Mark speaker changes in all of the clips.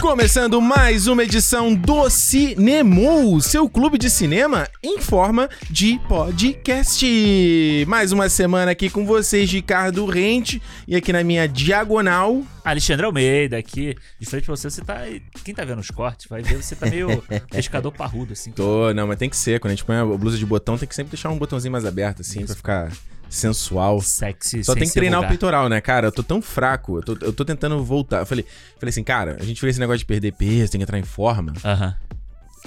Speaker 1: Começando mais uma edição do Cinemu, seu clube de cinema em forma de podcast. Mais uma semana aqui com vocês, Ricardo Rente, e aqui na minha diagonal.
Speaker 2: Alexandre Almeida aqui, de frente pra você, você tá. Quem tá vendo os cortes vai ver, você tá meio pescador parrudo, assim.
Speaker 1: Tô, não, mas tem que ser. Quando a gente põe a blusa de botão, tem que sempre deixar um botãozinho mais aberto, assim, pra ficar sensual.
Speaker 2: é Sexy,
Speaker 1: Só
Speaker 2: sem
Speaker 1: tem que
Speaker 2: ser
Speaker 1: treinar o
Speaker 2: vulgar.
Speaker 1: peitoral, né, cara? Eu tô tão fraco, eu tô, eu tô tentando voltar. Eu falei, falei assim, cara, a gente fez esse negócio de perder peso, tem que entrar em forma.
Speaker 2: Aham.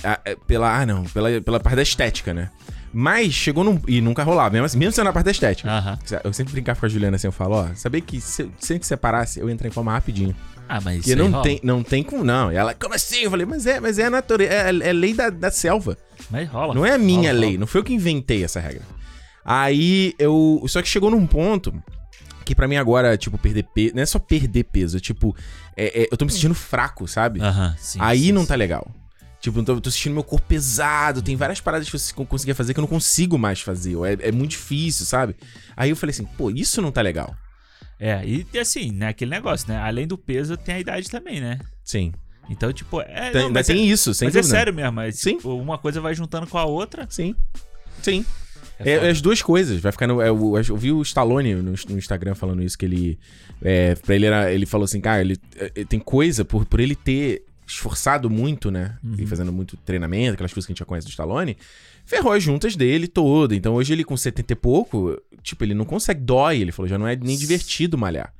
Speaker 1: Ah, é, pela, ah, não, pela, pela parte da estética, né? Mas chegou num. E nunca rolava, mesmo, assim- mesmo sendo na parte da estética.
Speaker 2: Aham.
Speaker 1: Eu sempre brincava com a Juliana assim, eu falo, ó, sabia que se, se a gente separasse, eu ia entrar em forma rapidinho.
Speaker 2: Ah, mas.
Speaker 1: Porque
Speaker 2: aí
Speaker 1: não
Speaker 2: rola.
Speaker 1: tem, não tem como, não. E ela, como assim? Eu falei, mas é, mas é a natureza, é, é lei da, da selva.
Speaker 2: Mas rola.
Speaker 1: Não é a minha
Speaker 2: Rola,
Speaker 1: lei,
Speaker 2: rola.
Speaker 1: não foi eu que inventei essa regra. Aí eu. Só que chegou num ponto que pra mim agora, tipo, perder peso. Não é só perder peso, é tipo. é- é, eu tô me sentindo fraco, sabe?
Speaker 2: Aham, sim.
Speaker 1: Aí
Speaker 2: sim,
Speaker 1: não
Speaker 2: sim.
Speaker 1: tá legal. Tipo, eu tô, eu tô sentindo meu corpo pesado, tem várias paradas que eu con- conseguia fazer que eu não consigo mais fazer. ou É, é muito difícil, sabe? Aí eu falei assim, pô, isso não tá legal.
Speaker 2: É, e e assim, né? Aquele negócio, né? Além do peso, tem a idade também, né?
Speaker 1: Sim.
Speaker 2: Então, tipo, é.
Speaker 1: Tem-
Speaker 2: não,
Speaker 1: ainda
Speaker 2: mas
Speaker 1: tem
Speaker 2: é,
Speaker 1: isso, sem
Speaker 2: mas é
Speaker 1: dúvida.
Speaker 2: sério mesmo, mas
Speaker 1: Sim.
Speaker 2: tipo, uma coisa vai juntando com a outra.
Speaker 1: Sim. Sim.
Speaker 2: É
Speaker 1: É,
Speaker 2: foda.
Speaker 1: as duas coisas. Vai ficar no. é, o- eu vi o Stallone no, no Instagram falando isso, que ele. É, pra ele era. Ele falou assim, cara, ele, é, é, tem coisa por, por ele ter esforçado muito, né?
Speaker 2: Uhum.
Speaker 1: E fazendo muito treinamento, aquelas coisas que a gente já conhece do Stallone. Ferrou as juntas dele todo. Então hoje ele com 70 e pouco, tipo, ele não consegue. Dói, ele falou, já não é nem divertido malhar.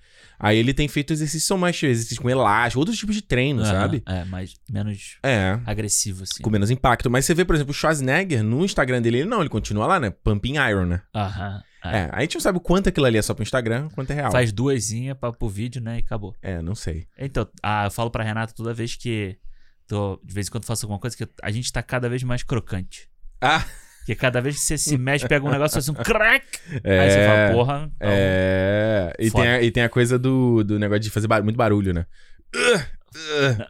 Speaker 1: Aí ele tem feito exercícios, são mais exercícios com elástico, outros tipos de treino,
Speaker 2: Aham,
Speaker 1: sabe?
Speaker 2: É, mas menos
Speaker 1: É
Speaker 2: agressivo, assim.
Speaker 1: com menos impacto. Mas você vê, por exemplo, o Schwarzenegger no Instagram dele, ele não, ele continua lá, né? Pumping Iron, né?
Speaker 2: Aham. é.
Speaker 1: É, aí a gente não sabe o quanto aquilo ali é só pro Instagram, quanto é real.
Speaker 2: Faz duesinha pra, pro vídeo, né? E acabou.
Speaker 1: É, não sei.
Speaker 2: Então, ah, eu falo pra Renata toda vez que. tô- de vez em quando faço alguma coisa que eu- a gente tá cada vez mais crocante.
Speaker 1: Ah,
Speaker 2: Porque cada vez que você se mexe, pega um negócio, faz um crack.
Speaker 1: é.
Speaker 2: Aí você fala, porra. então,
Speaker 1: É. E tem,
Speaker 2: Foda.
Speaker 1: a, e tem a coisa do, do negócio de fazer barulho- muito barulho, né? Uh, uh.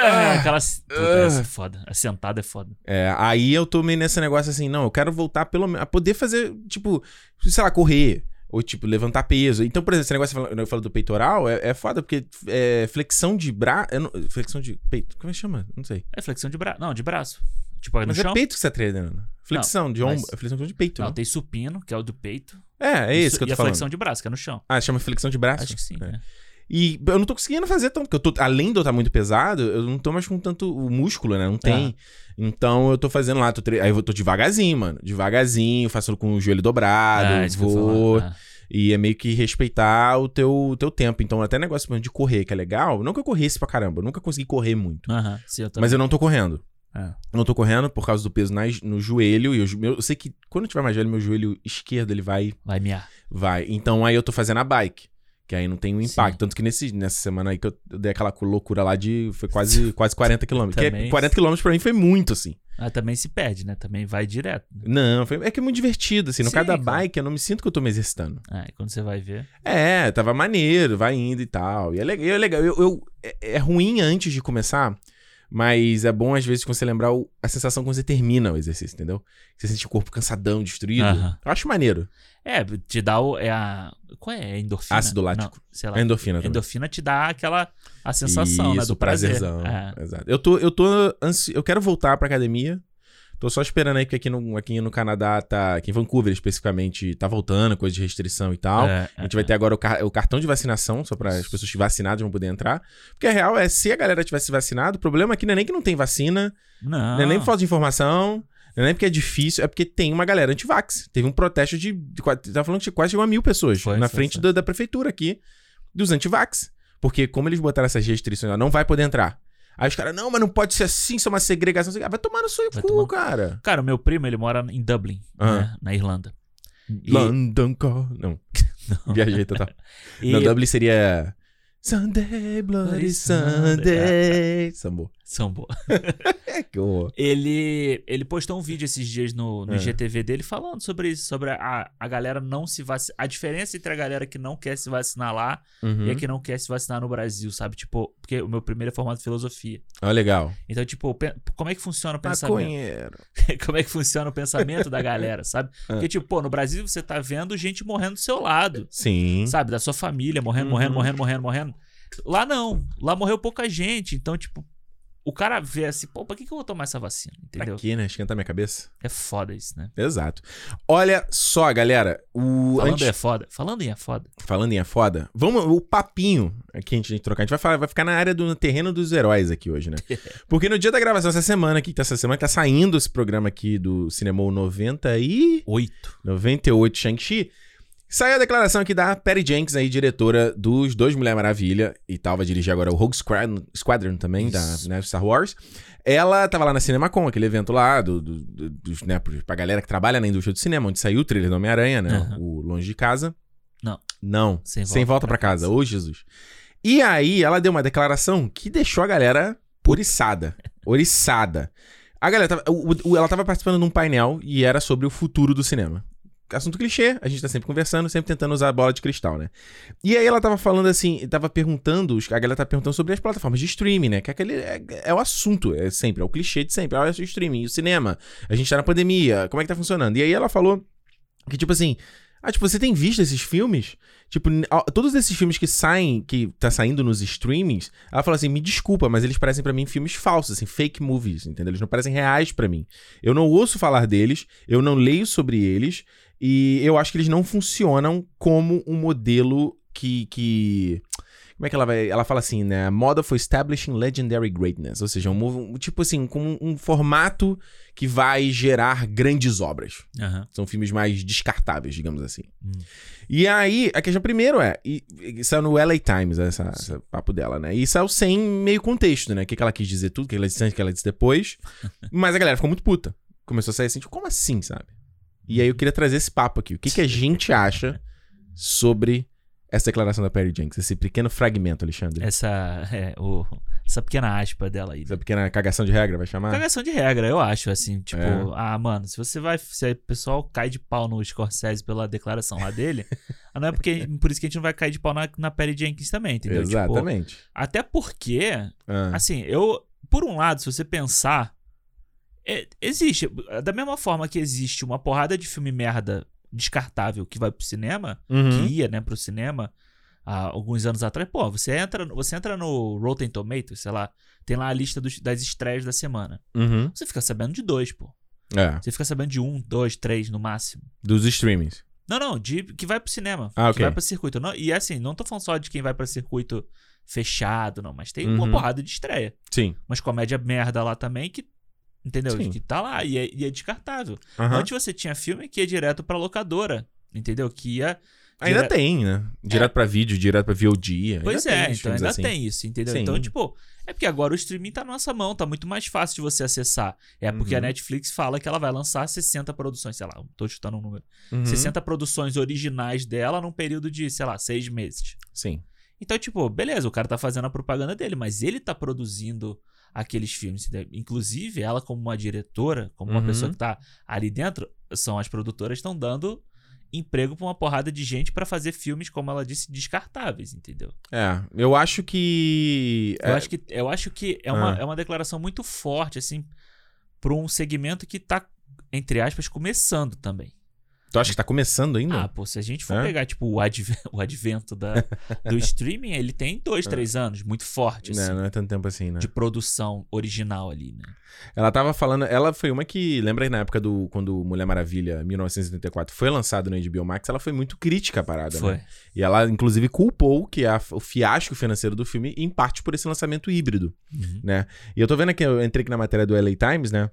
Speaker 2: é, aquela. Puta, essa é
Speaker 1: ah.
Speaker 2: foda. A sentada é foda.
Speaker 1: É, aí eu tô meio nesse negócio assim, não, eu quero voltar pelo menos a poder fazer, tipo, sei lá, correr. Ou, tipo, levantar peso. Então, por exemplo, esse negócio que eu falo- eu falo do peitoral é, é foda, porque é, flexão de braço. Flexão de peito. Como é que chama? Não sei.
Speaker 2: É flexão de braço. Não, de braço. Tipo, no
Speaker 1: Mas
Speaker 2: chão.
Speaker 1: é peito que você tá treinando. Flexão de
Speaker 2: mas-
Speaker 1: ombro. Flexão de peito.
Speaker 2: não,
Speaker 1: né?
Speaker 2: tem supino, que é o do peito.
Speaker 1: É, é
Speaker 2: Isso-
Speaker 1: esse que eu
Speaker 2: E
Speaker 1: tô
Speaker 2: a
Speaker 1: falando.
Speaker 2: flexão de braço, que é no chão.
Speaker 1: Ah, chama flexão de braço?
Speaker 2: Acho que sim.
Speaker 1: É.
Speaker 2: né?
Speaker 1: E eu não tô conseguindo fazer tanto, porque eu tô, além de eu estar muito pesado, eu não tô mais com tanto o músculo, né? Não tem. Então eu tô fazendo lá, tô tre... aí eu tô devagarzinho, mano. Devagarzinho, faço com o joelho dobrado,
Speaker 2: Ah, isso que eu ia falar.
Speaker 1: vou.
Speaker 2: Ah.
Speaker 1: E é meio que respeitar o teu, o teu tempo. Então, até negócio por exemplo, de correr, que é legal. Não que eu corresse pra caramba, eu nunca consegui correr muito.
Speaker 2: Aham, sim, eu também.
Speaker 1: Mas eu não tô correndo.
Speaker 2: É.
Speaker 1: Eu não tô correndo por causa do peso nas- no joelho. E eu, eu sei que quando eu tiver mais velho, meu joelho esquerdo ele vai
Speaker 2: Vai miar.
Speaker 1: Vai. Então aí eu tô fazendo a bike. Que aí não tem um
Speaker 2: Sim.
Speaker 1: impacto. Tanto que nesse, nessa semana aí que eu eu dei aquela co- loucura lá de. Foi quase, quase 40 quilômetros. Que é-
Speaker 2: Também.
Speaker 1: 40 quilômetros pra mim foi muito, assim.
Speaker 2: Ah, também se perde, né? Também vai direto. né?
Speaker 1: Não, foi- é que é muito divertido, assim. No
Speaker 2: Sim,
Speaker 1: caso da
Speaker 2: claro.
Speaker 1: bike, eu não me sinto que eu tô me exercitando.
Speaker 2: Ah, e quando você vai ver.
Speaker 1: É, tava maneiro, vai indo e tal. E é, le- e é legal. Eu, eu- é, é ruim antes de começar, mas é bom às vezes quando você lembrar o- a sensação quando você termina o exercício, entendeu? Você sente o corpo cansadão, destruído.
Speaker 2: Aham.
Speaker 1: Eu acho maneiro.
Speaker 2: É, te dá o. É a. Qual é? É endorfina?
Speaker 1: Ácido lático.
Speaker 2: Não, sei lá.
Speaker 1: A endorfina também.
Speaker 2: endorfina te dá aquela a sensação, né?
Speaker 1: Isso,
Speaker 2: Do prazer.
Speaker 1: prazerzão.
Speaker 2: É.
Speaker 1: Exato. Eu tô, eu tô ansi... eu quero voltar pra academia. Tô só esperando aí, porque aqui no, aqui no Canadá tá. Aqui em Vancouver, especificamente, tá voltando, coisa de restrição e tal.
Speaker 2: É,
Speaker 1: A gente vai ter agora o, car- o cartão de vacinação, só para as pessoas que vacinadas vão poder entrar. Porque a real é, se a galera tivesse vacinado, o problema aqui não é nem que não tem vacina,
Speaker 2: Não.
Speaker 1: não é nem por falta de informação, não é nem porque é difícil, é porque tem uma galera anti-vax. Teve um protesto de. de qua- Tava falando que quase chegou a mil pessoas
Speaker 2: Foi,
Speaker 1: na
Speaker 2: foi,
Speaker 1: frente
Speaker 2: foi.
Speaker 1: Da, da prefeitura aqui, dos anti-vax. Porque como eles botaram essas restrições, ó, não vai poder entrar. Aí os caras, não, mas não pode ser assim, isso é uma segregação. Ah, Vai tomar no seu
Speaker 2: Vai
Speaker 1: cu,
Speaker 2: tomar-
Speaker 1: cara.
Speaker 2: Cara, o meu primo, ele mora em Dublin,
Speaker 1: Ah.
Speaker 2: né, na Irlanda. E-
Speaker 1: London Call. Não, viajei total.
Speaker 2: E,
Speaker 1: Não, W seria. Sunday, Bloody
Speaker 2: Bloody
Speaker 1: Sunday. Sambo.
Speaker 2: São boa.
Speaker 1: É que horror.
Speaker 2: Ele, ele postou um vídeo esses dias no, no
Speaker 1: É.
Speaker 2: IGTV dele falando sobre isso, sobre a, a galera não se vacinar. A diferença entre a galera que não quer se vacinar lá
Speaker 1: Uhum.
Speaker 2: e
Speaker 1: Hum.
Speaker 2: a que não quer se vacinar no Brasil, sabe? Tipo, porque o meu primeiro é formado em filosofia.
Speaker 1: Ó, legal.
Speaker 2: Então, tipo, pe- como é que funciona o pensamento?
Speaker 1: Maconheiro.
Speaker 2: como é que funciona o pensamento da galera, sabe?
Speaker 1: Ah.
Speaker 2: Porque, tipo, pô, no Brasil você tá vendo gente morrendo do seu lado,
Speaker 1: Sim.
Speaker 2: sabe? Da sua família, morrendo, morrendo,
Speaker 1: Uhum.
Speaker 2: morrendo, morrendo, morrendo. Lá não. Lá morreu pouca gente. Então, tipo, o cara vê assim, pô, pra que, que eu vou tomar essa vacina? Entendeu?
Speaker 1: Aqui, né? Esquentar minha cabeça.
Speaker 2: É foda isso, né?
Speaker 1: Exato. Olha só, galera. O
Speaker 2: Falando
Speaker 1: antes-
Speaker 2: é foda. Falando em é foda.
Speaker 1: Falando em é foda, vamos. O papinho aqui a gente tem que trocar. A gente vai, falar, vai ficar na área do no terreno dos heróis aqui hoje, né? Porque no dia da gravação, essa semana aqui, que tá essa semana, que tá saindo esse programa aqui do Cinema 90 e.
Speaker 2: Oito.
Speaker 1: 98 Shang-Chi. Saiu a declaração aqui da Perry Jenkins, aí, diretora dos dois Mulher Maravilha, e tal, vai dirigir agora o Rogue Squadron, Squadron também, da
Speaker 2: Isso.
Speaker 1: né, Star Wars. Ela tava lá na CinemaCon, aquele evento lá, do, do- do- dos, né, pro- pra galera que trabalha na indústria do cinema, onde saiu o trailer do Homem-Aranha, né?
Speaker 2: Aham.
Speaker 1: O Longe de Casa.
Speaker 2: Não.
Speaker 1: Não.
Speaker 2: Sem
Speaker 1: Sem, volta
Speaker 2: volta
Speaker 1: pra
Speaker 2: pra
Speaker 1: casa. Ô, Jesus. E aí, ela deu uma declaração que deixou a galera oriçada. Oriçada. A galera tava, o- o- ela tava participando de um painel e era sobre o futuro do cinema. Assunto clichê, a gente tá sempre conversando, sempre tentando usar a bola de cristal, né? E aí ela tava falando assim, tava perguntando, os- a galera tá perguntando sobre as plataformas de streaming, né? Que aquele é, é o assunto, é sempre, é o clichê de sempre. Olha o streaming, e o cinema, a gente tá na pandemia, como é que tá funcionando? E aí ela falou que, tipo assim, ah, tipo, você tem visto esses filmes? Tipo, n- a- todos esses filmes que saem, que tá saindo nos streamings, ela fala assim, me desculpa, mas eles parecem pra mim filmes falsos, assim, fake movies, entendeu? Eles não parecem reais pra mim. Eu não ouço falar deles, eu não leio sobre eles, e eu acho que eles não funcionam como um modelo que. que... Como é que ela vai. Ela fala assim, né? Moda for establishing legendary greatness. Ou seja, um, mov- um- tipo assim, com um- um formato que vai gerar grandes obras.
Speaker 2: Aham.
Speaker 1: São filmes mais descartáveis, digamos assim.
Speaker 2: Hum.
Speaker 1: E aí, a questão primeiro é, e, e saiu no LA Times essa, esse papo dela, né? E saiu sem meio contexto, né? O que, que ela quis dizer tudo, o que ela disse antes, o que ela disse depois. Mas a galera ficou muito puta. Começou a sair assim, tipo, como assim, sabe? E aí eu queria trazer esse papo aqui. O que, que a gente acha sobre essa declaração da Perry Jenks? Esse pequeno fragmento, Alexandre.
Speaker 2: Essa, é, o, essa pequena aspa dela aí.
Speaker 1: Essa pequena cagação de regra, vai chamar?
Speaker 2: Cagação É de regra, eu acho, assim, tipo,
Speaker 1: É.
Speaker 2: ah, mano, se você vai, se o pessoal cai de pau no Scorsese pela declaração lá dele, não é porque, por isso que a gente não vai cair de pau na, na Perry Jenkins também, entendeu? Tipo,
Speaker 1: Exatamente.
Speaker 2: até porque,
Speaker 1: Ah,
Speaker 2: assim, eu, por um lado, se você pensar, é, existe, da mesma forma que existe uma porrada de filme merda descartável que vai pro cinema,
Speaker 1: uhum.
Speaker 2: que ia, né, pro cinema há alguns anos atrás. Pô, você entra, você entra no Rotten Tomatoes, sei lá, tem lá a lista dos- das estreias da semana.
Speaker 1: Uhum.
Speaker 2: Você fica sabendo de dois, pô.
Speaker 1: É,
Speaker 2: Você fica sabendo de um, dois, três no máximo.
Speaker 1: dos streamings.
Speaker 2: Não, não, de que vai pro cinema.
Speaker 1: Ah,
Speaker 2: Que
Speaker 1: ok.
Speaker 2: vai pra circuito. Não- e assim, não tô falando só de quem vai pra circuito fechado, não, mas tem uma
Speaker 1: Uhum.
Speaker 2: porrada de estreia.
Speaker 1: Sim.
Speaker 2: Umas comédia merda lá também que. Entendeu?
Speaker 1: Sim.
Speaker 2: Que tá lá e é, e é descartável.
Speaker 1: Aham.
Speaker 2: Antes você tinha filme que ia direto pra locadora. Entendeu? Que ia
Speaker 1: Ainda
Speaker 2: Dire- É.
Speaker 1: tem, né? Direto pra vídeo, direto pra VOD. ainda
Speaker 2: Pois
Speaker 1: tem
Speaker 2: é,
Speaker 1: uns
Speaker 2: então
Speaker 1: filmes
Speaker 2: ainda
Speaker 1: assim.
Speaker 2: tem isso, entendeu?
Speaker 1: Sim.
Speaker 2: Então, tipo, é porque agora o streaming tá na nossa mão, tá muito mais fácil de você acessar. É porque
Speaker 1: Uhum.
Speaker 2: a Netflix fala que ela vai lançar 60 produções, sei lá, tô chutando um número.
Speaker 1: Uhum.
Speaker 2: 60 produções originais dela num período de, sei lá, seis meses.
Speaker 1: Sim.
Speaker 2: Então, tipo, beleza, o cara tá fazendo a propaganda dele, mas ele tá produzindo aqueles filmes. entendeu? Inclusive, ela, como uma diretora, como uma
Speaker 1: Uhum.
Speaker 2: pessoa que tá ali dentro, são as produtoras estão dando emprego pra uma porrada de gente pra fazer filmes, como ela disse, descartáveis, entendeu?
Speaker 1: É, eu acho que.
Speaker 2: Eu,
Speaker 1: é,
Speaker 2: acho que, eu acho que é uma,
Speaker 1: Ah.
Speaker 2: é uma declaração muito forte, assim, pra um segmento que tá, entre aspas, começando também.
Speaker 1: Tu acha que tá começando ainda?
Speaker 2: Ah, pô, se a gente for
Speaker 1: É?
Speaker 2: pegar, tipo, o, adve- o advento da, do streaming, ele tem dois, três anos, muito forte, assim,
Speaker 1: não, não é tanto tempo assim, né?
Speaker 2: de produção original ali, né?
Speaker 1: Ela tava falando. Ela foi uma que. Lembra aí na época do. Quando Mulher Maravilha 1984 foi lançado no HBO Max, ela foi muito crítica à parada,
Speaker 2: Foi.
Speaker 1: né? E ela, inclusive, culpou que é a- o fiasco financeiro do filme, em parte por esse lançamento híbrido.
Speaker 2: Uhum.
Speaker 1: E eu tô vendo aqui, eu entrei aqui na matéria do LA Times, né?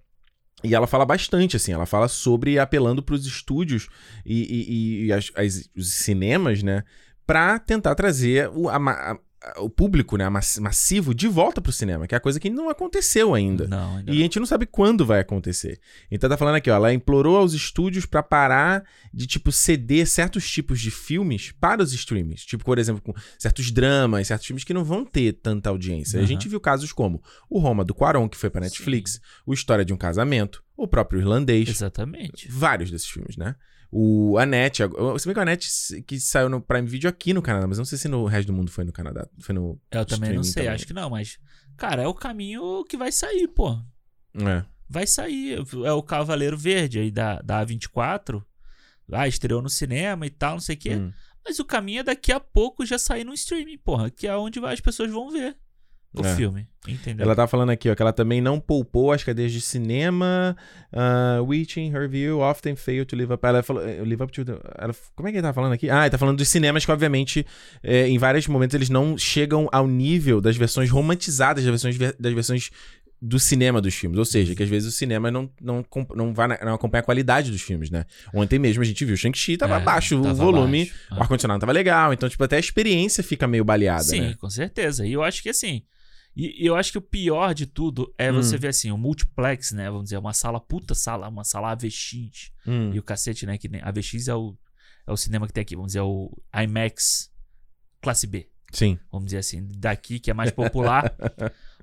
Speaker 1: E ela fala bastante, assim, ela fala sobre apelando pros estúdios e, e- e as- as- os cinemas, né? Pra tentar trazer o, a ma- a- o público, né? mass- massivo de volta pro cinema, que é a coisa que não aconteceu ainda.
Speaker 2: Não, ainda
Speaker 1: E é a gente não sabe quando vai acontecer. Então tá falando aqui, ó, ela implorou aos estúdios pra parar de tipo ceder certos tipos de filmes para os streams, tipo, por exemplo, com certos dramas, certos filmes que não vão ter tanta audiência. A
Speaker 2: Aham.
Speaker 1: gente viu casos como o Roma do Quaron, que foi pra Netflix, o História de um Casamento, o próprio Irlandês,
Speaker 2: Exatamente.
Speaker 1: vários desses filmes, né? O Anete, ag- se bem que o Anete s- que saiu no Prime Video aqui no Canadá, mas eu não sei se no resto do mundo foi no Canadá, foi no,
Speaker 2: Eu também não
Speaker 1: Streaming
Speaker 2: sei,
Speaker 1: também.
Speaker 2: acho que não, mas, cara, é o caminho que vai sair, pô.
Speaker 1: é.
Speaker 2: Vai sair. É o Cavaleiro Verde aí da, da A24. Ah, estreou no cinema e tal, não sei o quê.
Speaker 1: Hum.
Speaker 2: Mas o caminho é daqui a pouco já sair no streaming, porra. Que é onde vai- as pessoas vão ver. o
Speaker 1: É.
Speaker 2: filme. Entendeu?
Speaker 1: Ela tá falando aqui, ó, que ela também não poupou as cadeias de cinema, uh, which in her view often fail to live up. Ela falou, eh, live up to. the- ela- como é que ele tá falando aqui? Ah, ele tá falando dos cinemas que, obviamente, eh, em vários momentos eles não chegam ao nível das versões romantizadas, das versões, ver- das versões do cinema dos filmes. Ou seja, que às vezes o cinema não, não, com- não, vai na- não acompanha a qualidade dos filmes, né? Ontem mesmo a gente viu Shang-Chi, tava
Speaker 2: É,
Speaker 1: baixo o
Speaker 2: tava
Speaker 1: volume,
Speaker 2: baixo. Ah,
Speaker 1: o ar-condicionado tava legal, então, tipo, até a experiência fica meio baleada,
Speaker 2: Sim,
Speaker 1: né?
Speaker 2: com certeza. E eu acho que assim. E e eu acho que o pior de tudo é você
Speaker 1: Hum.
Speaker 2: ver assim, o multiplex, né? Vamos dizer, uma sala puta sala, uma sala AVX.
Speaker 1: Hum.
Speaker 2: E o cacete, né? Que nem, AVX é o, é o cinema que tem aqui, vamos dizer, é o IMAX classe B.
Speaker 1: Sim.
Speaker 2: Vamos dizer assim, daqui que é mais popular.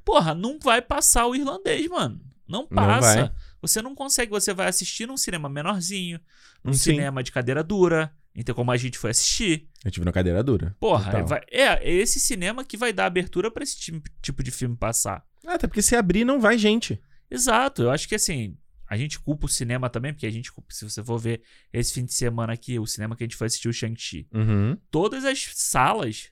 Speaker 2: Porra, não vai passar o irlandês, mano. Não passa.
Speaker 1: vai.
Speaker 2: Você não consegue, você vai assistir num cinema menorzinho, num
Speaker 1: Hum, Sim.
Speaker 2: cinema de cadeira dura. Então, como a gente foi assistir.
Speaker 1: Eu tive na cadeira dura.
Speaker 2: Porra,
Speaker 1: Total.
Speaker 2: vai- é, é esse cinema que vai dar abertura pra esse ti- tipo de filme passar.
Speaker 1: Ah, Até porque se abrir não vai gente.
Speaker 2: Exato, eu acho que assim, a gente culpa o cinema também, porque a gente, culpa- se você for ver esse fim de semana aqui, o cinema que a gente foi assistir o Shang-Chi,
Speaker 1: Uhum.
Speaker 2: todas as salas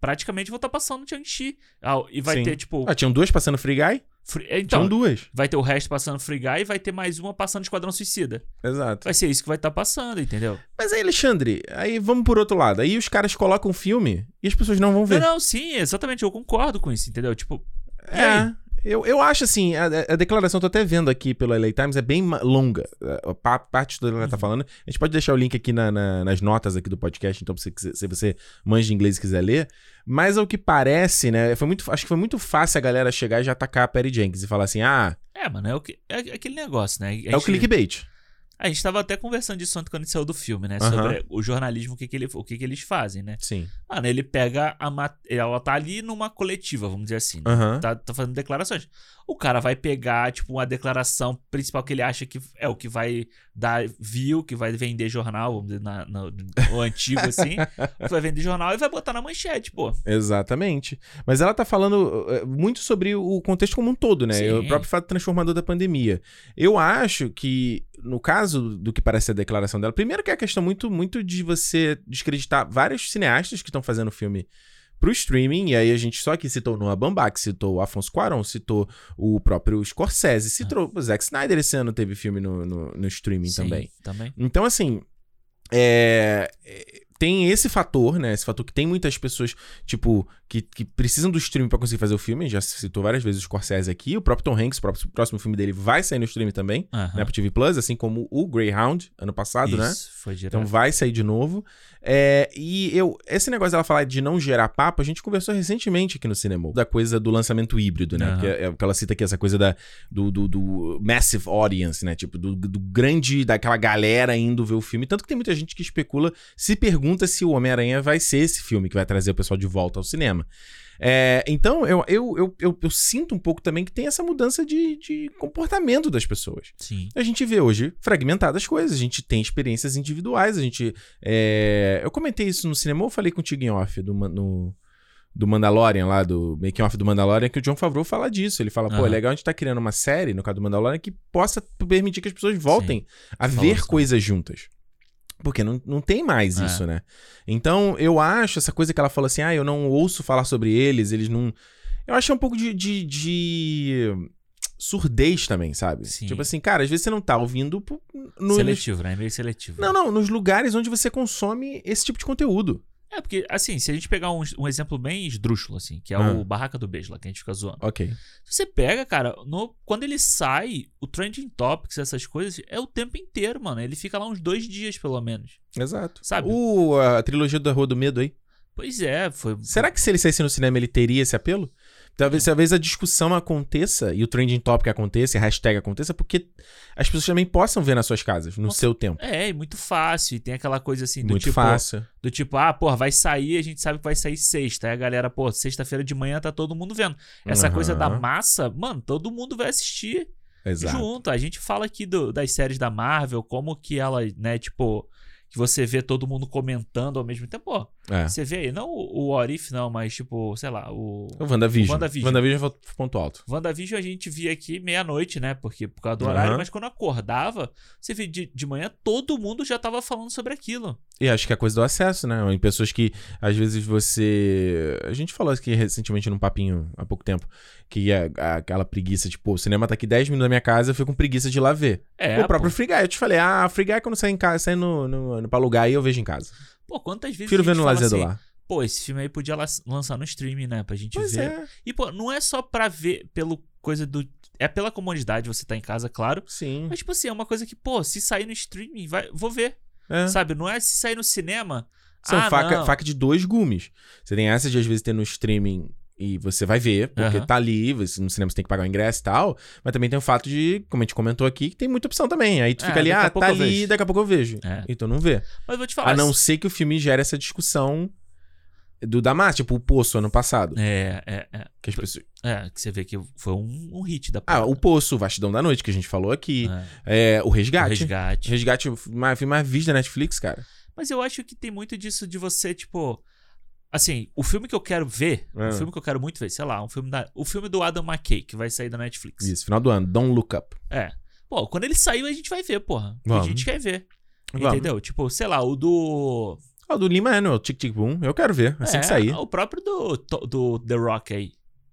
Speaker 2: praticamente vão estar passando o Shang-Chi. Ah, e vai
Speaker 1: Sim.
Speaker 2: ter, tipo.
Speaker 1: Ah, tinham duas passando Free Guy?
Speaker 2: fri-
Speaker 1: Tinham
Speaker 2: Então,
Speaker 1: duas.
Speaker 2: vai ter o resto passando Free Guy e vai ter mais uma passando Esquadrão Suicida.
Speaker 1: Exato.
Speaker 2: Vai ser isso que vai estar passando, entendeu?
Speaker 1: Mas aí, Alexandre, aí vamos por outro lado. Aí os caras colocam o filme e as pessoas não vão
Speaker 2: Não,
Speaker 1: ver.
Speaker 2: não, sim, exatamente, eu concordo com isso, entendeu? Tipo, e aí?
Speaker 1: É. Eu, eu acho assim, a, a- a declaração, tô até vendo aqui pelo LA Times, é bem ma- longa. A, a pa- parte do que
Speaker 2: Uhum.
Speaker 1: ela tá falando. A gente pode deixar o link aqui na- na- nas notas aqui do podcast, então pra você quiser- se você manja inglês e quiser ler. Mas ao que parece, né? Foi muito, acho que foi muito fácil a galera chegar e já atacar a Perry Jenkins e falar assim: ah,
Speaker 2: É, mano, é, o que, é aquele negócio, né? A
Speaker 1: é o
Speaker 2: gente-
Speaker 1: clickbait.
Speaker 2: A gente tava até conversando disso ontem quando a gente saiu do filme, né?
Speaker 1: Aham.
Speaker 2: Sobre o jornalismo, o que que, ele, o que que eles fazem, né?
Speaker 1: Sim.
Speaker 2: Mano, ele pega a. ma- Ela tá ali numa coletiva, vamos dizer assim. né?
Speaker 1: Aham.
Speaker 2: Tá, tá fazendo declarações. O cara vai pegar, tipo, uma declaração principal que ele acha que é o que vai dar view, que vai vender jornal, vamos dizer, na, na- o antigo, assim. que vai vender jornal e vai botar na manchete, pô.
Speaker 1: Exatamente. Mas ela tá falando eh, muito sobre o contexto como um todo, né?
Speaker 2: Sim.
Speaker 1: O próprio fato transformador da pandemia. Eu acho que, no caso do que parece ser a declaração dela, primeiro que é a questão muito, muito de você descreditar vários cineastas que estão fazendo filme pro streaming, e aí a gente só aqui citou o Noah Baumbach, citou o Afonso Cuarón, citou o próprio Scorsese, citou o Zack Snyder esse ano teve filme no, no, no streaming
Speaker 2: Sim,
Speaker 1: também.
Speaker 2: Também.
Speaker 1: Então, assim. é, é, Tem esse fator, né? Esse fator que tem muitas pessoas, tipo, que, que precisam do streaming pra conseguir fazer o filme. Já se citou várias vezes o Scorsese aqui. O próprio Tom Hanks, o próprio- o próximo filme dele vai sair no streaming também,
Speaker 2: Aham.
Speaker 1: na Apple TV Plus, assim como o Greyhound, ano passado, né?
Speaker 2: Isso, foi direto.
Speaker 1: Então vai sair de novo. É, e eu, esse negócio dela falar de não gerar papo, a gente conversou recentemente aqui no cinema. Da coisa do lançamento híbrido, né?
Speaker 2: Aham.
Speaker 1: Porque é, é o que ela cita aqui, essa coisa da, do, do- do massive audience, né? Tipo, do, do grande, daquela galera indo ver o filme. Tanto que tem muita gente que especula, se pergunta se o Homem-Aranha vai ser esse filme que vai trazer o pessoal de volta ao cinema. É, então, eu, eu, eu, eu- eu sinto um pouco também que tem essa mudança de- de comportamento das pessoas.
Speaker 2: Sim.
Speaker 1: A gente vê hoje fragmentadas coisas, a gente tem experiências individuais, a gente. é, Eu comentei isso no cinema, eu falei contigo em off do, ma- no- do Mandalorian lá, do making off do Mandalorian, que o John Favreau fala disso. Ele fala, pô, é
Speaker 2: Aham.
Speaker 1: legal a gente tá criando uma série, no caso do Mandalorian, que possa permitir que as pessoas voltem a
Speaker 2: falou
Speaker 1: ver
Speaker 2: isso.
Speaker 1: coisas juntas. Porque não, não tem mais
Speaker 2: É.
Speaker 1: isso, né? Então, eu acho essa coisa que ela falou assim, ah, eu não ouço falar sobre eles, eles não. Eu achei um pouco de- de- de surdez também, sabe?
Speaker 2: Sim.
Speaker 1: Tipo assim, cara, às vezes você não tá ouvindo pro- no, nos,
Speaker 2: seletivo, né? Meio seletivo.
Speaker 1: não, não, nos lugares onde você consome esse tipo de conteúdo.
Speaker 2: É, porque, assim, se a gente pegar um, um exemplo bem esdrúxulo, assim, que é
Speaker 1: Ah.
Speaker 2: o Barraca do Beijo lá, que a gente fica zoando.
Speaker 1: Ok.
Speaker 2: Se você pega, cara, no- quando ele sai, o Trending Topics, essas coisas, é o tempo inteiro, mano. Ele fica lá uns dois dias, pelo menos.
Speaker 1: Exato.
Speaker 2: Sabe?
Speaker 1: O, a trilogia da Rua do Medo aí.
Speaker 2: Pois é, foi.
Speaker 1: Será que se ele saísse no cinema ele teria esse apelo? Talvez, talvez a discussão aconteça e o trending topic aconteça e a hashtag aconteça porque as pessoas também possam ver nas suas casas, no
Speaker 2: Nossa,
Speaker 1: seu tempo.
Speaker 2: É, e muito fácil. E tem aquela coisa assim do
Speaker 1: Muito
Speaker 2: tipo.
Speaker 1: fácil.
Speaker 2: Do tipo, ah, porra, vai sair, a gente sabe que vai sair sexta. Aí a galera, pô, sexta-feira de manhã tá todo mundo vendo. Essa
Speaker 1: Aham.
Speaker 2: coisa da massa, mano, todo mundo vai assistir.
Speaker 1: Exato.
Speaker 2: junto. A gente fala aqui do- das séries da Marvel, como que ela, né, tipo, que você vê todo mundo comentando ao mesmo tempo. Pô,
Speaker 1: É.
Speaker 2: Você vê aí, não o o What If, não, mas tipo, sei lá, o.
Speaker 1: O WandaVision.
Speaker 2: O WandaVision.
Speaker 1: WandaVision foi o ponto alto.
Speaker 2: WandaVision a gente via aqui meia-noite, né? Porque por causa do
Speaker 1: Aham.
Speaker 2: horário, mas quando acordava, você via de, de manhã, todo mundo já tava falando sobre aquilo.
Speaker 1: E acho que é coisa do acesso, né? Em pessoas que, às vezes, você. A gente falou aqui recentemente num papinho há pouco tempo. Que é aquela preguiça, tipo, o cinema tá aqui 10 minutos da minha casa, eu fico com preguiça de ir lá ver.
Speaker 2: É,
Speaker 1: o próprio Free Guy, eu te falei, ah, Free Guy quando sai em casa, sai no, no, no- pra alugar e eu vejo em casa.
Speaker 2: pô, pô, quantas vezes
Speaker 1: Prefiro
Speaker 2: a gente
Speaker 1: ver no
Speaker 2: fala
Speaker 1: lazer
Speaker 2: assim,
Speaker 1: do lar.
Speaker 2: Pô, esse filme aí podia la- lançar no streaming, né? Pra gente
Speaker 1: Pois
Speaker 2: ver.
Speaker 1: é,
Speaker 2: E, pô, não é só pra ver pelo coisa do. É pela comodidade você tá em casa, claro.
Speaker 1: sim.
Speaker 2: Mas, tipo assim, é uma coisa que, pô, se sair no streaming, vai, vou ver.
Speaker 1: É.
Speaker 2: Sabe? Não é se sair no cinema.
Speaker 1: São
Speaker 2: ah,
Speaker 1: faca,
Speaker 2: não.
Speaker 1: faca de dois gumes. Você tem essa de às vezes ter no streaming e você vai ver, porque
Speaker 2: Aham.
Speaker 1: tá ali, você- no cinema você tem que pagar o ingresso e tal. Mas também tem o fato de, como a gente comentou aqui, que tem muita opção também. Aí tu
Speaker 2: É,
Speaker 1: fica ali,
Speaker 2: daqui a
Speaker 1: ah,
Speaker 2: pouco
Speaker 1: tá
Speaker 2: eu
Speaker 1: ali,
Speaker 2: vejo.
Speaker 1: daqui a pouco eu vejo.
Speaker 2: É.
Speaker 1: E tu não vê.
Speaker 2: Mas vou te falar. assim,
Speaker 1: A não ser que o filme gere essa discussão do Damas, tipo o Poço ano passado.
Speaker 2: É, é, é.
Speaker 1: Que as pessoas...
Speaker 2: É, que você vê que foi um, um hit da
Speaker 1: Ah,
Speaker 2: parada.
Speaker 1: o Poço, o Vastidão da Noite, que a gente falou aqui.
Speaker 2: É.
Speaker 1: É, o
Speaker 2: O
Speaker 1: Resgate.
Speaker 2: resgate.
Speaker 1: Resgate, o ma- filme mais visto da Netflix, cara.
Speaker 2: Mas eu acho que tem muito disso de você, tipo. Assim, o filme que eu quero ver,
Speaker 1: É.
Speaker 2: o filme que eu quero muito ver, sei lá, um filme da, o filme do Adam McKay, que vai sair da Netflix.
Speaker 1: Isso, final do ano. Don't Look Up.
Speaker 2: É. Pô, quando ele saiu, a gente vai ver, porra. Porque
Speaker 1: Vamos.
Speaker 2: A gente quer ver.
Speaker 1: Vamos.
Speaker 2: Entendeu? Tipo, sei lá, o do.
Speaker 1: Ah, o do Lima é no Tic Tic Boom. Eu quero ver, assim
Speaker 2: é,
Speaker 1: que sair.
Speaker 2: O próprio do, to- do The Rock aí.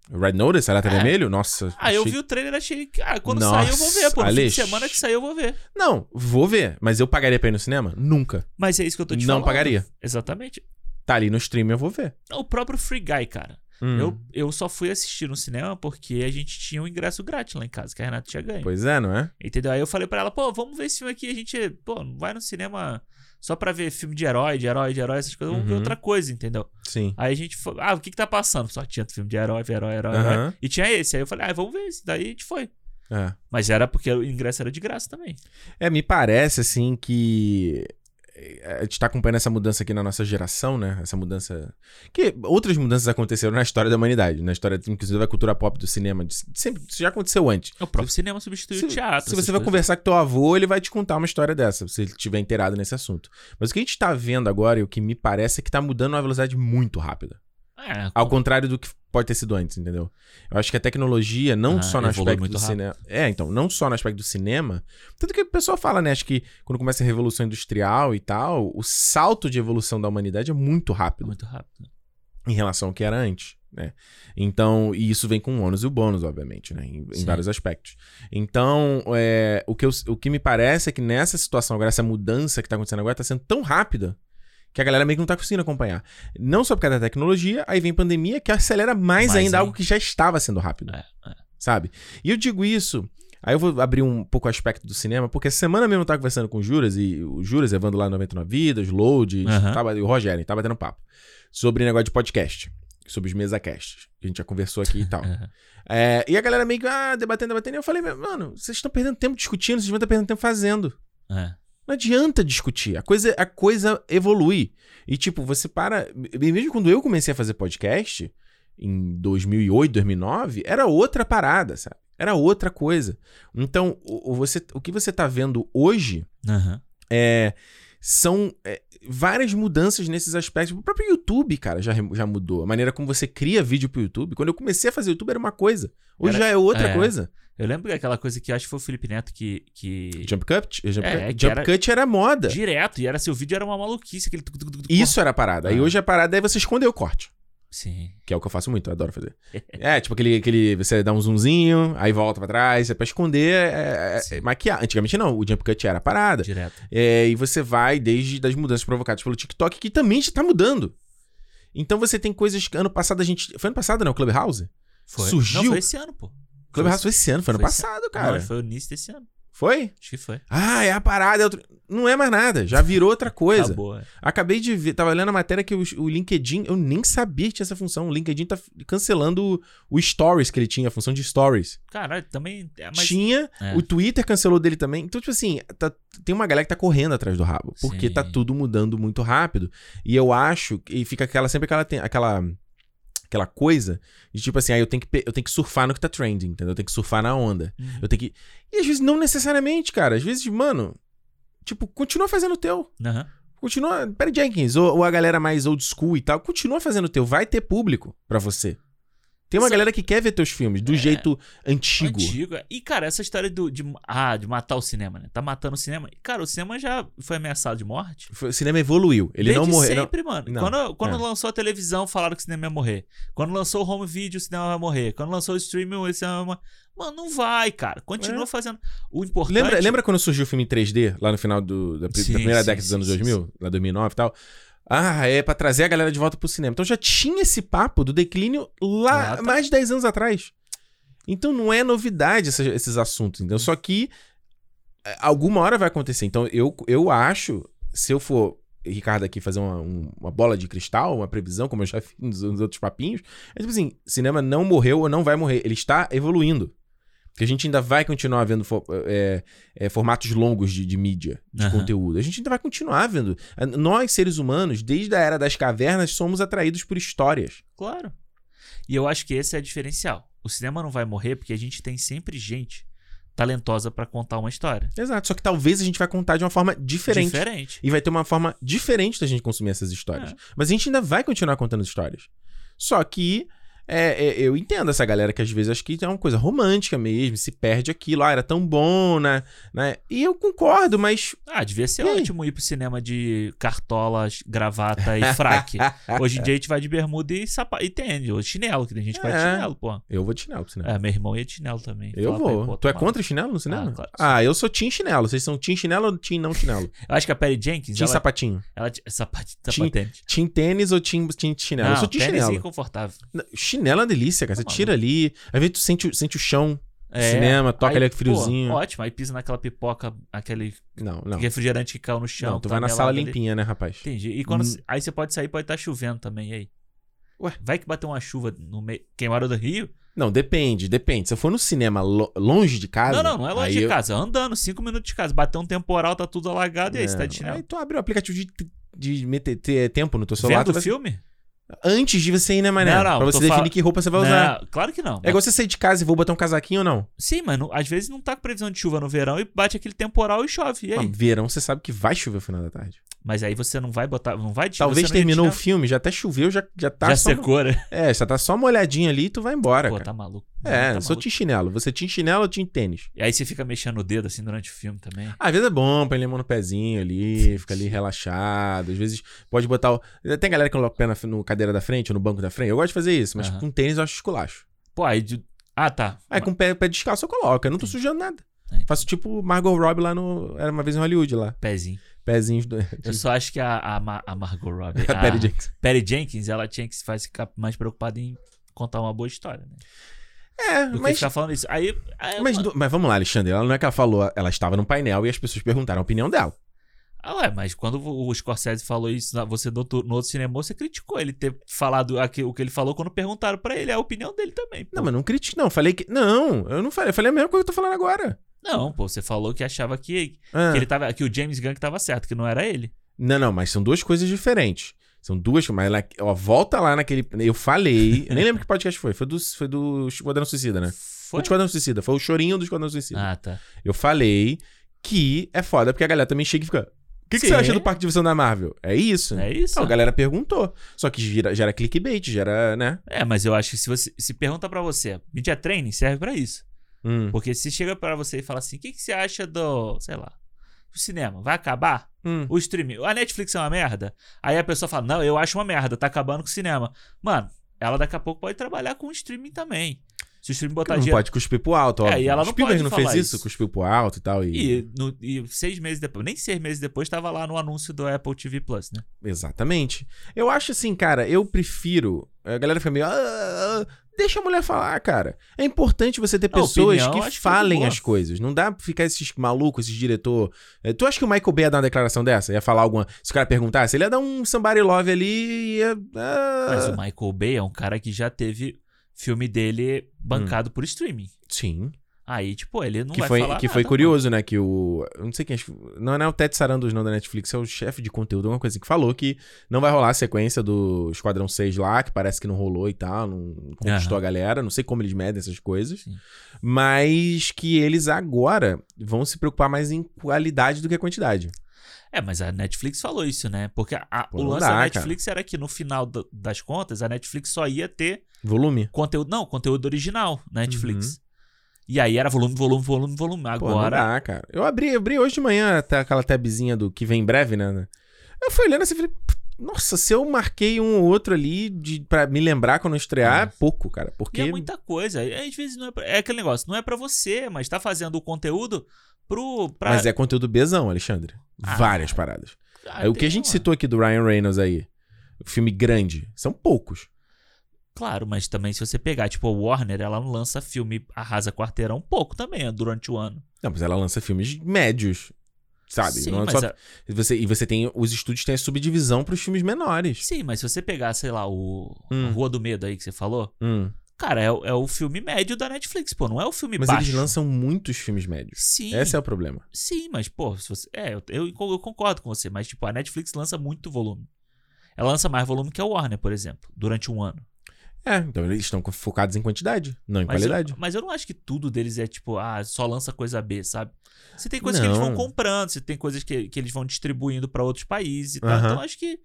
Speaker 1: Red Notice, Alerta
Speaker 2: É.
Speaker 1: Vermelho? Nossa.
Speaker 2: Ah, eu
Speaker 1: achei-
Speaker 2: vi o trailer e achei que. Ah, quando
Speaker 1: Nossa,
Speaker 2: sair eu vou ver, pô. No fim de
Speaker 1: Alex.
Speaker 2: semana que sair eu vou ver.
Speaker 1: Não, vou ver, mas eu pagaria pra ir no cinema? Nunca.
Speaker 2: Mas é isso que eu tô te
Speaker 1: Não
Speaker 2: falando.
Speaker 1: pagaria.
Speaker 2: Exatamente.
Speaker 1: Tá ali no stream, eu vou ver.
Speaker 2: O próprio Free Guy, cara.
Speaker 1: Hum,
Speaker 2: Eu, eu só fui assistir no cinema porque a gente tinha um ingresso grátis lá em casa, que a Renata tinha ganho.
Speaker 1: Pois é, não é?
Speaker 2: Entendeu? Aí eu falei pra ela, pô, vamos ver esse filme aqui. A gente, pô, não vai no cinema só pra ver filme de herói, de herói, de herói, essas coisas. Vamos ver
Speaker 1: Uhum.
Speaker 2: outra coisa, entendeu?
Speaker 1: Sim.
Speaker 2: Aí a gente foi, ah, o que que tá passando? Só tinha filme de herói, herói, herói, herói.
Speaker 1: Aham.
Speaker 2: E tinha esse. Aí eu falei, ah, vamos ver esse. Daí a gente foi.
Speaker 1: É.
Speaker 2: Mas era porque o ingresso era de graça também.
Speaker 1: É, me parece, assim, que. A gente tá acompanhando essa mudança aqui na nossa geração, né? Essa mudança. Que outras mudanças aconteceram na história da humanidade, na história, inclusive, da cultura pop, do cinema. de- Sempre, isso já aconteceu antes.
Speaker 2: É O próprio cinema substituiu o teatro.
Speaker 1: Se
Speaker 2: essas
Speaker 1: você vai
Speaker 2: coisas.
Speaker 1: conversar com teu avô, ele vai te contar uma história dessa, se ele estiver inteirado nesse assunto. Mas o que a gente tá vendo agora, e o que me parece, é que tá mudando a uma velocidade muito rápida.
Speaker 2: É,
Speaker 1: Ao contrário do que pode ter sido antes, entendeu? Eu acho que a tecnologia, não
Speaker 2: Ah,
Speaker 1: só no
Speaker 2: evolui
Speaker 1: aspecto
Speaker 2: muito
Speaker 1: do
Speaker 2: rápido.
Speaker 1: cinema. É, então, não só no aspecto do cinema. Tanto que o pessoal fala, né? Acho que quando começa a Revolução Industrial e tal, o salto de evolução da humanidade é muito
Speaker 2: é
Speaker 1: rápido
Speaker 2: muito rápido.
Speaker 1: em relação ao que era antes, né? Então, e isso vem com o ônus e o bônus, obviamente, né? Em, em
Speaker 2: Sim.
Speaker 1: vários aspectos. Então, é, o, que eu- o que me parece é que nessa situação agora, essa mudança que tá acontecendo agora tá sendo tão rápida que a galera meio que não tá conseguindo acompanhar. Não só por causa da tecnologia, aí vem pandemia que acelera mais,
Speaker 2: Mais
Speaker 1: ainda
Speaker 2: ainda.
Speaker 1: algo que já estava sendo rápido,
Speaker 2: É, é.
Speaker 1: sabe? E eu digo isso... Aí eu vou abrir um pouco o aspecto do cinema, porque essa semana mesmo eu tava conversando com o Juras, e o Juras, Evandro lá no 99 Vidas, Load,
Speaker 2: Aham.
Speaker 1: tava, e o Rogério, tava batendo papo sobre negócio de podcast, sobre os mesacasts. que A gente já conversou aqui e tal.
Speaker 2: Aham.
Speaker 1: É, e a galera meio que, ah, debatendo, debatendo. E eu falei, mano, vocês estão perdendo tempo discutindo, vocês vão estar perdendo tempo fazendo.
Speaker 2: É.
Speaker 1: Não adianta discutir. A coisa, a coisa evolui. E, tipo, você para. e Mesmo quando eu comecei a fazer podcast, em 2008, 2009, era outra parada, sabe? Era outra coisa. Então, o, o você, o que você tá vendo hoje
Speaker 2: Aham.
Speaker 1: é, são é, várias mudanças nesses aspectos. O próprio YouTube, cara, já, re- já mudou. A maneira como você cria vídeo pro YouTube. Quando eu comecei a fazer YouTube era uma coisa. Hoje
Speaker 2: Era-
Speaker 1: já é outra
Speaker 2: é.
Speaker 1: coisa.
Speaker 2: Eu lembro daquela coisa que acho que foi o Felipe Neto que. que...
Speaker 1: Jump Cut? eh, Jump,
Speaker 2: É,
Speaker 1: cut,
Speaker 2: é que
Speaker 1: jump
Speaker 2: era-
Speaker 1: cut era moda.
Speaker 2: Direto, e era assim, o vídeo era uma maluquice, aquele. tuc, tuc, tuc, tuc,
Speaker 1: Isso era a parada. Aí
Speaker 2: Ah.
Speaker 1: hoje a parada é você esconder o corte.
Speaker 2: Sim.
Speaker 1: Que é o que eu faço muito, eu adoro fazer. É, tipo aquele, aquele. Você dá um zoomzinho, aí volta pra trás, é pra esconder, é, é,
Speaker 2: Sim.
Speaker 1: é maquiar. Antigamente não, o jump cut era a parada.
Speaker 2: Direto.
Speaker 1: É, e você vai desde das mudanças provocadas pelo TikTok, que também já tá mudando. Então você tem coisas que ano passado a gente. Foi ano passado, né? O Clubhouse?
Speaker 2: Foi.
Speaker 1: Surgiu-
Speaker 2: Não, foi esse ano, pô.
Speaker 1: O Clubhouse foi esse ano, foi ano
Speaker 2: foi esse
Speaker 1: passado,
Speaker 2: Cara.
Speaker 1: cara.
Speaker 2: Não, foi o início desse ano.
Speaker 1: Foi?
Speaker 2: Acho que foi.
Speaker 1: Ah, é a parada. é outro- Não é mais nada, já virou outra coisa.
Speaker 2: Acabou. é.
Speaker 1: Acabei de ver, tava lendo a matéria que o, o LinkedIn, eu nem sabia que tinha essa função. O LinkedIn tá cancelando o, o Stories que ele tinha, a função de Stories.
Speaker 2: Caralho, também. é, Mas
Speaker 1: Tinha,
Speaker 2: É.
Speaker 1: o Twitter cancelou dele também. Então, tipo assim, tá- tem uma galera que tá correndo atrás do rabo, porque
Speaker 2: Sim.
Speaker 1: tá tudo mudando muito rápido. E eu acho, e fica aquela, sempre aquela, ten- aquela, aquela coisa de tipo assim, ah, eu tenho, que, pe- eu tenho que surfar no que tá trending, entendeu? Eu tenho que surfar na onda.
Speaker 2: Uhum.
Speaker 1: Eu tenho que. E às vezes não necessariamente, cara. Às vezes, mano, tipo, continua fazendo o teu.
Speaker 2: Aham.
Speaker 1: Continua. Perry Jenkins, ou, ou a galera mais old school e tal, continua fazendo o teu. Vai ter público pra você. Tem uma
Speaker 2: Sa-
Speaker 1: galera que quer ver teus filmes,
Speaker 2: É.
Speaker 1: do jeito antigo.
Speaker 2: Antiga. é. E, cara, essa história do, de, ah, de matar o cinema, né? Tá matando o cinema. Cara, o cinema já foi ameaçado de morte.
Speaker 1: Foi- O cinema evoluiu. Ele
Speaker 2: Desde
Speaker 1: não morreu. não-
Speaker 2: sempre, é mano.
Speaker 1: Não,
Speaker 2: Quando, quando
Speaker 1: é.
Speaker 2: lançou a televisão, falaram que o cinema ia morrer. Quando lançou o home video, o cinema vai morrer. Quando lançou o streaming, o cinema vai morrer. Mano, não vai, cara. Continua
Speaker 1: É.
Speaker 2: fazendo. O importante...
Speaker 1: Lembra, lembra quando surgiu o filme em 3D, lá no final do- da, pri- da
Speaker 2: Sim,
Speaker 1: primeira
Speaker 2: sim,
Speaker 1: década dos
Speaker 2: sim,
Speaker 1: anos
Speaker 2: sim,
Speaker 1: 2000, lá 2009 e tal? Ah, é pra trazer a galera de volta pro cinema. Então já tinha esse papo do declínio lá,
Speaker 2: Lá atrás.
Speaker 1: mais de 10 anos atrás. Então não é novidade essa- esses assuntos, entendeu? Só que é, alguma hora vai acontecer. Então eu, eu acho, se eu for, Ricardo, aqui fazer uma, um- uma bola de cristal, uma previsão, como eu já fiz nos, nos outros papinhos, é tipo assim, cinema não morreu ou não vai morrer. Ele está evoluindo. Porque a gente ainda vai continuar vendo fo- é, é, formatos longos de, de mídia, de
Speaker 2: Aham.
Speaker 1: conteúdo. A gente ainda vai continuar vendo. A- Nós, seres humanos, desde a era das cavernas, somos atraídos por histórias.
Speaker 2: Claro. E eu acho que esse é o diferencial. O cinema não vai morrer porque a gente tem sempre gente talentosa pra contar uma história.
Speaker 1: Exato. Só que talvez a gente vai contar de uma forma diferente.
Speaker 2: Diferente.
Speaker 1: E vai ter uma forma diferente da gente consumir essas histórias.
Speaker 2: É.
Speaker 1: Mas a gente ainda vai continuar contando histórias. Só que é, é, eu entendo essa galera que às vezes acha que é uma coisa romântica mesmo, se perde aquilo, ah, era tão bom, né? né? E eu concordo, mas.
Speaker 2: Ah, devia ser
Speaker 1: E aí?
Speaker 2: ótimo ir pro cinema de cartolas, gravata e fraque. Hoje em dia a gente vai de bermuda e, sapa... e tênis, ou chinelo, que tem gente que vai de
Speaker 1: É.
Speaker 2: chinelo, pô.
Speaker 1: Eu vou de chinelo pro cinema.
Speaker 2: É, meu irmão ia de chinelo também.
Speaker 1: Eu
Speaker 2: Fala pra ele,
Speaker 1: vou.
Speaker 2: pô,
Speaker 1: tu é
Speaker 2: tomar-
Speaker 1: contra chinelo no cinema? Ah,
Speaker 2: claro que
Speaker 1: eu sou team chinelo. Vocês são team chinelo ou team não chinelo?
Speaker 2: Eu acho que a Perry Jenkins,
Speaker 1: team
Speaker 2: ela,
Speaker 1: sapatinho.
Speaker 2: ela t- sapat-
Speaker 1: Tim-
Speaker 2: sapatente.
Speaker 1: Team tênis ou team, team chinelo? eu sou team
Speaker 2: tênis é
Speaker 1: chinelo.
Speaker 2: inconfortável.
Speaker 1: Não, Chinelo é uma delícia, cara.
Speaker 2: Tá
Speaker 1: Você tira ali, às vezes tu sente, o- sente o chão.
Speaker 2: É,
Speaker 1: Cinema, toca
Speaker 2: aí,
Speaker 1: ali com
Speaker 2: pô,
Speaker 1: friozinho.
Speaker 2: ótimo, aí pisa naquela pipoca, aquele
Speaker 1: Não, não.
Speaker 2: refrigerante que caiu no chão.
Speaker 1: Não, tu
Speaker 2: tá
Speaker 1: vai na sala
Speaker 2: melado ali.
Speaker 1: limpinha, né, rapaz?
Speaker 2: Entendi. E quando.
Speaker 1: Hum.
Speaker 2: se- Aí você pode sair, pode estar chovendo também, e aí?
Speaker 1: Ué?
Speaker 2: Vai que bateu uma chuva no meio. Queimaram do Rio?
Speaker 1: Não, depende, depende. Se eu for no cinema lo- longe de casa.
Speaker 2: não, não, não é longe
Speaker 1: Ah, aí
Speaker 2: de
Speaker 1: eu-
Speaker 2: casa. Andando, cinco minutos de casa. Bateu um temporal, tá tudo alagado, e aí você tá de
Speaker 1: Aí
Speaker 2: chinelo.
Speaker 1: tu abre o aplicativo de, de meter ter tempo no teu celular.
Speaker 2: Vendo
Speaker 1: tu vai-
Speaker 2: filme?
Speaker 1: Antes de você ir, né, mané?
Speaker 2: Não, não,
Speaker 1: pra
Speaker 2: tô
Speaker 1: você definir
Speaker 2: fal-
Speaker 1: que roupa você vai usar.
Speaker 2: Não, claro que não.
Speaker 1: É igual você sair de casa e vou botar um casaquinho ou não?
Speaker 2: Sim, mano, às vezes não tá com previsão de chuva no verão e bate aquele temporal e chove. E aí?
Speaker 1: Mas verão, você sabe que vai chover no final da tarde.
Speaker 2: Mas aí você não vai botar. Não vai de
Speaker 1: Talvez
Speaker 2: você não ia de
Speaker 1: terminou o
Speaker 2: chinelo.
Speaker 1: filme, já até choveu, já, já tá.
Speaker 2: Já
Speaker 1: só-
Speaker 2: secou, né?
Speaker 1: É, já tá só molhadinho ali e tu vai embora.
Speaker 2: Pô,
Speaker 1: cara.
Speaker 2: tá maluco.
Speaker 1: É,
Speaker 2: tá
Speaker 1: eu sou
Speaker 2: maluco.
Speaker 1: tim chinelo. Você tim chinelo ou tim tênis?
Speaker 2: E aí você fica mexendo o dedo assim durante o filme também.
Speaker 1: Às vezes é bom, põe limão no pezinho ali, fica ali relaxado. Às vezes pode botar o. Tem galera que coloca o pé na no cadeira da frente ou no banco da frente. Eu gosto de fazer isso, mas
Speaker 2: Aham.
Speaker 1: com tênis eu acho esculacho.
Speaker 2: Pô, aí. de- Ah, tá.
Speaker 1: Aí com o pé, pé descalço eu coloco, eu não tô sujando nada.
Speaker 2: É.
Speaker 1: Faço tipo Margot Robbie lá no. Era uma vez em Hollywood lá.
Speaker 2: Pezinho.
Speaker 1: Pezinhos do.
Speaker 2: Eu só acho que a, a, Ma- a Margot Robbie,
Speaker 1: A
Speaker 2: a
Speaker 1: Perry Jenkins.
Speaker 2: Perry Jenkins, ela tinha que se faz- ficar mais preocupada em contar uma boa história, né?
Speaker 1: É,
Speaker 2: Do que
Speaker 1: mas.
Speaker 2: ficar falando isso. Aí, aí
Speaker 1: Mas, do- mas vamos lá, Alexandre. Ela não é que ela falou, ela estava no painel e as pessoas perguntaram a opinião dela.
Speaker 2: Ah, ué, mas quando o Scorsese falou isso, na- você no outro, no outro cinema, você criticou ele ter falado aqui- o que ele falou quando perguntaram pra ele, é a opinião dele também. pô.
Speaker 1: Não, mas não critico, não. Falei que. Não, eu não falei. Eu falei a mesma coisa que eu tô falando agora.
Speaker 2: Não, pô, você falou que achava que,
Speaker 1: Ah.
Speaker 2: que ele tava, que o James Gunn que tava certo, que não era ele.
Speaker 1: Não, não, mas são duas coisas diferentes. São duas, mas ela, ó, volta lá naquele. Eu falei. Eu nem lembro que podcast foi. Foi do, foi do Esquadrão Suicida, né? Foi
Speaker 2: Foi?
Speaker 1: do Esquadrão Suicida. Foi o chorinho do Esquadrão Suicida.
Speaker 2: Ah, tá.
Speaker 1: Eu falei que é foda, porque a galera também chega e fica. O que, que você
Speaker 2: Sim.
Speaker 1: acha do parque de diversão da Marvel? É isso?
Speaker 2: É isso?
Speaker 1: Não, a galera perguntou. Só que gera, gera clickbait, gera, né?
Speaker 2: É, mas eu acho que se você se pergunta pra você, media training serve pra isso.
Speaker 1: Hum.
Speaker 2: Porque se chega pra você e fala assim, o que, que você acha do, sei lá, do cinema? Vai acabar?
Speaker 1: hum.
Speaker 2: O streaming, a Netflix é uma merda? Aí a pessoa fala, não, eu acho uma merda, tá acabando com o cinema. Mano, ela daqui a pouco pode trabalhar com o streaming também. Se o streaming botar
Speaker 1: Não
Speaker 2: dinheiro...
Speaker 1: pode cuspir pro alto, ó.
Speaker 2: É, e ela não
Speaker 1: Spielberg
Speaker 2: pode
Speaker 1: não fez
Speaker 2: falar
Speaker 1: isso,
Speaker 2: isso.
Speaker 1: cuspiu pro alto e tal. E...
Speaker 2: E, no- e seis meses depois, nem seis meses depois, tava lá no anúncio do Apple TV Plus, né?
Speaker 1: Exatamente. Eu acho assim, cara, eu prefiro. A galera fica meio. "Ah, ah, ah." deixa a mulher falar, cara. É importante você ter
Speaker 2: A
Speaker 1: pessoas
Speaker 2: opinião, acho
Speaker 1: que
Speaker 2: que é
Speaker 1: falem
Speaker 2: boa.
Speaker 1: as coisas. Não dá pra ficar esses malucos, esses diretor. Eh, Tu acha que o Michael Bay ia dar uma declaração dessa? Ia falar alguma. Se o cara perguntasse, ele ia dar um somebody love ali e ia. ah.
Speaker 2: Mas o Michael Bay é um cara que já teve filme dele bancado por streaming.
Speaker 1: Sim.
Speaker 2: Aí, tipo, ele não
Speaker 1: Hum. que
Speaker 2: vai
Speaker 1: foi,
Speaker 2: falar
Speaker 1: que foi
Speaker 2: nada,
Speaker 1: curioso, né? Que o. eu Não sei quem. acho que- Não, não é o Ted Sarandos, não, da Netflix, é o chefe de conteúdo, alguma coisa assim, que falou que não vai rolar a sequência do Esquadrão 6 lá, que parece que não rolou e tal, não conquistou
Speaker 2: Aham.
Speaker 1: a galera. Não sei como eles medem essas coisas.
Speaker 2: Sim.
Speaker 1: Mas que eles agora vão se preocupar mais em qualidade do que a quantidade.
Speaker 2: mano. É, mas a Netflix falou isso, né? Porque a- a-
Speaker 1: Pô,
Speaker 2: o
Speaker 1: não
Speaker 2: lance
Speaker 1: dá,
Speaker 2: da Netflix era que no final do- das contas, a Netflix só ia ter
Speaker 1: Volume.
Speaker 2: conteúdo. Não, conteúdo original na Netflix. E aí era volume, volume, volume, volume.
Speaker 1: Uhum. Pô, não
Speaker 2: Agora. é
Speaker 1: dá, cara. Eu abri, eu abri hoje de manhã até aquela tabzinha do que vem em breve, né? Eu fui olhando assim e falei, "Pff, nossa, se eu marquei um ou outro ali de, pra me lembrar quando eu estrear, é pouco, cara.
Speaker 2: e
Speaker 1: Porque.
Speaker 2: é muita coisa. E às vezes não é, pra, é aquele negócio, não é pra você, mas tá fazendo o conteúdo pro. Pra,
Speaker 1: Mas é conteúdo bezão, Alexandre.
Speaker 2: Ah.
Speaker 1: Várias paradas.
Speaker 2: Ah,
Speaker 1: Aí, é o que
Speaker 2: tem
Speaker 1: a gente
Speaker 2: uma-
Speaker 1: citou aqui do Ryan Reynolds aí, o filme grande, são poucos.
Speaker 2: Claro, mas também se você pegar, tipo, a Warner, ela não lança filme Arrasa Quarteirão um pouco também, durante o ano.
Speaker 1: Não, mas ela lança filmes médios, sabe?
Speaker 2: Sim,
Speaker 1: Não é
Speaker 2: mas
Speaker 1: só-
Speaker 2: a-
Speaker 1: e você, e você tem. Os estúdios têm a subdivisão pros filmes menores.
Speaker 2: Sim, mas se você pegar, sei lá, o
Speaker 1: Hum.
Speaker 2: a Rua do Medo aí que você falou,
Speaker 1: Hum.
Speaker 2: cara, é, o- é o filme médio da Netflix, pô, não é o filme
Speaker 1: Mas
Speaker 2: baixo.
Speaker 1: eles lançam muitos filmes médios.
Speaker 2: Sim,
Speaker 1: Esse é o problema.
Speaker 2: sim, mas, pô, se você... é, eu, eu- eu concordo com você, mas, tipo, a Netflix lança muito volume. Ela lança mais volume que a Warner, por exemplo, durante um ano.
Speaker 1: É, então eles estão focados em quantidade, não em
Speaker 2: Mas
Speaker 1: qualidade.
Speaker 2: Eu, mas eu não acho que tudo deles é tipo, ah, só lança coisa B, sabe? Você tem coisas que
Speaker 1: Não.
Speaker 2: eles vão comprando, você tem coisas que, que eles vão distribuindo pra outros países e tal.
Speaker 1: Aham.
Speaker 2: Então eu acho que,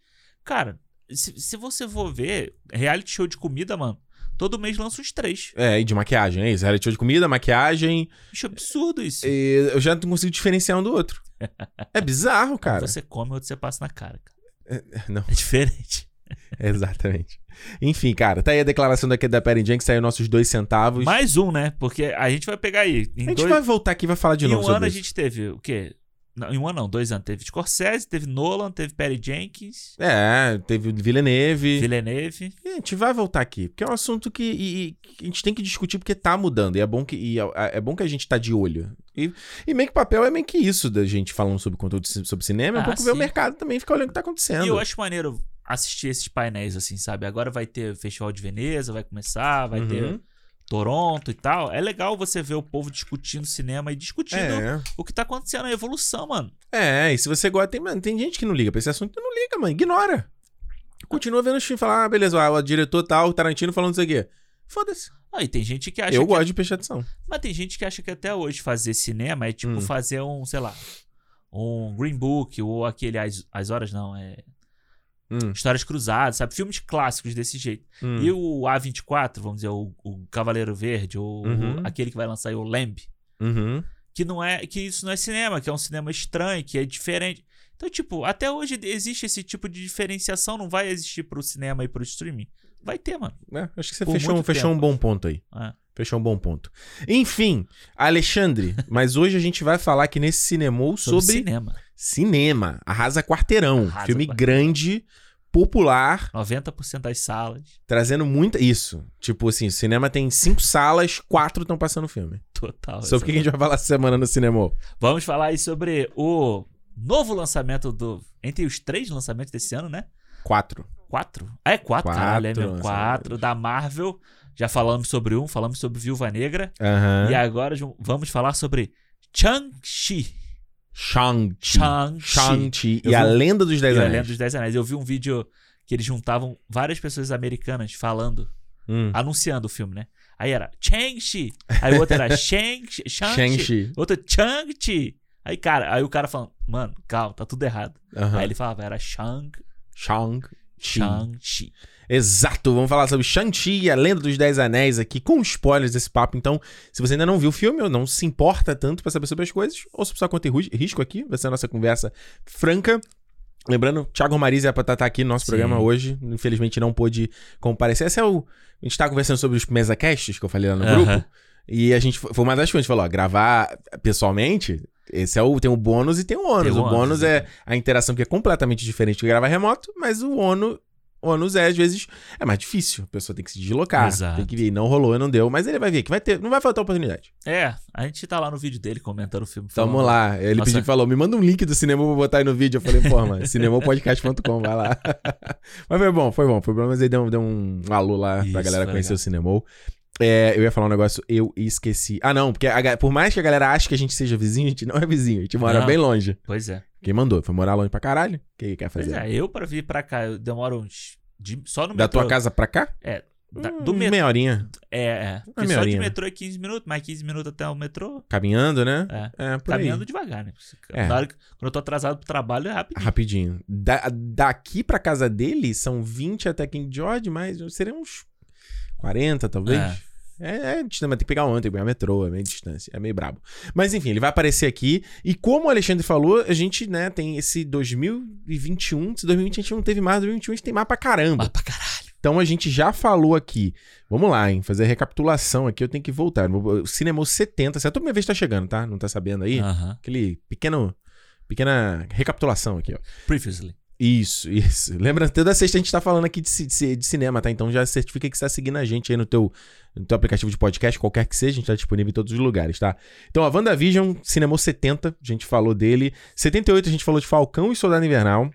Speaker 2: cara, se, se você for ver, reality show de comida, mano, todo mês lança uns três.
Speaker 1: É, e de maquiagem, é isso. Reality show de comida, maquiagem.
Speaker 2: Acho absurdo isso.
Speaker 1: e eu já não consigo diferenciar um do outro. É bizarro, cara.
Speaker 2: Um você come, outro você passa na cara. cara.
Speaker 1: Não,
Speaker 2: É diferente.
Speaker 1: exatamente. Enfim, cara, tá aí a declaração daqui da Perry Jenkins, saiu nossos dois centavos.
Speaker 2: Mais um, né? Porque a gente vai pegar aí. Em
Speaker 1: a gente
Speaker 2: dois-
Speaker 1: vai voltar aqui e vai falar de
Speaker 2: em
Speaker 1: novo
Speaker 2: um
Speaker 1: sobre
Speaker 2: ano a
Speaker 1: isso.
Speaker 2: gente teve o quê? Não, em um ano não, dois anos. Teve Scorsese, teve Nolan, teve Perry Jenkins,
Speaker 1: É, teve o Villeneuve.
Speaker 2: Villeneuve.
Speaker 1: E A gente vai voltar aqui, porque é um assunto que e- e que a gente tem que discutir porque tá mudando. E é bom que, e a- é bom que a gente tá de olho. E, e meio que papel é meio que isso da gente falando sobre conteúdo de ci- sobre cinema. É um
Speaker 2: Ah,
Speaker 1: pouco ver o
Speaker 2: sim.
Speaker 1: mercado também, ficar olhando o que tá acontecendo.
Speaker 2: E eu acho maneiro assistir esses painéis, assim, sabe? Agora vai ter o Festival de Veneza, vai começar, vai
Speaker 1: Uhum.
Speaker 2: ter Toronto e tal. É legal você ver o povo discutindo cinema e discutindo o que tá acontecendo, a evolução, mano.
Speaker 1: É, é, e se você gosta, tem, mano, tem gente que não liga pra esse assunto, então não liga, mano, ignora. Continua vendo o filme e fala, ah, beleza, ah, o diretor tal, o Tarantino falando isso aqui. Foda-se.
Speaker 2: Ah, e tem gente que acha
Speaker 1: Eu
Speaker 2: que...
Speaker 1: gosto de peixação.
Speaker 2: Mas tem gente que acha que até hoje fazer cinema é tipo
Speaker 1: Hum.
Speaker 2: fazer um, sei lá, um Green Book ou aquele As, As Horas, não, é
Speaker 1: Hum,
Speaker 2: Histórias Cruzadas, sabe? Filmes clássicos desse jeito.
Speaker 1: hum.
Speaker 2: E o A24, vamos dizer, o, o Cavaleiro Verde ou
Speaker 1: Uhum.
Speaker 2: aquele que vai lançar aí, o Lamb.
Speaker 1: Uhum.
Speaker 2: que não é que isso não é cinema, que é um cinema estranho, que é diferente. Então, tipo, até hoje existe esse tipo de diferenciação, não vai existir pro cinema e pro streaming. Vai ter, mano.
Speaker 1: É, acho que você
Speaker 2: Por
Speaker 1: fechou, um-
Speaker 2: muito
Speaker 1: fechou um
Speaker 2: tempo.
Speaker 1: bom ponto aí.
Speaker 2: É.
Speaker 1: Fechou um bom ponto. Enfim, Alexandre, mas hoje a gente vai falar aqui nesse Cinemou sobre,
Speaker 2: Sobre, cinema.
Speaker 1: cinema. Arrasa Quarteirão.
Speaker 2: Arrasa
Speaker 1: filme
Speaker 2: Quarteirão.
Speaker 1: grande, popular,
Speaker 2: 90% das salas,
Speaker 1: trazendo muita. Isso. Tipo assim, o cinema tem cinco salas, quatro estão passando filme.
Speaker 2: total.
Speaker 1: sobre o que a gente vai falar essa semana no Cinemou?
Speaker 2: Vamos falar aí sobre o novo lançamento do. Entre os três lançamentos desse ano, né?
Speaker 1: Quatro.
Speaker 2: Quatro? Ah, é quatro,
Speaker 1: Quatro
Speaker 2: caralho, é mesmo.
Speaker 1: lançamentos.
Speaker 2: Quatro da Marvel. Já falamos sobre um, falamos sobre Viúva Negra.
Speaker 1: Aham.
Speaker 2: E agora ju- vamos falar sobre Chang-Chi.
Speaker 1: Shang-Chi.
Speaker 2: Shang-Chi.
Speaker 1: Shang-Chi.
Speaker 2: Eu
Speaker 1: E a
Speaker 2: vi-
Speaker 1: lenda dos Dez
Speaker 2: Eu
Speaker 1: Anéis.
Speaker 2: lembro dos Dez Anéis. Eu vi um vídeo que eles juntavam várias pessoas americanas falando,
Speaker 1: Hum.
Speaker 2: anunciando o filme, né? Aí era Chang-Chi. Aí o outro era Shang-Chi. Shang-Chi.
Speaker 1: Shang-Chi.
Speaker 2: Outro Chang-Chi. Aí, cara, aí o cara falando, mano, calma, tá tudo errado.
Speaker 1: Aham.
Speaker 2: Aí ele falava, era Shang,
Speaker 1: Shang-Chi.
Speaker 2: Shang-Chi.
Speaker 1: Exato, vamos falar sobre Shang-Chi, e a Lenda dos Dez Anéis aqui, com spoilers desse papo. Então, se você ainda não viu o filme ou não se importa tanto pra saber sobre as coisas, ou se precisar conta e ru- risco aqui, vai ser a nossa conversa franca. Lembrando, Thiago Romariz é pra estar aqui no nosso
Speaker 2: Sim.
Speaker 1: programa hoje, infelizmente não pôde comparecer. Esse é o... A gente tá conversando sobre os mesacasts que eu falei lá no
Speaker 2: Aham.
Speaker 1: grupo, e a gente... Foi foi uma das coisas, a gente falou, ó, gravar pessoalmente... Esse é o. Tem o bônus e tem o ônus.
Speaker 2: Tem um né?
Speaker 1: o
Speaker 2: o
Speaker 1: bônus,
Speaker 2: ônus,
Speaker 1: é a interação que é completamente diferente de gravar remoto, mas o ônus, ônus é, às vezes, é mais difícil. A pessoa tem que se deslocar.
Speaker 2: Exato.
Speaker 1: Tem que vir. Não rolou, não deu. Mas ele vai vir que vai ter. Não vai faltar oportunidade.
Speaker 2: É, a gente tá lá no vídeo dele comentando o filme.
Speaker 1: Tamo
Speaker 2: falando.
Speaker 1: lá. Ele
Speaker 2: Nossa.
Speaker 1: pediu, falou: me manda um link do cinema pra eu botar aí no vídeo. Eu falei, pô, mano, cinemopodcast.com, vai lá. mas foi bom, foi bom. Foi bom, mas ele deu, deu um alô lá pra
Speaker 2: Isso,
Speaker 1: galera
Speaker 2: foi
Speaker 1: conhecer
Speaker 2: legal.
Speaker 1: o Cinemol. É, eu ia falar um negócio, eu esqueci. Ah, não, porque a ga- por mais que a galera ache que a gente seja vizinho, a gente não é vizinho, a gente mora
Speaker 2: Não.
Speaker 1: bem longe.
Speaker 2: Pois é.
Speaker 1: Quem mandou? Foi morar longe pra caralho? O que quer
Speaker 2: Pois
Speaker 1: fazer?
Speaker 2: é, eu pra vir pra cá, eu demoro uns. de- só no
Speaker 1: Da
Speaker 2: metrô.
Speaker 1: tua casa pra cá?
Speaker 2: É, Da-
Speaker 1: Hum,
Speaker 2: do metrô.
Speaker 1: Meia horinha.
Speaker 2: É, é. Porque
Speaker 1: meia
Speaker 2: só de
Speaker 1: horinha.
Speaker 2: metrô é 15 minutos, mais 15 minutos até o metrô.
Speaker 1: Caminhando, né?
Speaker 2: É.
Speaker 1: É, por
Speaker 2: Caminhando
Speaker 1: aí.
Speaker 2: devagar, né?
Speaker 1: É.
Speaker 2: Na hora que- quando eu tô atrasado pro trabalho, é rapidinho.
Speaker 1: Rapidinho. Da- daqui pra casa dele são 20 até King George, mas seria uns 40, talvez.
Speaker 2: É.
Speaker 1: É, é distante, mas tem que pegar ontem, tem que pegar metrô, é meio distância, é meio brabo. Mas enfim, ele vai aparecer aqui. E como o Alexandre falou, a gente, né, tem esse 2021. Se 2020 a gente não teve mais, 2021 a gente tem mais pra caramba.
Speaker 2: Mas pra caralho.
Speaker 1: Então a gente já falou aqui. Vamos lá, hein? Fazer a recapitulação aqui, eu tenho que voltar. O Cinema 70, certo? A primeira vez tá chegando, tá? Não tá sabendo aí?
Speaker 2: Aham.
Speaker 1: Aquele pequeno. Pequena recapitulação aqui, ó.
Speaker 2: Previously.
Speaker 1: Isso, isso. Lembra, toda sexta a gente tá falando aqui de, ci- de ci- de cinema, tá? Então já certifica que você tá seguindo a gente aí no teu, no teu aplicativo de podcast, qualquer que seja, a gente tá disponível em todos os lugares, tá? Então, a WandaVision, Cinemou 70, a gente falou dele. 78 a gente falou de Falcão e Soldado Invernal.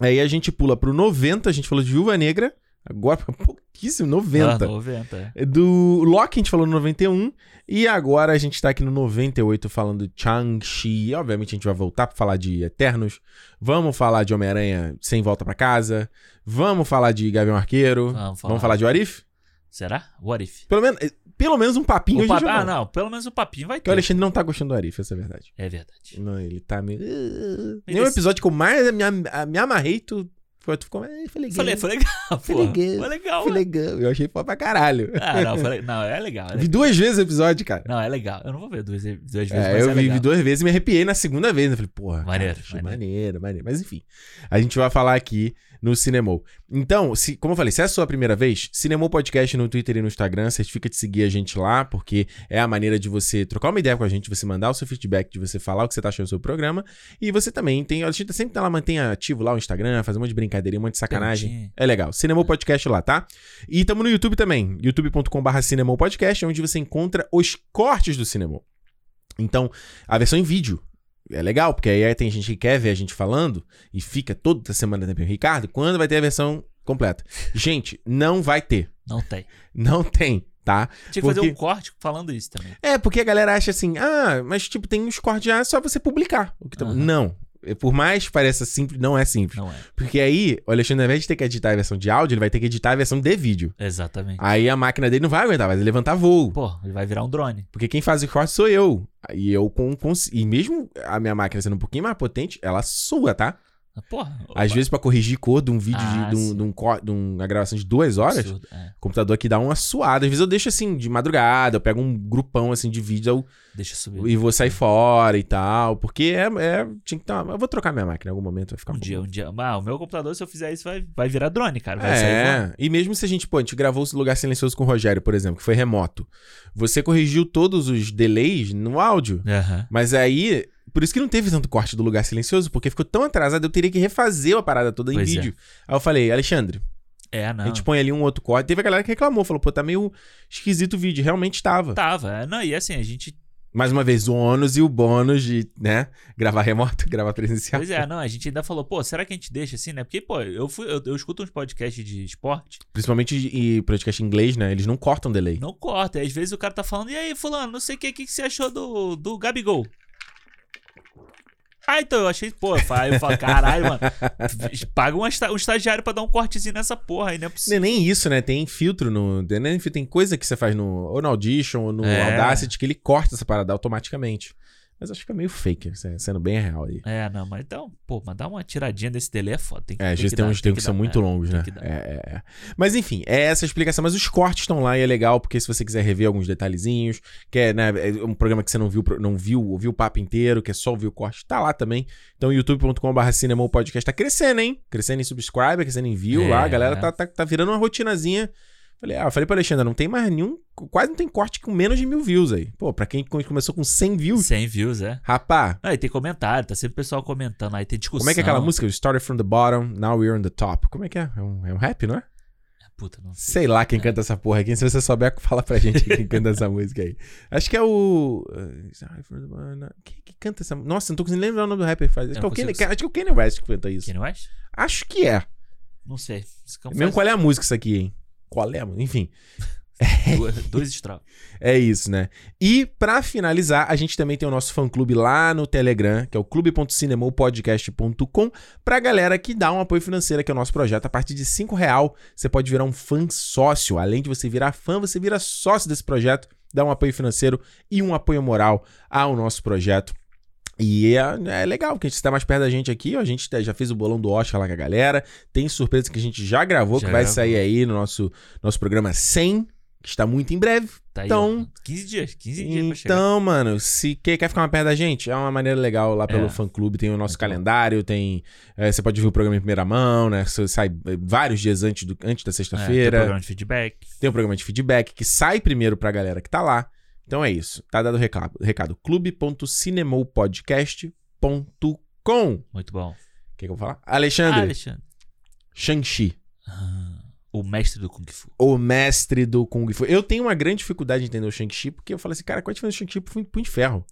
Speaker 1: Aí a gente pula pro 90, a gente falou de Viúva Negra. Agora, pouquíssimo, 90.
Speaker 2: Ah, 90, é.
Speaker 1: Do Loki, a gente falou no 91. E agora a gente tá aqui no 98 falando de Chang-Chi. E, Obviamente a gente vai voltar pra falar de Eternos. Vamos falar de Homem-Aranha sem volta pra casa. Vamos falar de Gavião Arqueiro.
Speaker 2: Vamos falar.
Speaker 1: Vamos falar de Warif?
Speaker 2: Será? What if?
Speaker 1: Pelo menos, pelo menos um papinho
Speaker 2: O
Speaker 1: a gente
Speaker 2: papo...
Speaker 1: já
Speaker 2: Ah,
Speaker 1: fala.
Speaker 2: não. Pelo menos o papinho vai
Speaker 1: Porque o
Speaker 2: ter.
Speaker 1: Alexandre não tá gostando do Warif, essa é a verdade.
Speaker 2: É verdade.
Speaker 1: Não, ele tá meio. Nem o
Speaker 2: Merece-
Speaker 1: episódio que eu mais me, am- me amarrei, tu, foi- tu ficou. "Ah, Foi legal.
Speaker 2: Falei, foi legal, pô.
Speaker 1: Foi legal.
Speaker 2: Foi legal. né?"
Speaker 1: foi legal. Eu achei foda pra caralho.
Speaker 2: Ah, não, foi le- não, é legal. é
Speaker 1: Vi
Speaker 2: legal.
Speaker 1: duas vezes o episódio, cara.
Speaker 2: Não, é legal. Eu não vou ver duas, duas vezes,
Speaker 1: É,
Speaker 2: mas
Speaker 1: eu
Speaker 2: é
Speaker 1: vi
Speaker 2: legal.
Speaker 1: duas vezes e me arrepiei na segunda vez. né? Eu falei, porra. cara,
Speaker 2: Maneiro,
Speaker 1: achei maneiro, maneiro. Mas enfim, a gente vai falar aqui no Cinemol. Então, se, como eu falei, se é a sua primeira vez, Cinemol Podcast no Twitter e no Instagram, certifica de seguir a gente lá, porque é a maneira de você trocar uma ideia com a gente, de você mandar o seu feedback, de você falar o que você tá achando do seu programa. E você também tem, a gente sempre tá lá, mantém ativo lá o Instagram, faz um monte de brincadeira, um monte de sacanagem.
Speaker 2: Perguntinha.
Speaker 1: É legal. Cinemol Podcast lá, tá? E estamos no YouTube também, youtube.com.br Cinemol Podcast, é onde você encontra os cortes do Cinemol. Então, a versão em vídeo é legal, porque aí tem gente que quer ver a gente falando e fica toda semana também. Ricardo, quando vai ter a versão completa? Gente, não vai ter.
Speaker 2: Não tem.
Speaker 1: Não tem, tá?
Speaker 2: Tinha que
Speaker 1: Porque-
Speaker 2: fazer um corte falando isso também.
Speaker 1: É, porque a galera acha assim, ah, mas tipo, tem uns cortes já, é só você publicar. O que tá-
Speaker 2: Aham.
Speaker 1: Não. Por mais que pareça simples, não é simples.
Speaker 2: Não é.
Speaker 1: Porque aí, o Alexandre, ao invés de ter que editar a versão de áudio, ele vai ter que editar a versão de vídeo.
Speaker 2: Exatamente.
Speaker 1: Aí a máquina dele não vai aguentar, vai levantar voo.
Speaker 2: Pô, ele vai virar um drone.
Speaker 1: Porque quem faz o corte sou eu. E eu com, cons- E mesmo a minha máquina sendo um pouquinho mais potente, ela sua, tá?
Speaker 2: Ah, Porra.
Speaker 1: Às vezes, pra corrigir cor de um vídeo
Speaker 2: Ah,
Speaker 1: de, de, um,
Speaker 2: sim.
Speaker 1: de, um co- de uma gravação de duas horas,
Speaker 2: absurdo, é.
Speaker 1: o computador aqui dá uma suada. Às vezes eu deixo assim, de madrugada, eu pego um grupão assim de vídeo
Speaker 2: Deixa eu subir.
Speaker 1: eu- e vou sair fora e tal. Porque é. é tinha que dar uma- eu vou trocar minha máquina em algum momento, vai ficar
Speaker 2: Um
Speaker 1: bom.
Speaker 2: dia, um dia. Ah, o meu computador, se eu fizer isso, vai, vai virar drone, cara. Vai sair voando.
Speaker 1: É, e mesmo se a gente, pô, a gente gravou o Lugar Silencioso com o Rogério, por exemplo, que foi remoto. Você corrigiu todos os delays no áudio.
Speaker 2: Aham.
Speaker 1: Mas aí, por isso que não teve tanto corte do Lugar Silencioso, porque ficou tão atrasado, eu teria que refazer a parada toda em
Speaker 2: Pois é.
Speaker 1: vídeo. Aí eu falei, Alexandre,
Speaker 2: É,
Speaker 1: a
Speaker 2: não.
Speaker 1: gente põe ali um outro corte. Teve a galera que reclamou, falou, pô, tá meio esquisito o vídeo. Realmente tava.
Speaker 2: Tava. é, Não, e assim, a gente.
Speaker 1: Mais uma vez, o ônus e o bônus de, né, gravar remoto, gravar presencial.
Speaker 2: Pois é, não, a gente ainda falou, pô, será que a gente deixa assim, né? Porque, pô, eu, fui, eu, eu escuto uns podcasts de esporte,
Speaker 1: é. Principalmente e podcast em inglês, né, eles não cortam delay.
Speaker 2: não corta. Às vezes o cara tá falando, e aí, fulano, não sei o que, o que que você achou do, do Gabigol? Ah, então eu achei, pô, eu falo, eu falo, caralho, mano, paga um, esta- um estagiário pra dar um cortezinho nessa porra aí, não
Speaker 1: Não
Speaker 2: é
Speaker 1: é
Speaker 2: possível.
Speaker 1: nem isso, né? Tem filtro no. né, nem filtro, Tem coisa que você faz no, ou no Audition ou no
Speaker 2: É.
Speaker 1: Audacity que ele corta essa parada automaticamente. Mas acho que é meio fake, se- sendo bem real aí.
Speaker 2: É, não, mas então, pô, mas dá uma tiradinha desse delay é foda. Tem que,
Speaker 1: É, às
Speaker 2: tem
Speaker 1: vezes
Speaker 2: que
Speaker 1: tem
Speaker 2: dar,
Speaker 1: uns termos
Speaker 2: que
Speaker 1: que são
Speaker 2: dar,
Speaker 1: muito
Speaker 2: é.
Speaker 1: longos, né?
Speaker 2: que dar.
Speaker 1: É, é, é. Mas enfim, é essa a explicação. Mas os cortes estão lá e é legal, porque se você quiser rever alguns detalhezinhos, quer, né? é Um programa que você não viu, não viu, ouviu o papo inteiro, quer só ouvir o corte, tá lá também. Então, youtube.com.br cinema o podcast tá crescendo, hein? Crescendo em subscriber, crescendo em view
Speaker 2: É.
Speaker 1: lá. A galera tá, tá, tá virando uma rotinazinha. Falei, ah, falei pra Alexandra, não tem mais nenhum. Quase não tem corte com menos de mil views aí. Pô, pra quem começou com 100 views,
Speaker 2: 100 views, é.
Speaker 1: rapá,
Speaker 2: Não, e tem comentário, tá sempre o pessoal comentando aí, tem discussão.
Speaker 1: como é que é aquela música? We started from the bottom, now we're on the top. Como é que é? É um, é um rap, não é?
Speaker 2: Puta, não sei.
Speaker 1: Sei lá quem canta essa porra aqui. Se você souber, fala pra gente quem canta essa música aí. Acho que é o. eh, Quem que canta essa música? Nossa, não tô conseguindo lembrar o nome do rapper que faz. Acho,
Speaker 2: Eu
Speaker 1: que é o
Speaker 2: não
Speaker 1: Kanye...
Speaker 2: consigo-
Speaker 1: acho que é o Kanye West que canta isso.
Speaker 2: Kanye West?
Speaker 1: Acho que é.
Speaker 2: Não sei. Isso que eu
Speaker 1: Mesmo
Speaker 2: faço.
Speaker 1: qual é a música isso aqui, hein? Qual é, mano? Enfim.
Speaker 2: Dois- Dois estragos.
Speaker 1: É isso, né? E pra finalizar, a gente também tem o nosso fã-clube lá no Telegram, que é o clube.cinemopodcast.com, pra galera que dá um apoio financeiro, que é o nosso projeto. A partir de 5 real, você pode virar um fã sócio. Além de você virar fã, você vira sócio desse projeto, dá um apoio financeiro e um apoio moral ao nosso projeto. E é, é legal, que a gente está mais perto da gente aqui, ó, a gente tá- já fez o bolão do Oscar lá com a galera, tem surpresa que a gente já gravou,
Speaker 2: Já
Speaker 1: que vai
Speaker 2: gravou.
Speaker 1: sair aí no nosso, nosso programa 100, que está muito em breve.
Speaker 2: Tá aí,
Speaker 1: Então-
Speaker 2: ó, 15 dias, 15 dias pra chegar. É,
Speaker 1: Então, mano, se quer, quer ficar mais perto da gente, é uma maneira legal lá pelo
Speaker 2: É.
Speaker 1: fã clube. Tem o nosso
Speaker 2: Muito bom.
Speaker 1: calendário, tem. é, você pode ver o programa em primeira mão, né? Você sai é, vários dias antes, do, antes da
Speaker 2: É, tem o
Speaker 1: sexta-feira.
Speaker 2: programa de feedback.
Speaker 1: tem o programa de feedback que sai primeiro pra galera que tá lá. Então é isso. Tá dado o recado. recado clube.cinemopodcast.com.
Speaker 2: Muito bom.
Speaker 1: O que, que eu vou falar? Ah, Alexandre,
Speaker 2: Alexandre.
Speaker 1: Shang-Chi,
Speaker 2: Ah, o mestre do Kung Fu.
Speaker 1: o mestre do Kung Fu. Eu tenho uma grande dificuldade de entender o Shang-Chi, porque eu falo assim, cara, qual é a diferença do Shang-Chi pro Punho de Ferro?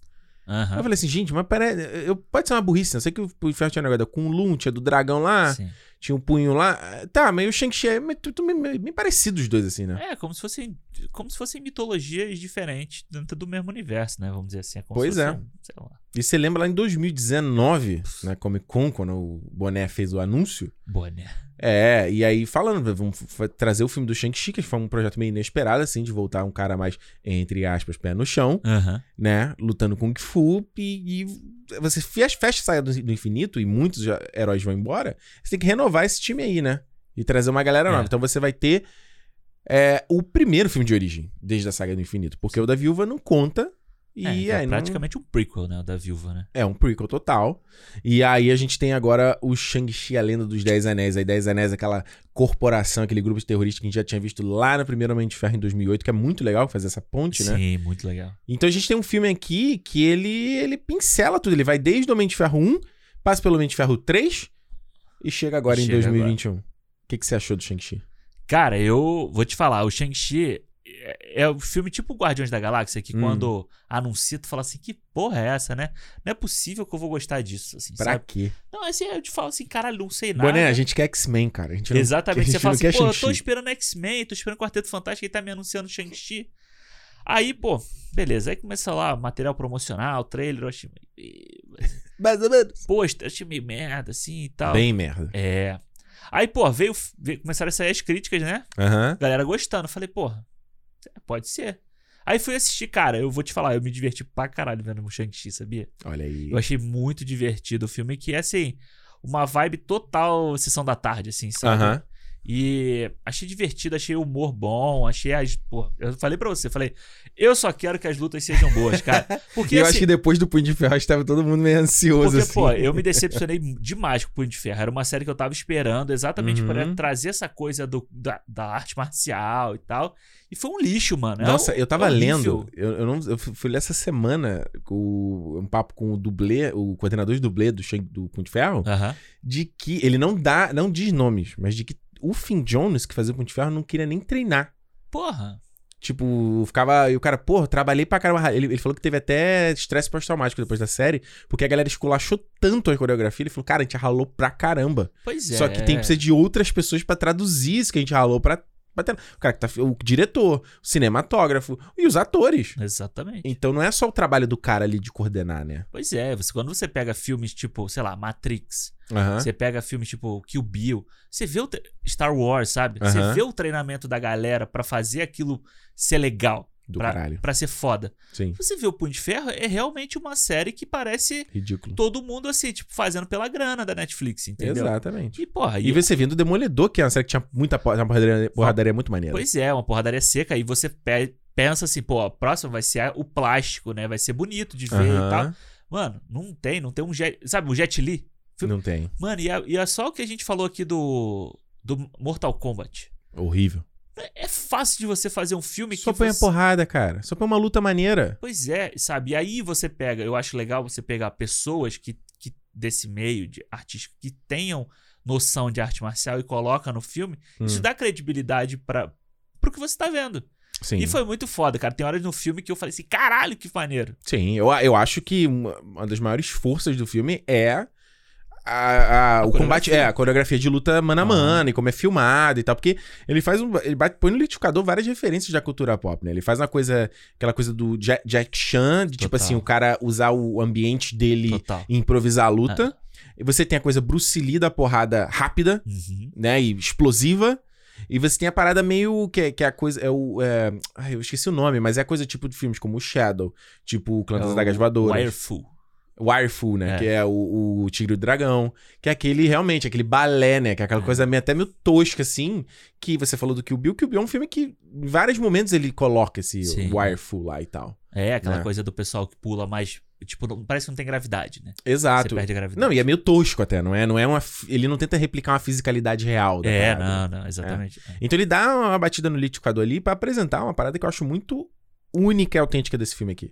Speaker 1: Aí
Speaker 2: Aham.
Speaker 1: Eu falei assim, gente, mas pera, eu, pode ser uma burrice, não sei que o Punho de Ferro tinha um negócio da Kung Lun, tinha do dragão lá,
Speaker 2: Sim.
Speaker 1: tinha um punho lá. Ah, Tá, mas o Shang-Chi é mas tudo meio, meio- meio parecido os dois, assim, né?
Speaker 2: É, como se fossem como se fossem mitologias diferentes dentro do mesmo universo, né? Vamos dizer assim. É como
Speaker 1: Pois
Speaker 2: se
Speaker 1: é.
Speaker 2: fosse um- sei lá.
Speaker 1: E você lembra lá em 2019, na Comic Con, quando o Boné fez o anúncio?
Speaker 2: Boné.
Speaker 1: É, e aí falando, vamos f- trazer o filme do Shang-Chi, que foi um projeto meio inesperado, assim, de voltar um cara mais, entre aspas, pé no chão,
Speaker 2: Aham.
Speaker 1: né? Lutando com o Kung Fu, e, e você fecha, fecha a saia do, do infinito e muitos já- heróis vão embora. Você tem que renovar esse time aí, né? E trazer uma galera
Speaker 2: É.
Speaker 1: nova. Então você vai ter é, o primeiro filme de origem, desde a saga do infinito. Porque o da viúva não conta. E
Speaker 2: É,
Speaker 1: aí
Speaker 2: então é
Speaker 1: não-
Speaker 2: praticamente um prequel, né? O da viúva, né?
Speaker 1: é um prequel total. E aí a gente tem agora o Shang-Chi, a lenda dos Dez Anéis. Aí Dez Anéis é aquela corporação, aquele grupo de terroristas que a gente já tinha visto lá no primeiro Homem de Ferro em 2008, que é muito legal fazer essa ponte, né?
Speaker 2: Sim, muito legal.
Speaker 1: Então a gente tem um filme aqui que ele ele pincela tudo. Ele vai desde o Homem de Ferro 1, passa pelo Homem de Ferro 3 e chega agora
Speaker 2: Chega
Speaker 1: em 2021. O que, que você achou do Shang-Chi?
Speaker 2: Cara, eu vou te falar, o Shang-Chi é, é um filme tipo Guardiões da Galáxia, que
Speaker 1: Hum.
Speaker 2: quando anuncia, tu fala assim, que porra é essa, né? Não é possível que eu vou gostar disso, assim,
Speaker 1: Pra
Speaker 2: sabe?
Speaker 1: quê?
Speaker 2: Não, assim, eu te falo assim, caralho, não sei nada.
Speaker 1: Boné, a gente quer X-Men, cara. A gente não-
Speaker 2: Exatamente.
Speaker 1: a
Speaker 2: Você
Speaker 1: gente
Speaker 2: fala
Speaker 1: não
Speaker 2: assim,
Speaker 1: quer
Speaker 2: pô, eu tô
Speaker 1: Shang-Chi.
Speaker 2: esperando X-Men, tô esperando Quarteto Fantástico, ele tá me anunciando Shang-Chi. Aí, pô, beleza. Aí começa lá material promocional, trailer, eu achei.
Speaker 1: Mais ou menos.
Speaker 2: Poxa, achei meio merda, assim e tal.
Speaker 1: Bem merda.
Speaker 2: É. Aí, pô, veio, veio- Começaram a sair as críticas, né?
Speaker 1: Aham.
Speaker 2: Galera gostando. Eu Falei, porra, é, pode ser. Aí fui assistir, cara, eu vou te falar, eu me diverti pra caralho vendo o Shang-Chi, sabia?
Speaker 1: Olha aí.
Speaker 2: Eu achei muito divertido o filme, que é assim, uma vibe total sessão da tarde, assim, sabe?
Speaker 1: Aham.
Speaker 2: E achei divertido, achei o humor bom, achei as. Pô, eu falei pra você, falei, eu só quero que as lutas sejam boas, cara. Porque
Speaker 1: E eu
Speaker 2: assim,
Speaker 1: acho que depois do Punho de Ferro estava todo mundo meio ansioso,
Speaker 2: porque,
Speaker 1: assim.
Speaker 2: pô, é eu me decepcionei demais com o Punho de Ferro. Era uma série que eu tava esperando exatamente
Speaker 1: Uhum.
Speaker 2: pra trazer essa coisa do, da, da arte marcial e tal. E foi um lixo, mano. É
Speaker 1: Nossa,
Speaker 2: um-
Speaker 1: eu tava
Speaker 2: é horrível.
Speaker 1: lendo, eu, eu não, eu fui fui ler essa semana o, um papo com o dublê, o coordenador de dublê do, Shang- do Punho de Ferro,
Speaker 2: Aham.
Speaker 1: de que ele não dá, não diz nomes, mas de que o Finn Jones que fazia o Punho de Ferro não queria nem treinar.
Speaker 2: Porra.
Speaker 1: Tipo, ficava. E o cara, porra, trabalhei pra caramba. Ele, ele falou que teve até estresse pós-traumático depois da série, porque a galera esculachou tanto a coreografia. Ele falou, cara, a gente ralou pra caramba.
Speaker 2: Pois é.
Speaker 1: Só que tem que ser de outras pessoas pra traduzir isso que a gente ralou pra. pra tela. O cara que tá. O diretor, o cinematógrafo e os atores.
Speaker 2: Exatamente.
Speaker 1: Então não é só o trabalho do cara ali de coordenar, né?
Speaker 2: Pois é, você, quando você pega filmes tipo, sei lá, Matrix,
Speaker 1: Aham.
Speaker 2: Você pega filmes tipo Kill Bill, você vê o tre- Star Wars, sabe? Você
Speaker 1: Aham.
Speaker 2: vê o treinamento da galera pra fazer aquilo ser legal,
Speaker 1: Do
Speaker 2: pra,
Speaker 1: caralho.
Speaker 2: pra ser foda.
Speaker 1: Sim.
Speaker 2: Você vê o Punho de Ferro, é realmente uma série que parece
Speaker 1: Ridículo.
Speaker 2: todo mundo assim, tipo, fazendo pela grana da Netflix, entendeu?
Speaker 1: Exatamente.
Speaker 2: E porra,
Speaker 1: E
Speaker 2: e-
Speaker 1: você vindo o Demolidor, que é uma série que tinha muita po- uma porradaria, porradaria muito maneira.
Speaker 2: pois é, uma porradaria seca, e você pe- pensa assim, pô, a próxima vai ser a- o plástico, né? Vai ser bonito de ver
Speaker 1: Aham.
Speaker 2: e tal. Mano, não tem, não tem um jet, sabe, um Jet Li?
Speaker 1: Não tem.
Speaker 2: Mano, e é, e é só o que a gente falou aqui do do Mortal Kombat.
Speaker 1: Horrível.
Speaker 2: É fácil de você fazer um filme
Speaker 1: Só
Speaker 2: que
Speaker 1: põe a
Speaker 2: você...
Speaker 1: porrada, cara. Só põe uma luta maneira.
Speaker 2: Pois é, sabe? E aí você pega, eu acho legal você pegar pessoas que, que desse meio de artístico que tenham noção de arte marcial e coloca no filme, isso
Speaker 1: Hum,
Speaker 2: dá credibilidade para pro que você tá vendo.
Speaker 1: Sim.
Speaker 2: E foi muito foda, cara. Tem horas no filme que eu falei assim, caralho, que maneiro.
Speaker 1: Sim, eu, eu acho que uma, uma das maiores forças do filme é a- a- o combate,
Speaker 2: coreografia.
Speaker 1: é, a coreografia de luta mano a
Speaker 2: Ah.
Speaker 1: mano e como é filmado e tal, porque ele faz um, ele bate- põe no liquidificador várias referências da cultura pop, né? Ele faz uma coisa, aquela coisa do Ja- Jack Chan, de tipo
Speaker 2: Total.
Speaker 1: assim, o cara usar o ambiente dele
Speaker 2: Total.
Speaker 1: e improvisar a luta.
Speaker 2: Ah.
Speaker 1: E você tem a coisa Bruce Lee da porrada rápida,
Speaker 2: Uhum.
Speaker 1: né, e explosiva. E você tem a parada meio que é, que é a coisa. É o. é- ai, eu esqueci o nome, mas é a coisa tipo de filmes como o Shadow, tipo o Clã das
Speaker 2: É o
Speaker 1: Dagas Voadoras.
Speaker 2: Wireful.
Speaker 1: Wireful, né?
Speaker 2: É.
Speaker 1: Que é o, o Tigre e o Dragão. Que é aquele, realmente, aquele balé, né? Que é aquela coisa meio, até meio tosca, assim. Que você falou do Kill Bill. Kill Bill é um filme que, em vários momentos, ele coloca esse
Speaker 2: Sim.
Speaker 1: Wireful lá e tal.
Speaker 2: É, aquela
Speaker 1: É.
Speaker 2: coisa do pessoal que pula mais. Tipo, não- parece que não tem gravidade, né? Você
Speaker 1: Exato.
Speaker 2: perde a gravidade.
Speaker 1: Não, e é meio tosco até, não é? Não é uma. f- Ele não tenta replicar uma fisicalidade real da
Speaker 2: É,
Speaker 1: parada.
Speaker 2: não, não, exatamente. É.
Speaker 1: Então ele dá uma batida no liquidificador ali pra apresentar uma parada que eu acho muito única e autêntica desse filme aqui.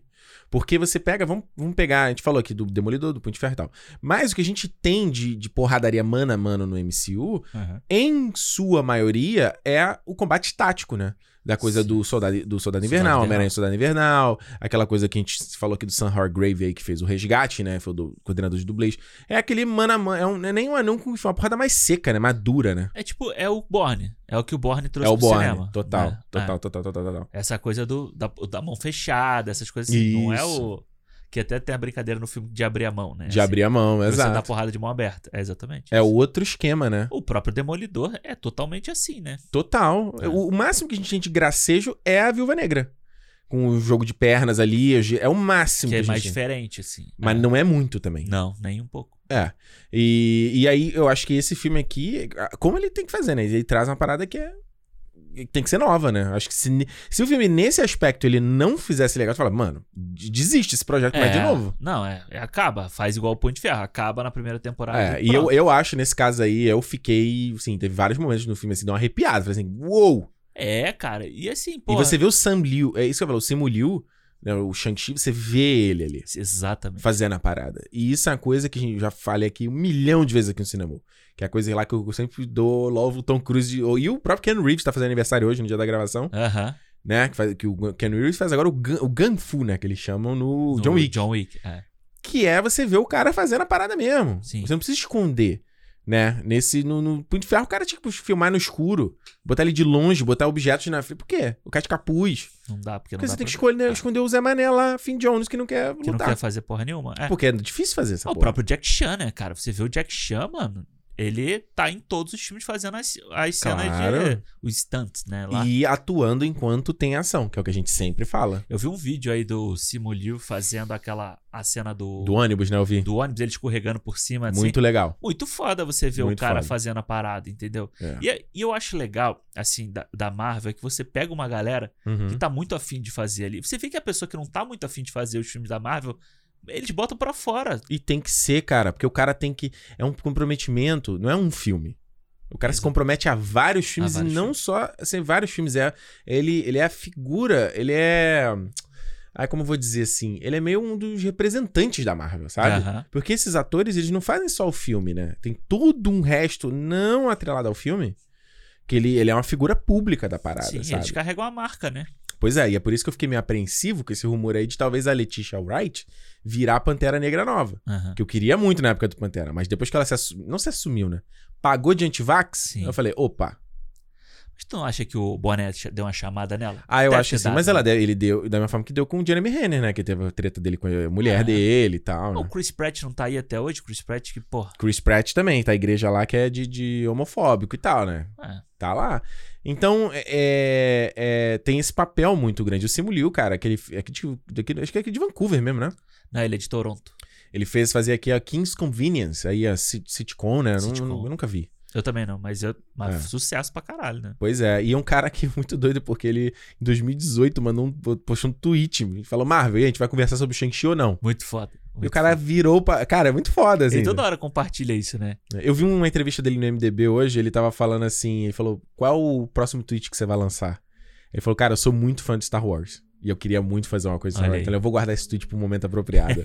Speaker 1: Porque você pega, vamos, vamos pegar, a gente falou aqui do Demolidor, do Punho de Ferro e tal. Mas o que a gente tem de, de porradaria mano a mano no MCU,
Speaker 2: Aham.
Speaker 1: em sua maioria, é o combate tático, né? Da coisa
Speaker 2: Sim.
Speaker 1: do Soldado, do soldado
Speaker 2: Soldado
Speaker 1: Invernal,
Speaker 2: Invernal.
Speaker 1: Homem-Aranha e Soldado Invernal, aquela coisa que a gente falou aqui do Sam Hargrave aí, que fez o resgate, né? Foi o do coordenador de dublês. É aquele mano a mano, é, um, é nem um anão com uma porrada mais seca, né? Mais dura, né?
Speaker 2: É tipo, é o Borne. É o que o Borne
Speaker 1: É
Speaker 2: trouxe
Speaker 1: o
Speaker 2: pro
Speaker 1: Borne.
Speaker 2: cinema.
Speaker 1: Total,
Speaker 2: né?
Speaker 1: total, total, total, total, total.
Speaker 2: É. Essa coisa do, da, da mão fechada, essas coisas assim. Não é
Speaker 1: Isso.
Speaker 2: o. Que até tem a brincadeira no filme de abrir a mão, né?
Speaker 1: De abrir a mão,
Speaker 2: Você dá
Speaker 1: exato.
Speaker 2: porrada de mão aberta. É exatamente.
Speaker 1: É
Speaker 2: isso.
Speaker 1: outro esquema, né?
Speaker 2: O próprio Demolidor é totalmente assim, né?
Speaker 1: Total.
Speaker 2: É.
Speaker 1: O, o máximo que a gente tem de gracejo é a Viúva Negra. Com o jogo de pernas ali, o ge- é o máximo
Speaker 2: que
Speaker 1: que,
Speaker 2: é
Speaker 1: a gente
Speaker 2: mais
Speaker 1: tem.
Speaker 2: diferente, assim.
Speaker 1: Mas
Speaker 2: É.
Speaker 1: não é muito também.
Speaker 2: Não, nem um pouco.
Speaker 1: É. E, e aí, eu acho que esse filme aqui, a- como ele tem que fazer, né? Ele traz uma parada que é. que Tem que ser nova, né? Acho que se, ne- se o filme, nesse aspecto, ele não fizesse legal, tu fala, mano, de- desiste esse projeto, mas de novo.
Speaker 2: Não, é, é- acaba. Faz igual o Punho de Ferro. Acaba na primeira temporada.
Speaker 1: É, e eu, eu acho, nesse caso aí, eu fiquei, assim, teve vários momentos no filme, assim, de um arrepiado. Falei assim, uou!
Speaker 2: É, cara. E assim, pô.
Speaker 1: E você vê o Sam Liu, é isso que eu falo, o Simu Liu, né, o Shang-Chi, você vê ele ali
Speaker 2: Exatamente.
Speaker 1: fazendo a parada. E isso é uma coisa que a gente já falei aqui um milhão de vezes aqui no cinema. Que é a coisa lá que eu sempre dou, louvo o Tom Cruise de- e o próprio Ken Reeves tá fazendo aniversário hoje, no dia da gravação,
Speaker 2: Aham.
Speaker 1: né? Que, faz- que o Ken Reeves faz agora o, Gun, o Gunfu, né? Que eles chamam no,
Speaker 2: No
Speaker 1: John Wick.
Speaker 2: John Wick, é.
Speaker 1: Que é você ver o cara fazendo a parada mesmo.
Speaker 2: Sim.
Speaker 1: Você não precisa esconder. Né? Nesse, no, no Punho de Ferro, o cara tinha que filmar no escuro, botar ele de longe, botar objetos na frente. Por quê? O cara de capuz.
Speaker 2: Não dá, porque não
Speaker 1: Porque
Speaker 2: dá
Speaker 1: você tem que
Speaker 2: pra-
Speaker 1: escolher, né? esconder o Zé Mané lá, Finn Jones, que não quer
Speaker 2: que não
Speaker 1: tipo, lutar.
Speaker 2: quer fazer porra nenhuma. É.
Speaker 1: Porque é difícil fazer essa
Speaker 2: Ah, o
Speaker 1: porra.
Speaker 2: próprio Jack Chan, né, cara? Você vê o Jack Chan, mano. Ele tá em todos os filmes fazendo as, as cenas
Speaker 1: Claro.
Speaker 2: de. Os stunts, né? Lá.
Speaker 1: E atuando enquanto tem ação, que é o que a gente sempre fala.
Speaker 2: Eu vi um vídeo aí do Simu Liu fazendo aquela. A cena do.
Speaker 1: Do ônibus, né, eu vi.
Speaker 2: do ônibus, ele escorregando por cima, assim.
Speaker 1: Muito legal.
Speaker 2: Muito foda você ver
Speaker 1: Muito
Speaker 2: o cara
Speaker 1: foda.
Speaker 2: fazendo a parada, entendeu?
Speaker 1: É.
Speaker 2: E, e eu acho legal, assim, da, da Marvel, é que você pega uma galera que
Speaker 1: Uhum.
Speaker 2: tá muito afim de fazer ali. Você vê que a pessoa que não tá muito afim de fazer os filmes da Marvel, eles botam pra fora.
Speaker 1: E tem que ser, cara, porque o cara tem que. É um comprometimento, não é um filme. O cara se
Speaker 2: Exato.
Speaker 1: compromete a vários filmes
Speaker 2: vários
Speaker 1: e não só. Assim, vários filmes. É, ele, ele é a figura, ele é. Ai, como eu vou dizer assim? Ele é meio um dos representantes da Marvel, sabe?
Speaker 2: Aham.
Speaker 1: Porque esses atores, eles não fazem só o filme, né? Tem todo um resto não atrelado ao filme. Que ele, ele é uma figura pública da parada,
Speaker 2: Sim,
Speaker 1: sabe?
Speaker 2: eles carregam a marca, né?
Speaker 1: Pois é, e é por isso que eu fiquei meio apreensivo com esse rumor aí de talvez a Letitia Wright virar a Pantera Negra nova.
Speaker 2: Aham.
Speaker 1: Que eu queria muito na época do Pantera, mas depois que ela se assumiu, não se assumiu, né? Pagou de antivax,
Speaker 2: Sim.
Speaker 1: eu falei, opa.
Speaker 2: Mas tu não acha que o Bonet cha- deu uma chamada nela?
Speaker 1: Ah, eu
Speaker 2: Deve
Speaker 1: acho que
Speaker 2: ter
Speaker 1: sim.
Speaker 2: dado,
Speaker 1: Mas
Speaker 2: né?
Speaker 1: ela deu, ele deu, da mesma forma que deu com o Jeremy Renner, né? Que teve a treta dele com a mulher
Speaker 2: Ah.
Speaker 1: dele e tal,
Speaker 2: O
Speaker 1: né?
Speaker 2: Chris Pratt não tá aí até hoje? Chris Pratt que, porra.
Speaker 1: Chris Pratt também, tá? A igreja lá que é de- de homofóbico e tal, né?
Speaker 2: é.
Speaker 1: tá lá. Então, é, é, tem esse papel muito grande. O Simu Liu, cara, aquele, aqui de, daqui- acho que é aqui de Vancouver mesmo, né?
Speaker 2: Não, ele é de Toronto.
Speaker 1: Ele fez fazer aqui a King's Convenience, aí a sit- sitcom, né? Eu não-
Speaker 2: Sitcom.
Speaker 1: eu nunca vi.
Speaker 2: Eu também não, mas, eu, mas
Speaker 1: É.
Speaker 2: sucesso pra caralho, né?
Speaker 1: Pois é, e é um cara que é muito doido, porque ele, em 2018, mandou um, postou um tweet, e falou, Marvel, e aí, a gente vai conversar sobre o Shang-Chi ou não?
Speaker 2: Muito foda.
Speaker 1: E
Speaker 2: muito
Speaker 1: o cara
Speaker 2: foda.
Speaker 1: virou pra... Cara, é muito foda, assim.
Speaker 2: Ele toda hora compartilha isso, né?
Speaker 1: Eu vi uma entrevista dele no MDB hoje, ele tava falando assim, ele falou, qual o próximo tweet que você vai lançar? Ele falou, cara, eu sou muito fã de Star Wars. E eu queria muito fazer uma coisa de Star
Speaker 2: Olha
Speaker 1: Wars.
Speaker 2: aí.
Speaker 1: Então eu vou guardar esse tweet pro momento apropriado.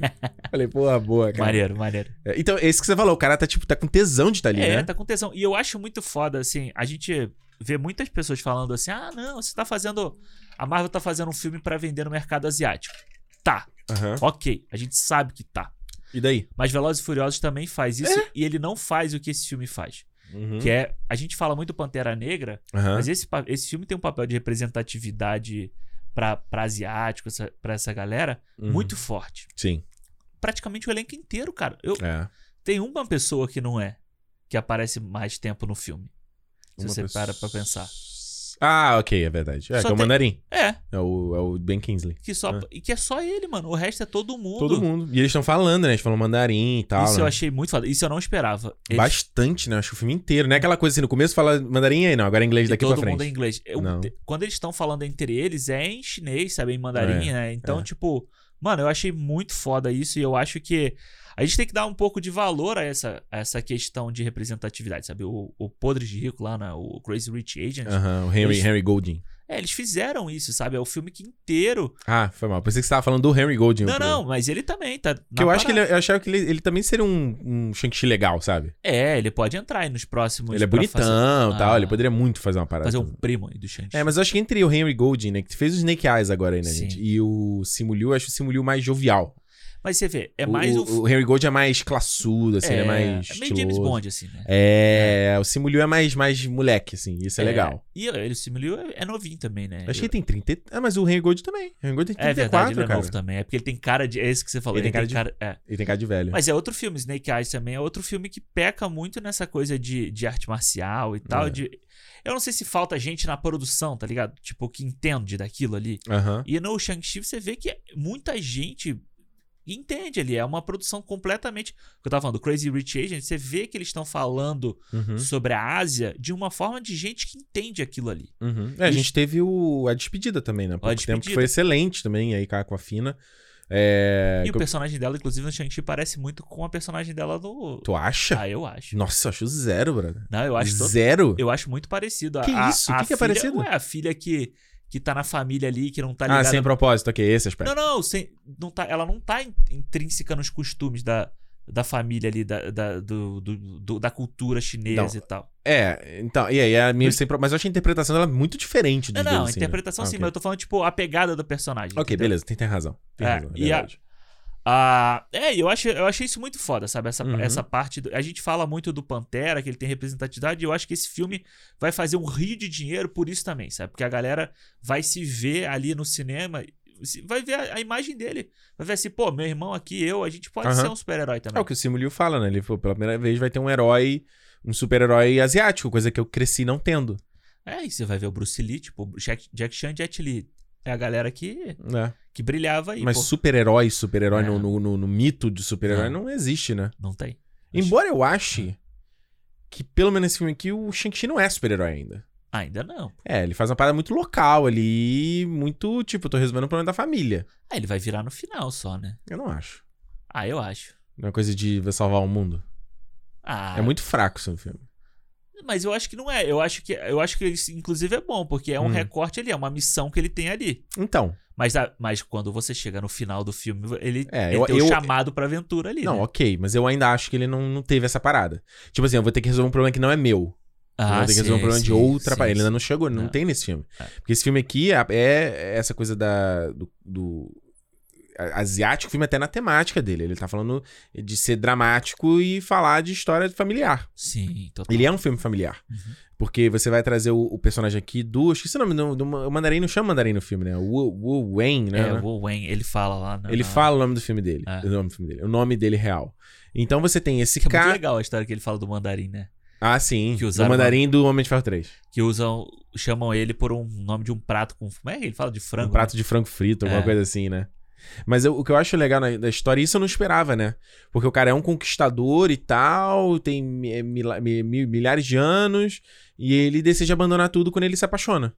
Speaker 1: Falei, porra, boa, cara.
Speaker 2: Maneiro, maneiro.
Speaker 1: É, Então, esse que você falou, o cara tá, tipo, tá com tesão de estar ali,
Speaker 2: É,
Speaker 1: né?
Speaker 2: tá com tesão. E eu acho muito foda, assim, a gente vê muitas pessoas falando assim: ah, não, você tá fazendo. A Marvel tá fazendo um filme pra vender no mercado asiático. Tá,
Speaker 1: Aham.
Speaker 2: ok. A gente sabe que tá.
Speaker 1: E daí?
Speaker 2: Mas Velozes e Furiosos também faz isso
Speaker 1: É?
Speaker 2: e ele não faz o que esse filme faz.
Speaker 1: Uhum.
Speaker 2: Que é. A gente fala muito Pantera Negra,
Speaker 1: Aham.
Speaker 2: mas é esse, pa- esse filme tem um papel de representatividade pra, pra asiático, essa, pra essa galera,
Speaker 1: Uhum.
Speaker 2: muito forte.
Speaker 1: Sim.
Speaker 2: Praticamente o elenco inteiro, cara. Eu,
Speaker 1: É.
Speaker 2: Tem uma pessoa que não é, que aparece mais tempo no filme. Se
Speaker 1: Uma
Speaker 2: você
Speaker 1: pessoa-
Speaker 2: para pra pensar.
Speaker 1: Ah, ok, é verdade. É,
Speaker 2: Só
Speaker 1: que é o
Speaker 2: tem-
Speaker 1: Mandarim.
Speaker 2: É,
Speaker 1: É o, é o Ben Kingsley.
Speaker 2: que só, e que é só ele, mano. O resto é todo mundo.
Speaker 1: Todo mundo. E eles estão falando, né? Eles falam mandarim e tal.
Speaker 2: Isso eu
Speaker 1: né?
Speaker 2: achei muito foda. Isso eu não esperava. Eles-
Speaker 1: Bastante, né? Acho que o filme inteiro. Não é aquela coisa assim, no começo fala mandarim aí, não. Agora é inglês
Speaker 2: e
Speaker 1: daqui
Speaker 2: todo
Speaker 1: pra
Speaker 2: mundo é
Speaker 1: frente.
Speaker 2: inglês. Eu-
Speaker 1: Não.
Speaker 2: te- quando eles estão falando entre eles, é em chinês, sabe? Em mandarim,
Speaker 1: É,
Speaker 2: né? Então,
Speaker 1: é.
Speaker 2: tipo, mano, eu achei muito foda isso e eu acho que a gente tem que dar um pouco de valor a essa, a essa questão de representatividade, sabe? O, o Podre de Rico lá, né? o Crazy Rich Agent.
Speaker 1: Aham, o Henry,
Speaker 2: Eles-
Speaker 1: Henry Golding.
Speaker 2: É, eles fizeram isso, sabe? É o filme que inteiro
Speaker 1: Ah, foi mal. Pensei que você tava falando do Henry Golding.
Speaker 2: Não,
Speaker 1: o pro-
Speaker 2: não, mas ele também tá. na
Speaker 1: Que eu acho que ele, é-
Speaker 2: parada.
Speaker 1: eu achava que ele, ele também seria um, um Shang-Chi legal, sabe?
Speaker 2: É, ele pode entrar aí nos próximos.
Speaker 1: ele é
Speaker 2: pra
Speaker 1: bonitão e
Speaker 2: fazer-
Speaker 1: tal.
Speaker 2: Ah.
Speaker 1: Ele poderia muito fazer uma parada. assim.
Speaker 2: Fazer, fazer um primo aí do Shang-Chi.
Speaker 1: É, mas eu acho que entre o Henry Golding, né? Que fez o Snake Eyes agora aí, né,
Speaker 2: Sim.
Speaker 1: gente? E o Simuliu, eu acho o Simuliu mais jovial.
Speaker 2: Mas você vê, é
Speaker 1: O-
Speaker 2: mais
Speaker 1: o,
Speaker 2: um. f-
Speaker 1: o Henry Gold é mais classudo, assim, ele é, mais.
Speaker 2: é meio James
Speaker 1: estiloso.
Speaker 2: Bond, assim, né?
Speaker 1: É, o Simuliu é mais, mais moleque, assim, isso é, legal.
Speaker 2: E ele, o Simulio é, é novinho também, né?
Speaker 1: Eu Acho que ele tem 30. Ah, mas o Henry Gold também. O Henry Gold tem 34,
Speaker 2: é verdade, ele é
Speaker 1: cara.
Speaker 2: novo também. É porque ele tem cara de. É esse que você falou.
Speaker 1: Ele
Speaker 2: Ele,
Speaker 1: tem
Speaker 2: tem cara de. é.
Speaker 1: Ele tem cara de velho.
Speaker 2: Mas é outro filme, Snake Eyes também. É outro filme que peca muito nessa coisa de, de arte marcial e tal.
Speaker 1: É.
Speaker 2: De... Eu não sei se falta gente na produção, tá ligado? Tipo, que entende daquilo ali.
Speaker 1: Aham.
Speaker 2: E no Shang-Chi você vê que muita gente entende ali. É uma produção completamente. o que Eu tava falando, Crazy Rich Agent, você vê que eles estão falando
Speaker 1: Uhum.
Speaker 2: sobre a Ásia de uma forma de gente que entende aquilo ali.
Speaker 1: Uhum. É, a gente teve o, a despedida também, né? Há pouco tempo, que
Speaker 2: Despedida.
Speaker 1: foi excelente também, aí com a- com a Fina. É,
Speaker 2: e o
Speaker 1: que eu-
Speaker 2: personagem dela, inclusive, no Shang-Chi parece muito com a personagem dela do.
Speaker 1: Tu acha?
Speaker 2: Ah, eu acho.
Speaker 1: Nossa, eu acho zero, brother.
Speaker 2: Não, eu acho. todo-
Speaker 1: zero?
Speaker 2: Eu acho muito parecido. A-
Speaker 1: Que
Speaker 2: a-
Speaker 1: isso?
Speaker 2: A,
Speaker 1: Que que é
Speaker 2: filha-
Speaker 1: parecido?
Speaker 2: Ué, a filha que, que tá na família ali, que não tá
Speaker 1: ah,
Speaker 2: ligada
Speaker 1: sem propósito, ok, esse aspecto.
Speaker 2: Não, não, sem- não tá, ela não tá in- intrínseca nos costumes da, da família ali, da, da, do- do- do- da cultura chinesa e tal.
Speaker 1: É, então, e aí, a minha sem pro- mas eu acho a interpretação dela muito diferente dos
Speaker 2: Não,
Speaker 1: dois,
Speaker 2: não, a
Speaker 1: assim, né?
Speaker 2: interpretação
Speaker 1: Ah,
Speaker 2: sim,
Speaker 1: ok.
Speaker 2: mas eu tô falando, tipo, a pegada do personagem.
Speaker 1: Ok,
Speaker 2: entendeu?
Speaker 1: beleza, tem, tem razão. Tem
Speaker 2: É,
Speaker 1: razão, é
Speaker 2: e a-
Speaker 1: verdade.
Speaker 2: Ah, é, eu, acho, eu achei isso muito foda, sabe? Essa,
Speaker 1: Uhum.
Speaker 2: essa parte. do- a gente fala muito do Pantera, que ele tem representatividade, e eu acho que esse filme vai fazer um rio de dinheiro por isso também, sabe? Porque a galera vai se ver ali no cinema. se- Vai ver a, a imagem dele. Vai ver assim, pô, meu irmão aqui, eu, a gente pode
Speaker 1: Aham.
Speaker 2: ser um super-herói também.
Speaker 1: É o que o Simu Liu fala, né? Ele falou, pela primeira vez vai ter um herói, um super-herói asiático, coisa que eu cresci não tendo.
Speaker 2: É, e você vai ver o Bruce Lee, tipo, o Jack, Jack Chan e Jet Lee. É a galera que,
Speaker 1: Né?
Speaker 2: que brilhava aí,
Speaker 1: Mas
Speaker 2: pô.
Speaker 1: super-herói, super-herói
Speaker 2: É.
Speaker 1: no, no, no- no mito de super-herói
Speaker 2: Não.
Speaker 1: não existe, né?
Speaker 2: Não tem.
Speaker 1: Embora eu
Speaker 2: É.
Speaker 1: ache que, pelo menos nesse filme aqui, o Shang-Chi não é super-herói ainda.
Speaker 2: Ainda não.
Speaker 1: É, ele faz uma parada muito local ali, muito, tipo, eu tô resolvendo o problema da família.
Speaker 2: Ah, ele vai virar no final só, né?
Speaker 1: Eu não acho.
Speaker 2: Ah, eu acho.
Speaker 1: Não é coisa de salvar o mundo.
Speaker 2: Ah,
Speaker 1: É muito fraco isso no filme.
Speaker 2: mas eu acho que não é. Eu acho que, eu acho que isso, inclusive, é bom, porque é um
Speaker 1: Hum.
Speaker 2: recorte ali, é uma missão que ele tem ali.
Speaker 1: Então,
Speaker 2: Mas, a- mas quando você chega no final do filme, ele,
Speaker 1: É,
Speaker 2: ele
Speaker 1: eu-
Speaker 2: tem o
Speaker 1: eu-
Speaker 2: chamado pra aventura ali.
Speaker 1: não,
Speaker 2: né?
Speaker 1: ok, mas eu ainda acho que ele não, não teve essa parada. Tipo assim, eu vou ter que resolver um problema que não é meu. Eu vou ter que resolver um problema de outra
Speaker 2: Ah, sim,
Speaker 1: parada. Ele
Speaker 2: sim.
Speaker 1: ainda não chegou, não,
Speaker 2: Não.
Speaker 1: tem nesse filme.
Speaker 2: É.
Speaker 1: Porque esse filme aqui é, é essa coisa da, do, do a- asiático, o filme é até na temática dele. Ele tá falando de ser dramático e falar de história familiar.
Speaker 2: Sim, total.
Speaker 1: Ele é um filme familiar.
Speaker 2: Uhum.
Speaker 1: Porque você vai trazer o, o personagem aqui do. Esqueci é o nome do, do. O Mandarim não chama Mandarim no filme, né? O Wu Wu Wen, né?
Speaker 2: É, o Wu Wen, ele fala lá. né, na-
Speaker 1: Ele
Speaker 2: na-
Speaker 1: fala o nome do filme dele.
Speaker 2: É.
Speaker 1: O nome do filme dele. O nome dele real. Então você tem esse
Speaker 2: Que é muito
Speaker 1: cara.
Speaker 2: legal a história que ele fala do mandarim, né?
Speaker 1: Ah, sim.
Speaker 2: Que
Speaker 1: O
Speaker 2: usaram
Speaker 1: mandarim do Homem de Ferro Um 3.
Speaker 2: que usam, chamam ele por um nome de um prato com. Como é que ele fala de frango?
Speaker 1: um prato de frango frito, alguma
Speaker 2: É.
Speaker 1: coisa assim, né? Mas eu- o que eu acho legal na, da história, isso eu não esperava, né? Porque o cara é um conquistador e tal, tem mi- é, mila- mi- mi- milhares de anos, e ele decide abandonar tudo quando ele se apaixona.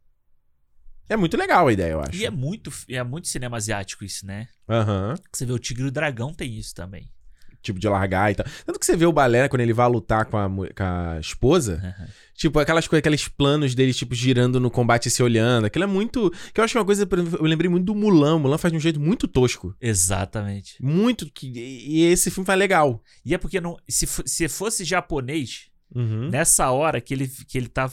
Speaker 1: É muito legal a ideia, eu
Speaker 2: né?
Speaker 1: acho.
Speaker 2: E é muito, é muito cinema asiático isso, né?
Speaker 1: Aham.
Speaker 2: Você vê o Tigre e o Dragão tem isso também.
Speaker 1: Tipo, de largar e tal. Tanto que você vê o balé, né, quando ele vai lutar com a, mu- com a esposa,
Speaker 2: Aham.
Speaker 1: Tipo, aquelas coisas, aqueles planos deles, tipo, girando no combate e se olhando. Aquilo é muito. Que eu acho que é uma coisa. por exemplo, Eu lembrei muito do Mulan. O Mulan faz de um jeito muito tosco.
Speaker 2: Exatamente.
Speaker 1: Muito. que E esse filme faz legal.
Speaker 2: E é porque não, se, fo- se fosse japonês,
Speaker 1: Uhum.
Speaker 2: nessa hora que ele, que ele tá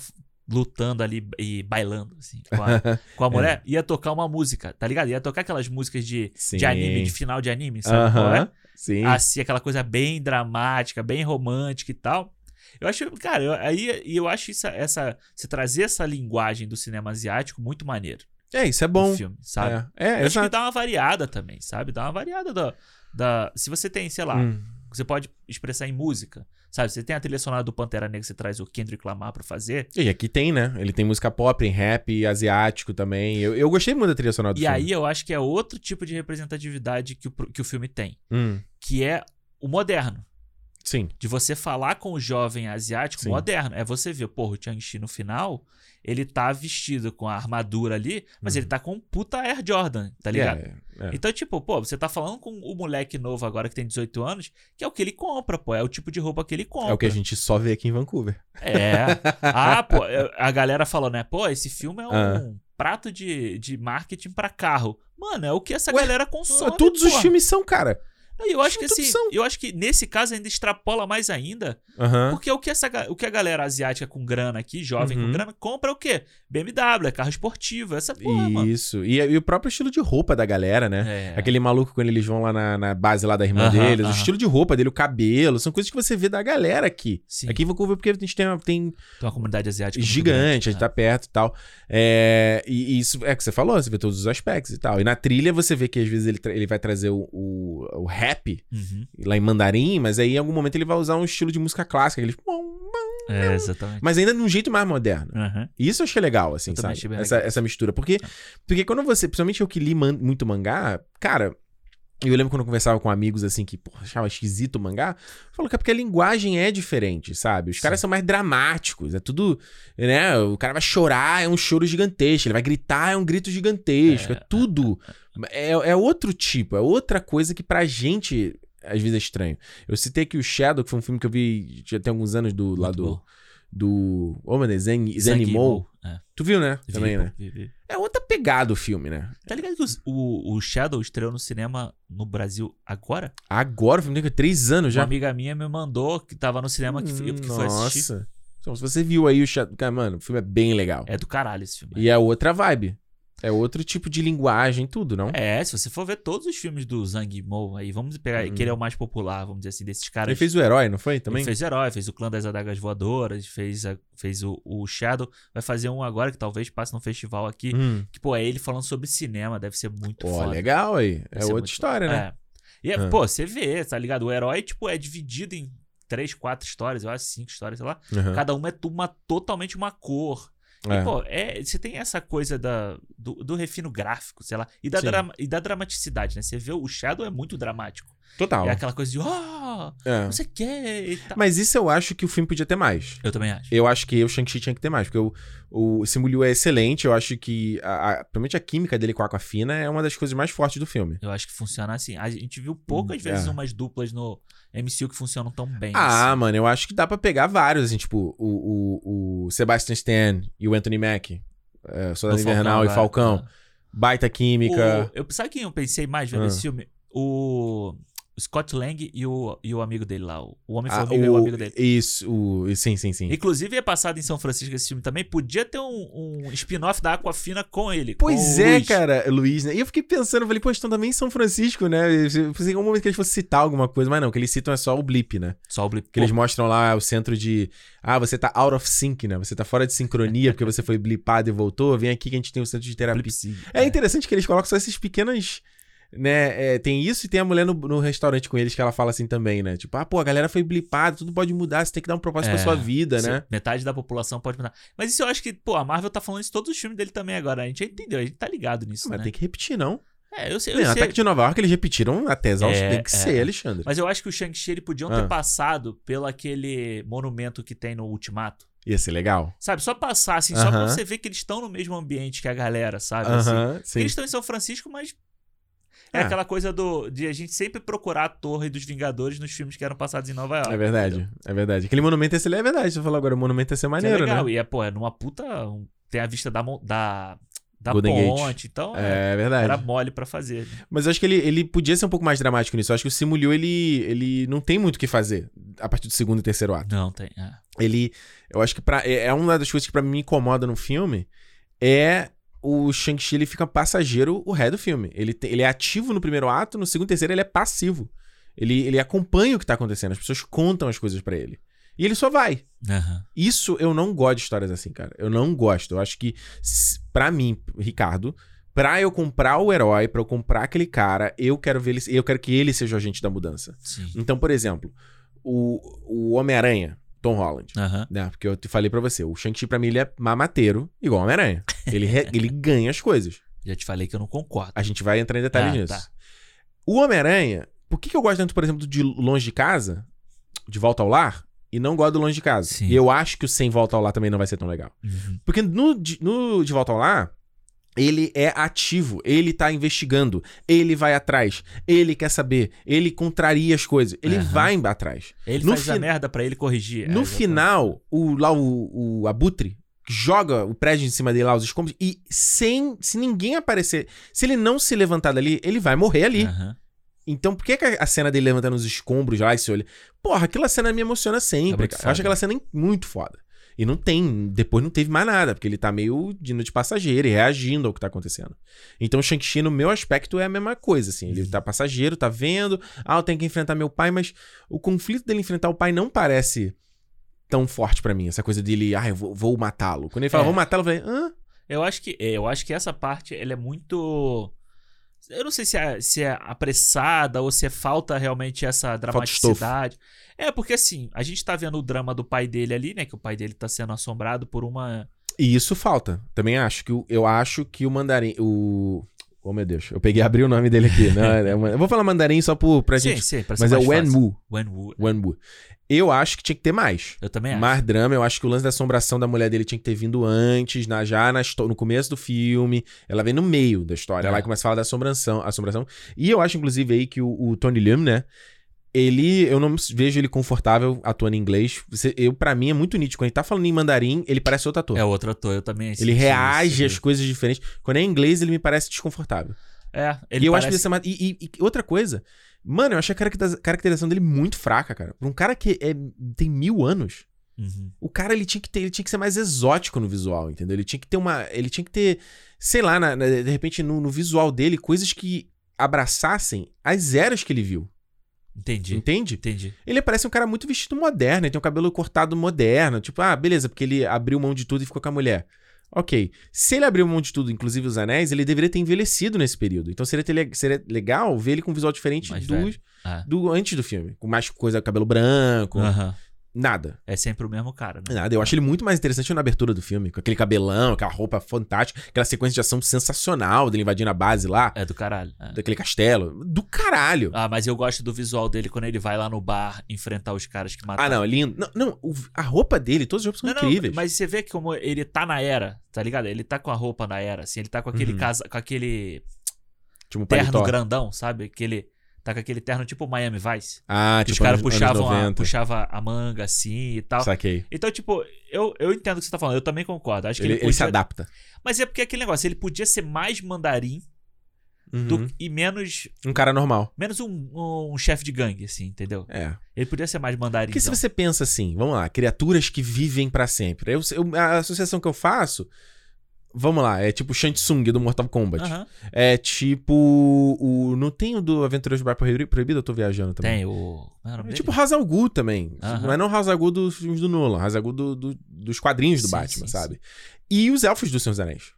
Speaker 2: lutando ali e bailando, assim, com a, com a mulher, ia tocar uma música, tá ligado? Ia tocar aquelas músicas de,
Speaker 1: É. Sim.
Speaker 2: de anime, de final de anime, sabe? qual é?
Speaker 1: Aham. Sim.
Speaker 2: assim, aquela coisa bem dramática, bem romântica e tal. Eu acho, cara, eu, aí e eu acho isso, essa, se trazer essa linguagem do cinema asiático muito maneiro
Speaker 1: É, isso é
Speaker 2: no
Speaker 1: bom.
Speaker 2: filme, sabe?
Speaker 1: É, é
Speaker 2: eu acho que
Speaker 1: exato.
Speaker 2: dá uma variada também, sabe? Dá uma variada da, da se você tem, sei tá lá,
Speaker 1: Hum.
Speaker 2: você pode expressar em música, sabe? Você tem a trilha sonora do Pantera Negra que você traz o Kendrick Lamar pra fazer.
Speaker 1: E aqui tem, né? Ele tem música pop, em rap, asiático também. Eu, eu gostei muito da trilha sonora do
Speaker 2: e
Speaker 1: filme.
Speaker 2: aí eu acho que é outro tipo de representatividade que o, pro- que o filme tem,
Speaker 1: Hum,
Speaker 2: que é o moderno.
Speaker 1: Sim.
Speaker 2: de você falar com o jovem asiático
Speaker 1: Sim.
Speaker 2: moderno. É você ver, porra, o Chang-Chi no final, ele tá vestido com a armadura ali, mas
Speaker 1: Uhum.
Speaker 2: ele tá com um puta Air Jordan, tá ligado?
Speaker 1: É, é.
Speaker 2: Então, tipo, pô, você tá falando com o moleque novo agora que tem 18 anos, que é o que ele compra, pô, é o tipo de roupa que ele compra.
Speaker 1: É o que a gente só vê aqui em Vancouver.
Speaker 2: É. Ah, pô, a galera falou, né, pô, esse filme é um
Speaker 1: Ah.
Speaker 2: prato de, de marketing pra carro. Mano, é o que essa
Speaker 1: Ué, ah,
Speaker 2: galera consome,
Speaker 1: Todos os
Speaker 2: porra.
Speaker 1: filmes são, cara.
Speaker 2: Não, e eu acho que
Speaker 1: Tudo
Speaker 2: assim,
Speaker 1: são.
Speaker 2: eu acho que nesse caso ainda extrapola mais ainda,
Speaker 1: Aham.
Speaker 2: porque é o que, essa, ga- o que a galera asiática com grana aqui, jovem
Speaker 1: Uhum.
Speaker 2: com grana, compra é o quê? BMW, é carro esportivo, essa porra, mano.
Speaker 1: Isso. E, e o próprio estilo de roupa da galera, né?
Speaker 2: É.
Speaker 1: Aquele maluco quando eles vão lá na, na base lá da irmã
Speaker 2: Aham,
Speaker 1: deles, o
Speaker 2: aham.
Speaker 1: estilo de roupa dele, o cabelo, são coisas que você vê da galera aqui.
Speaker 2: Sim,
Speaker 1: Aqui em Vancouver, porque a gente tem, uma- tem
Speaker 2: tem uma comunidade asiática muito
Speaker 1: gigante, a
Speaker 2: grande, né?
Speaker 1: gente tá perto e tal. É, e, e isso é o que você falou, você vê todos os aspectos e tal. E na trilha você vê que às vezes ele, tra- ele vai trazer o, o, o rap
Speaker 2: né? Uhum.
Speaker 1: lá em mandarim, mas aí em algum momento ele vai usar um estilo de música clássica, aqueles...
Speaker 2: É, exatamente.
Speaker 1: mas ainda de um jeito mais moderno.
Speaker 2: Aham.
Speaker 1: E Isso eu achei legal, assim,
Speaker 2: Eu também
Speaker 1: sabe?
Speaker 2: achei bem Ah.
Speaker 1: essa, essa mistura. Porque, porque quando você. Principalmente eu que li man- muito mangá, cara. Eu lembro quando eu conversava com amigos assim que porra, achava esquisito o mangá. Falou que é porque a linguagem é diferente, sabe? Os caras são mais dramáticos. É tudo. Né? O cara vai chorar, é um choro gigantesco. Ele vai gritar, é um grito gigantesco. É,
Speaker 2: É.
Speaker 1: tudo. É, é outro tipo, é outra coisa que pra gente. Às vezes é estranho. Eu citei aqui o Shadow, que foi um filme que eu vi já tem alguns anos do, lá
Speaker 2: Muito
Speaker 1: do.
Speaker 2: bom.
Speaker 1: Do. Ô, mano, Zen, Zenimou.
Speaker 2: Zangibo. É.
Speaker 1: Tu viu, né?
Speaker 2: Vi,
Speaker 1: Também,
Speaker 2: pô,
Speaker 1: né?
Speaker 2: vi, vi.
Speaker 1: É outra pegada o filme, né?
Speaker 2: Tá ligado que os- o, o Shadow estreou no cinema no Brasil agora?
Speaker 1: Agora o filme tem três anos
Speaker 2: Uma
Speaker 1: já.
Speaker 2: amiga minha me mandou que tava no cinema que, que foi assistir.
Speaker 1: Nossa. Então, se você viu aí o Shadow. Cara, mano, o filme é bem legal.
Speaker 2: É do caralho esse filme.
Speaker 1: E é outra vibe. É outro tipo de linguagem, tudo, não?
Speaker 2: É, se você for ver todos os filmes do Zhang Yimou aí, vamos pegar
Speaker 1: Uhum.
Speaker 2: que ele é o mais popular, vamos dizer assim, desses caras.
Speaker 1: Ele fez o herói, não foi? Também?
Speaker 2: Ele fez o Herói, fez o Clã das Adagas Voadoras, fez, a- fez o, o Shadow. Vai fazer um agora que talvez passe num festival aqui.
Speaker 1: Hum.
Speaker 2: Que, pô, é ele falando sobre cinema, deve ser muito
Speaker 1: Ó,
Speaker 2: foda.
Speaker 1: legal aí. É
Speaker 2: Deve ser
Speaker 1: outra
Speaker 2: muito
Speaker 1: história, né?
Speaker 2: É. E, é,
Speaker 1: Ah.
Speaker 2: pô, você vê, tá ligado? O Herói, tipo, é dividido em três, quatro histórias, eu acho, cinco histórias, sei lá.
Speaker 1: Aham.
Speaker 2: Cada uma é tu- uma, totalmente uma cor.
Speaker 1: É.
Speaker 2: E, pô, é, você tem essa coisa da, do, do refino gráfico, sei lá, e da,
Speaker 1: Sim.
Speaker 2: drama- e da dramaticidade, né? Você vê o Shadow é muito dramático.
Speaker 1: Total.
Speaker 2: É aquela coisa de, ó,
Speaker 1: Ah, É.
Speaker 2: não sei o que e tal.
Speaker 1: Mas isso eu acho que o filme podia ter mais.
Speaker 2: Eu também acho.
Speaker 1: Eu acho que o Shang-Chi tinha que ter mais, porque o, o Simuliu é excelente. Eu acho que, a, a- principalmente a química dele com a Aquafina é uma das coisas mais fortes do filme.
Speaker 2: Eu acho que funciona assim. A gente viu poucas vezes
Speaker 1: é.
Speaker 2: umas duplas no MCU que funcionam tão bem.
Speaker 1: Ah,
Speaker 2: assim.
Speaker 1: mano, eu acho que dá pra pegar vários, assim, tipo, o, o, o Sebastian Stan e o Anthony Mack. É, Soldado
Speaker 2: Do Falcão,
Speaker 1: Invernal e
Speaker 2: vai.
Speaker 1: Falcão. Baita
Speaker 2: Ah.
Speaker 1: química.
Speaker 2: O, eu, sabe quem eu pensei mais vendo
Speaker 1: Ah.
Speaker 2: esse filme? O, o Scott Lang e o, e o amigo dele lá. O, o
Speaker 1: Ah,
Speaker 2: Homem-Formiga e é o amigo dele.
Speaker 1: Isso, o- sim, sim, sim.
Speaker 2: Inclusive, é passado em São Francisco esse filme também. Podia ter um, um spin-off da Aquafina com ele. com
Speaker 1: Pois
Speaker 2: o
Speaker 1: é,
Speaker 2: Luiz.
Speaker 1: cara, Luiz, né? E eu fiquei pensando, eu falei, pô, estão também em São Francisco, né? Eu pensei em algum momento que eles fossem citar alguma coisa, mas não, o que eles citam é só o blip, né?
Speaker 2: Só o Blip.
Speaker 1: Que eles mostram lá o centro de. Ah, você tá out of sync, né? Você tá fora de sincronia porque você foi blipado e voltou. Vem aqui que a gente tem o centro de terapia. É interessante que eles colocam só esses pequenos. Né, é, tem isso e tem a mulher no, no restaurante com eles que ela fala assim também, né? Tipo, ah, pô, a galera foi blipada, tudo pode mudar, você tem que dar um propósito pra
Speaker 2: É,
Speaker 1: sua vida, né?
Speaker 2: Metade da população pode mudar. Mas isso eu acho que, pô, a Marvel tá falando isso em todos os filmes dele também agora. A gente já entendeu, a gente tá ligado nisso,
Speaker 1: Mas
Speaker 2: né?
Speaker 1: tem que repetir, não.
Speaker 2: É, eu sei, eu
Speaker 1: Tem, no
Speaker 2: sei.
Speaker 1: Ataque de Nova York eles repetiram até exausto,
Speaker 2: É,
Speaker 1: tem que
Speaker 2: é.
Speaker 1: ser, Alexandre.
Speaker 2: Mas eu acho que o Shang-Chi ele podiam
Speaker 1: Ah.
Speaker 2: ter passado pelo aquele monumento que tem no Ultimato.
Speaker 1: Ia ser legal.
Speaker 2: Sabe, só passar assim, só pra
Speaker 1: Aham.
Speaker 2: você ver que eles estão no mesmo ambiente que a galera, sabe? assim. Porque
Speaker 1: Aham, sim.
Speaker 2: Eles estão em São Francisco, mas. É
Speaker 1: É.
Speaker 2: aquela coisa do de a gente sempre procurar a Torre dos Vingadores nos filmes que eram passados em Nova York.
Speaker 1: É verdade, é verdade. Aquele monumento ia ser, é
Speaker 2: é
Speaker 1: verdade, você falou agora, o monumento ia ser né?
Speaker 2: Que
Speaker 1: maneiro,
Speaker 2: é legal.
Speaker 1: né?
Speaker 2: E é, pô, é numa puta. um- tem a vista da, mon- da, da
Speaker 1: Golden Gate.
Speaker 2: ponte. Então, é,
Speaker 1: É verdade.
Speaker 2: era mole pra fazer. né?
Speaker 1: Mas eu acho que ele, ele podia ser um pouco mais dramático nisso. Eu acho que o Simulio, ele, ele não tem muito o que fazer a partir do segundo e terceiro ato.
Speaker 2: Não, tem. é.
Speaker 1: Ele. Eu acho que pra, é, é uma das coisas que pra mim me incomoda no filme. É o Shang-Chi, ele fica passageiro o ré do filme. Ele, te- ele é ativo no primeiro ato, no segundo e terceiro ele é passivo. Ele, ele acompanha o que tá acontecendo. As pessoas contam as coisas pra ele. E ele só vai.
Speaker 2: Aham.
Speaker 1: Isso eu não gosto de histórias assim, cara. Eu não gosto. Eu acho que, s- pra mim, Ricardo, pra eu comprar o herói, pra eu comprar aquele cara, eu quero ver ele. Eu quero que ele seja o agente da mudança.
Speaker 2: Sim.
Speaker 1: Então, por exemplo, o, o Homem-Aranha, Tom Holland.
Speaker 2: Aham.
Speaker 1: Né? Porque eu te falei pra você, o Shang-Chi pra mim ele é mamateiro, igual o Homem-Aranha. Ele, re- ele ganha as coisas.
Speaker 2: Já te falei que eu não concordo.
Speaker 1: A gente vai entrar em detalhes
Speaker 2: Ah,
Speaker 1: nisso.
Speaker 2: tá.
Speaker 1: O Homem-Aranha, por que, que eu gosto tanto, por exemplo, de Longe de Casa, de Volta ao Lar, e não gosto do Longe de Casa?
Speaker 2: Sim.
Speaker 1: E eu acho que o Sem Volta ao Lar também não vai ser tão legal.
Speaker 2: Uhum.
Speaker 1: Porque no, de- no De Volta ao Lar, ele é ativo, ele tá investigando, ele vai atrás, ele quer saber, ele contraria as coisas, ele
Speaker 2: Aham.
Speaker 1: vai em- atrás.
Speaker 2: Ele
Speaker 1: No
Speaker 2: faz a
Speaker 1: fin-
Speaker 2: merda pra ele corrigir.
Speaker 1: No
Speaker 2: É, já-
Speaker 1: final, o, lá o, o Abutre joga o prédio em cima dele lá, os escombros, e sem, se ninguém aparecer, se ele não se levantar dali, ele vai morrer ali.
Speaker 2: Aham.
Speaker 1: Então, por que que a cena dele levantando os escombros lá e se olha? Porra, aquela cena me emociona
Speaker 2: É
Speaker 1: sempre,
Speaker 2: muito
Speaker 1: cara. Eu
Speaker 2: foda.
Speaker 1: acho aquela cena muito foda. E não tem, depois não teve mais nada, porque ele tá meio indo de passageiro e reagindo ao que tá acontecendo. Então o Shang-Chi, no meu aspecto, é a mesma coisa, assim. Ele tá passageiro, tá vendo, ah, eu tenho que enfrentar meu pai, mas o conflito dele enfrentar o pai não parece tão forte pra mim. Essa coisa dele, ah, eu vou, vou matá-lo. Quando ele fala,
Speaker 2: É.
Speaker 1: vou matá-lo, eu falei, hã?
Speaker 2: Eu acho que é, eu acho que essa parte ela é muito eu não sei se é, se é apressada ou se é falta realmente essa
Speaker 1: estofo.
Speaker 2: dramaticidade. É, porque assim, a gente tá vendo o drama do pai dele ali, né? Que o pai dele tá sendo assombrado por uma.
Speaker 1: E isso falta. Também acho que o- eu acho que o mandarim. O. Oh, meu Deus. Eu peguei e abri o nome dele aqui. Não, é uma- eu vou falar mandarim só por, pra gente.
Speaker 2: sim, pra ser
Speaker 1: mas é
Speaker 2: mais
Speaker 1: o
Speaker 2: fácil.
Speaker 1: Wenwu.
Speaker 2: Wenwu.
Speaker 1: Wenwu. Eu acho que tinha que ter mais.
Speaker 2: Eu também acho.
Speaker 1: Mais drama, eu acho que o lance da assombração da mulher dele tinha que ter vindo antes, na, já na histo- no começo do filme. Ela vem no meio da história,
Speaker 2: É.
Speaker 1: lá e começa a falar da assombração, assombração. E eu acho, inclusive, aí que o, o Tony Leung, né? Ele, eu não vejo ele confortável atuando em inglês. Você- eu, para mim, é muito nítido. Quando ele tá falando em mandarim, ele parece outro ator.
Speaker 2: É outro ator, eu também
Speaker 1: Ele
Speaker 2: senti
Speaker 1: reage às
Speaker 2: isso.
Speaker 1: coisas diferentes. Quando é em inglês, ele me parece desconfortável.
Speaker 2: É,
Speaker 1: e
Speaker 2: ele
Speaker 1: eu
Speaker 2: parece...
Speaker 1: acho que dessa ma- e, e- e outra coisa, mano, eu achei a caracteriza- caracterização dele muito fraca, cara. Pra um cara que é, tem mil anos,
Speaker 2: Uhum.
Speaker 1: o cara ele tinha que ter, ele tinha que ser mais exótico no visual, entendeu? Ele tinha que ter uma, ele tinha que ter, sei lá, na- na- de repente no, no visual dele coisas que abraçassem as eras que ele viu,
Speaker 2: Entendi.
Speaker 1: entende?
Speaker 2: Entendi.
Speaker 1: Ele parece um cara muito vestido moderno, ele tem um cabelo cortado moderno. Tipo, ah, beleza, porque ele abriu mão de tudo e ficou com a mulher. Ok. Se ele abriu mão de tudo, inclusive os anéis, ele deveria ter envelhecido nesse período. Então seria, ter le- seria legal ver ele com um visual diferente
Speaker 2: Mais
Speaker 1: do,
Speaker 2: velho. Ah.
Speaker 1: do antes do filme. Com mais coisa, cabelo branco.
Speaker 2: Aham.
Speaker 1: Nada.
Speaker 2: É sempre o mesmo cara, né?
Speaker 1: Nada. Eu acho ele muito mais interessante na abertura do filme. Com aquele cabelão, aquela roupa fantástica, aquela sequência de ação sensacional dele invadindo a base lá,
Speaker 2: É do caralho. é.
Speaker 1: daquele castelo. Do caralho.
Speaker 2: Ah, mas eu gosto do visual dele quando ele vai lá no bar enfrentar os caras que mataram.
Speaker 1: Ah, não, lindo. Não, não o- a roupa dele, todas as roupas são incríveis.
Speaker 2: mas você vê que como ele tá na era, tá ligado? Ele tá com a roupa na era, assim, ele tá com aquele
Speaker 1: Uhum.
Speaker 2: casa, com aquele
Speaker 1: Tipo, um
Speaker 2: terno
Speaker 1: paletó.
Speaker 2: grandão, sabe? Aquele tá com aquele terno tipo Miami Vice.
Speaker 1: Ah,
Speaker 2: Que
Speaker 1: tipo,
Speaker 2: os
Speaker 1: anos-
Speaker 2: caras
Speaker 1: anos
Speaker 2: puxavam a,
Speaker 1: 90.
Speaker 2: puxava a manga assim e tal.
Speaker 1: Saquei.
Speaker 2: Então, tipo, eu, eu entendo o que você tá falando, eu também concordo. Acho que
Speaker 1: Ele,
Speaker 2: ele,
Speaker 1: ele se
Speaker 2: podia-
Speaker 1: adapta.
Speaker 2: Mas é porque aquele negócio, ele podia ser mais mandarim do-
Speaker 1: Uhum.
Speaker 2: e menos
Speaker 1: Um cara normal.
Speaker 2: menos um, um, chefe de gangue, assim, entendeu?
Speaker 1: É.
Speaker 2: Ele podia ser mais mandarim.
Speaker 1: Porque se você pensa assim, vamos lá, criaturas que vivem pra sempre. Eu- eu- a associação que eu faço, vamos lá, é tipo Shansung do Mortal Kombat.
Speaker 2: Aham.
Speaker 1: É tipo o não tem o do Aventureiros do Bar Proibido, eu tô viajando também.
Speaker 2: Tem o. como é o nome
Speaker 1: É
Speaker 2: dele?
Speaker 1: tipo Hazalgu também.
Speaker 2: Aham.
Speaker 1: Mas não Hazalgu dos filmes do Nolan, Hazalgu do, do- dos quadrinhos do
Speaker 2: Sim,
Speaker 1: Batman,
Speaker 2: sim,
Speaker 1: sabe? E os elfos do Senhor dos Anéis.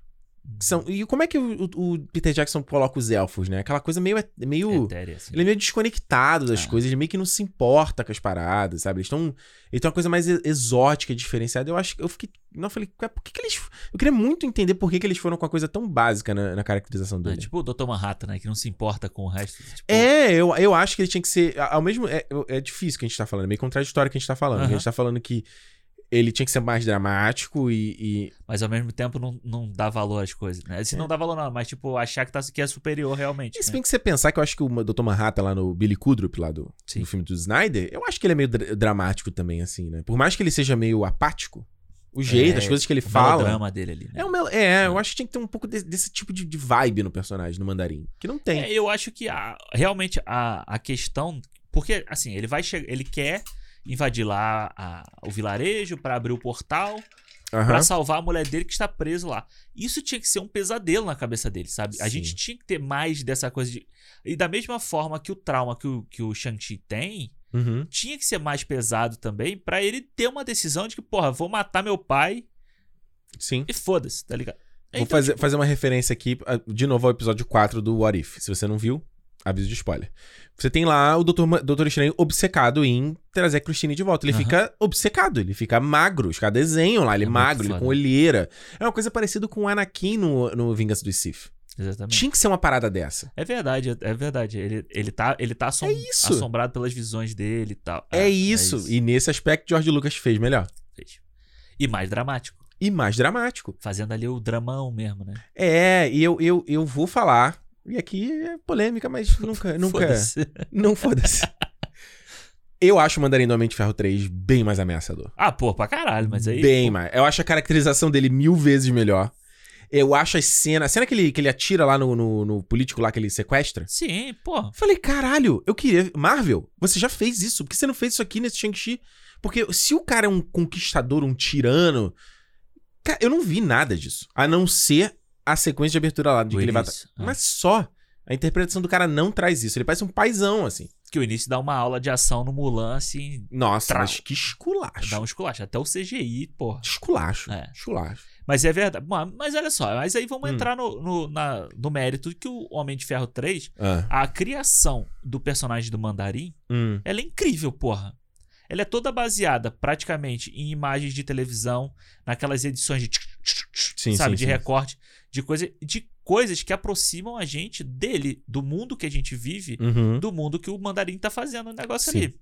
Speaker 1: Que São, e como é que o, o- o Peter Jackson coloca os elfos, né? Aquela coisa meio. meio
Speaker 2: Etérea, assim.
Speaker 1: Ele é meio desconectado das
Speaker 2: É.
Speaker 1: coisas, ele meio que não se importa com as paradas, sabe? Eles estão. Ele tem uma coisa mais e- exótica, diferenciada. Eu acho que eu fiquei. Não, eu falei, "Ué, por que, que eles. Eu queria muito entender por que, que eles foram com uma coisa tão básica na, na caracterização
Speaker 2: É
Speaker 1: dele. É,
Speaker 2: tipo o Dr. Manhattan, né? Que não se importa com o resto. Tipo,
Speaker 1: eu, eu acho que ele tinha que ser. a- Ao mesmo. É, eu- é difícil o que a gente tá falando, é meio contraditório o que a gente tá falando.
Speaker 2: Aham.
Speaker 1: A gente tá falando que ele tinha que ser mais dramático e. e-
Speaker 2: Mas ao mesmo tempo não, não dá valor às coisas, né? Se não dá valor, não, mas tipo, achar que, tá, que é superior realmente.
Speaker 1: e se
Speaker 2: né?
Speaker 1: bem É. que você pensar que eu acho que o Dr. Manhattan lá no Billy Kudrup, lá do,
Speaker 2: Sim.
Speaker 1: do filme do Snyder, eu acho que ele é meio dra- dramático também, assim, né? Por mais que ele seja meio apático, o jeito,
Speaker 2: É,
Speaker 1: as coisas que ele
Speaker 2: O
Speaker 1: fala.
Speaker 2: melodrama dele ali, né?
Speaker 1: É, um mel... é, eu acho que tinha que ter um pouco de- desse tipo de, de vibe no personagem, no mandarim. Que não tem.
Speaker 2: É, eu acho que a- realmente a, a questão. Porque, assim, ele vai chegar. Ele quer invadir lá a- o vilarejo pra abrir o portal
Speaker 1: Aham.
Speaker 2: É, pra salvar a mulher dele que está preso lá. Isso tinha que ser um pesadelo na cabeça dele, sabe? A
Speaker 1: Sim.
Speaker 2: gente tinha que ter mais dessa coisa de. E da mesma forma que o trauma que o, que o Shang-Chi tem,
Speaker 1: Uhum.
Speaker 2: tinha que ser mais pesado também pra ele ter uma decisão de que, porra, vou matar meu pai
Speaker 1: Sim.
Speaker 2: e foda-se, tá ligado?
Speaker 1: Vou fazer, fazer uma referência aqui, ah, de novo, ao episódio 4 do What If. Se você não viu, aviso de spoiler. Você tem lá o Dr. Ma- Dr. Estranho obcecado em trazer a Christine de volta. Ele
Speaker 2: Aham.
Speaker 1: fica obcecado, ele fica magro. Os caras desenham lá, ele
Speaker 2: É muito
Speaker 1: magro, ele
Speaker 2: foda.
Speaker 1: com olheira. É uma coisa parecida com o Anakin no, no Vingança do Sith.
Speaker 2: Exatamente.
Speaker 1: Tinha que ser uma parada dessa.
Speaker 2: É verdade, é- é verdade. Ele, ele tá, ele tá assom-
Speaker 1: É isso.
Speaker 2: assombrado pelas visões dele e tal. Ah,
Speaker 1: É, isso. E nesse aspecto, George Lucas fez melhor.
Speaker 2: Fez. E mais dramático.
Speaker 1: E mais dramático.
Speaker 2: Fazendo ali o dramão mesmo, né?
Speaker 1: É, e eu, eu, eu vou falar. E aqui é polêmica, mas nunca. nunca...
Speaker 2: Foda-se.
Speaker 1: Não foda-se. Eu acho o Mandarim do Homem de Ferro 3 bem mais ameaçador.
Speaker 2: Ah, pô, pra caralho, mas aí.
Speaker 1: Bem mais. Eu acho a caracterização dele mil vezes melhor. Eu acho as cenas. A cena que ele, que ele atira lá no, no, no político lá que ele sequestra.
Speaker 2: Sim, pô.
Speaker 1: Eu falei, caralho, eu queria. Marvel, você já fez isso. Por que você não fez isso aqui nesse Shang-Chi? Porque se o cara é um conquistador, um tirano. Cara, eu não vi nada disso. A não ser a sequência de abertura lá, de
Speaker 2: O
Speaker 1: que ele vai.
Speaker 2: início. Ah.
Speaker 1: Mas só. A interpretação do cara não traz isso. Ele parece um paizão, assim.
Speaker 2: Que o início dá uma aula de ação no Mulan, assim.
Speaker 1: Nossa,
Speaker 2: Trau.
Speaker 1: mas que esculacho.
Speaker 2: Dá um esculacho. Até o CGI, porra.
Speaker 1: Esculacho.
Speaker 2: É.
Speaker 1: Esculacho.
Speaker 2: Mas é verdade. Mas, mas olha só, mas aí vamos
Speaker 1: Hum.
Speaker 2: entrar no, no, na- no mérito que o Homem de Ferro 3,
Speaker 1: Ah.
Speaker 2: a criação do personagem do Mandarim
Speaker 1: Hum.
Speaker 2: Ela é incrível, porra. Ela é toda baseada praticamente em imagens de televisão, naquelas edições de, tch, tch, tch,
Speaker 1: Sim,
Speaker 2: sabe,
Speaker 1: sim,
Speaker 2: de
Speaker 1: sim.
Speaker 2: recorte, de, coisa, de coisas que aproximam a gente dele, do mundo que a gente vive,
Speaker 1: Uhum.
Speaker 2: do mundo que o mandarim tá fazendo o negócio
Speaker 1: Sim.
Speaker 2: ali.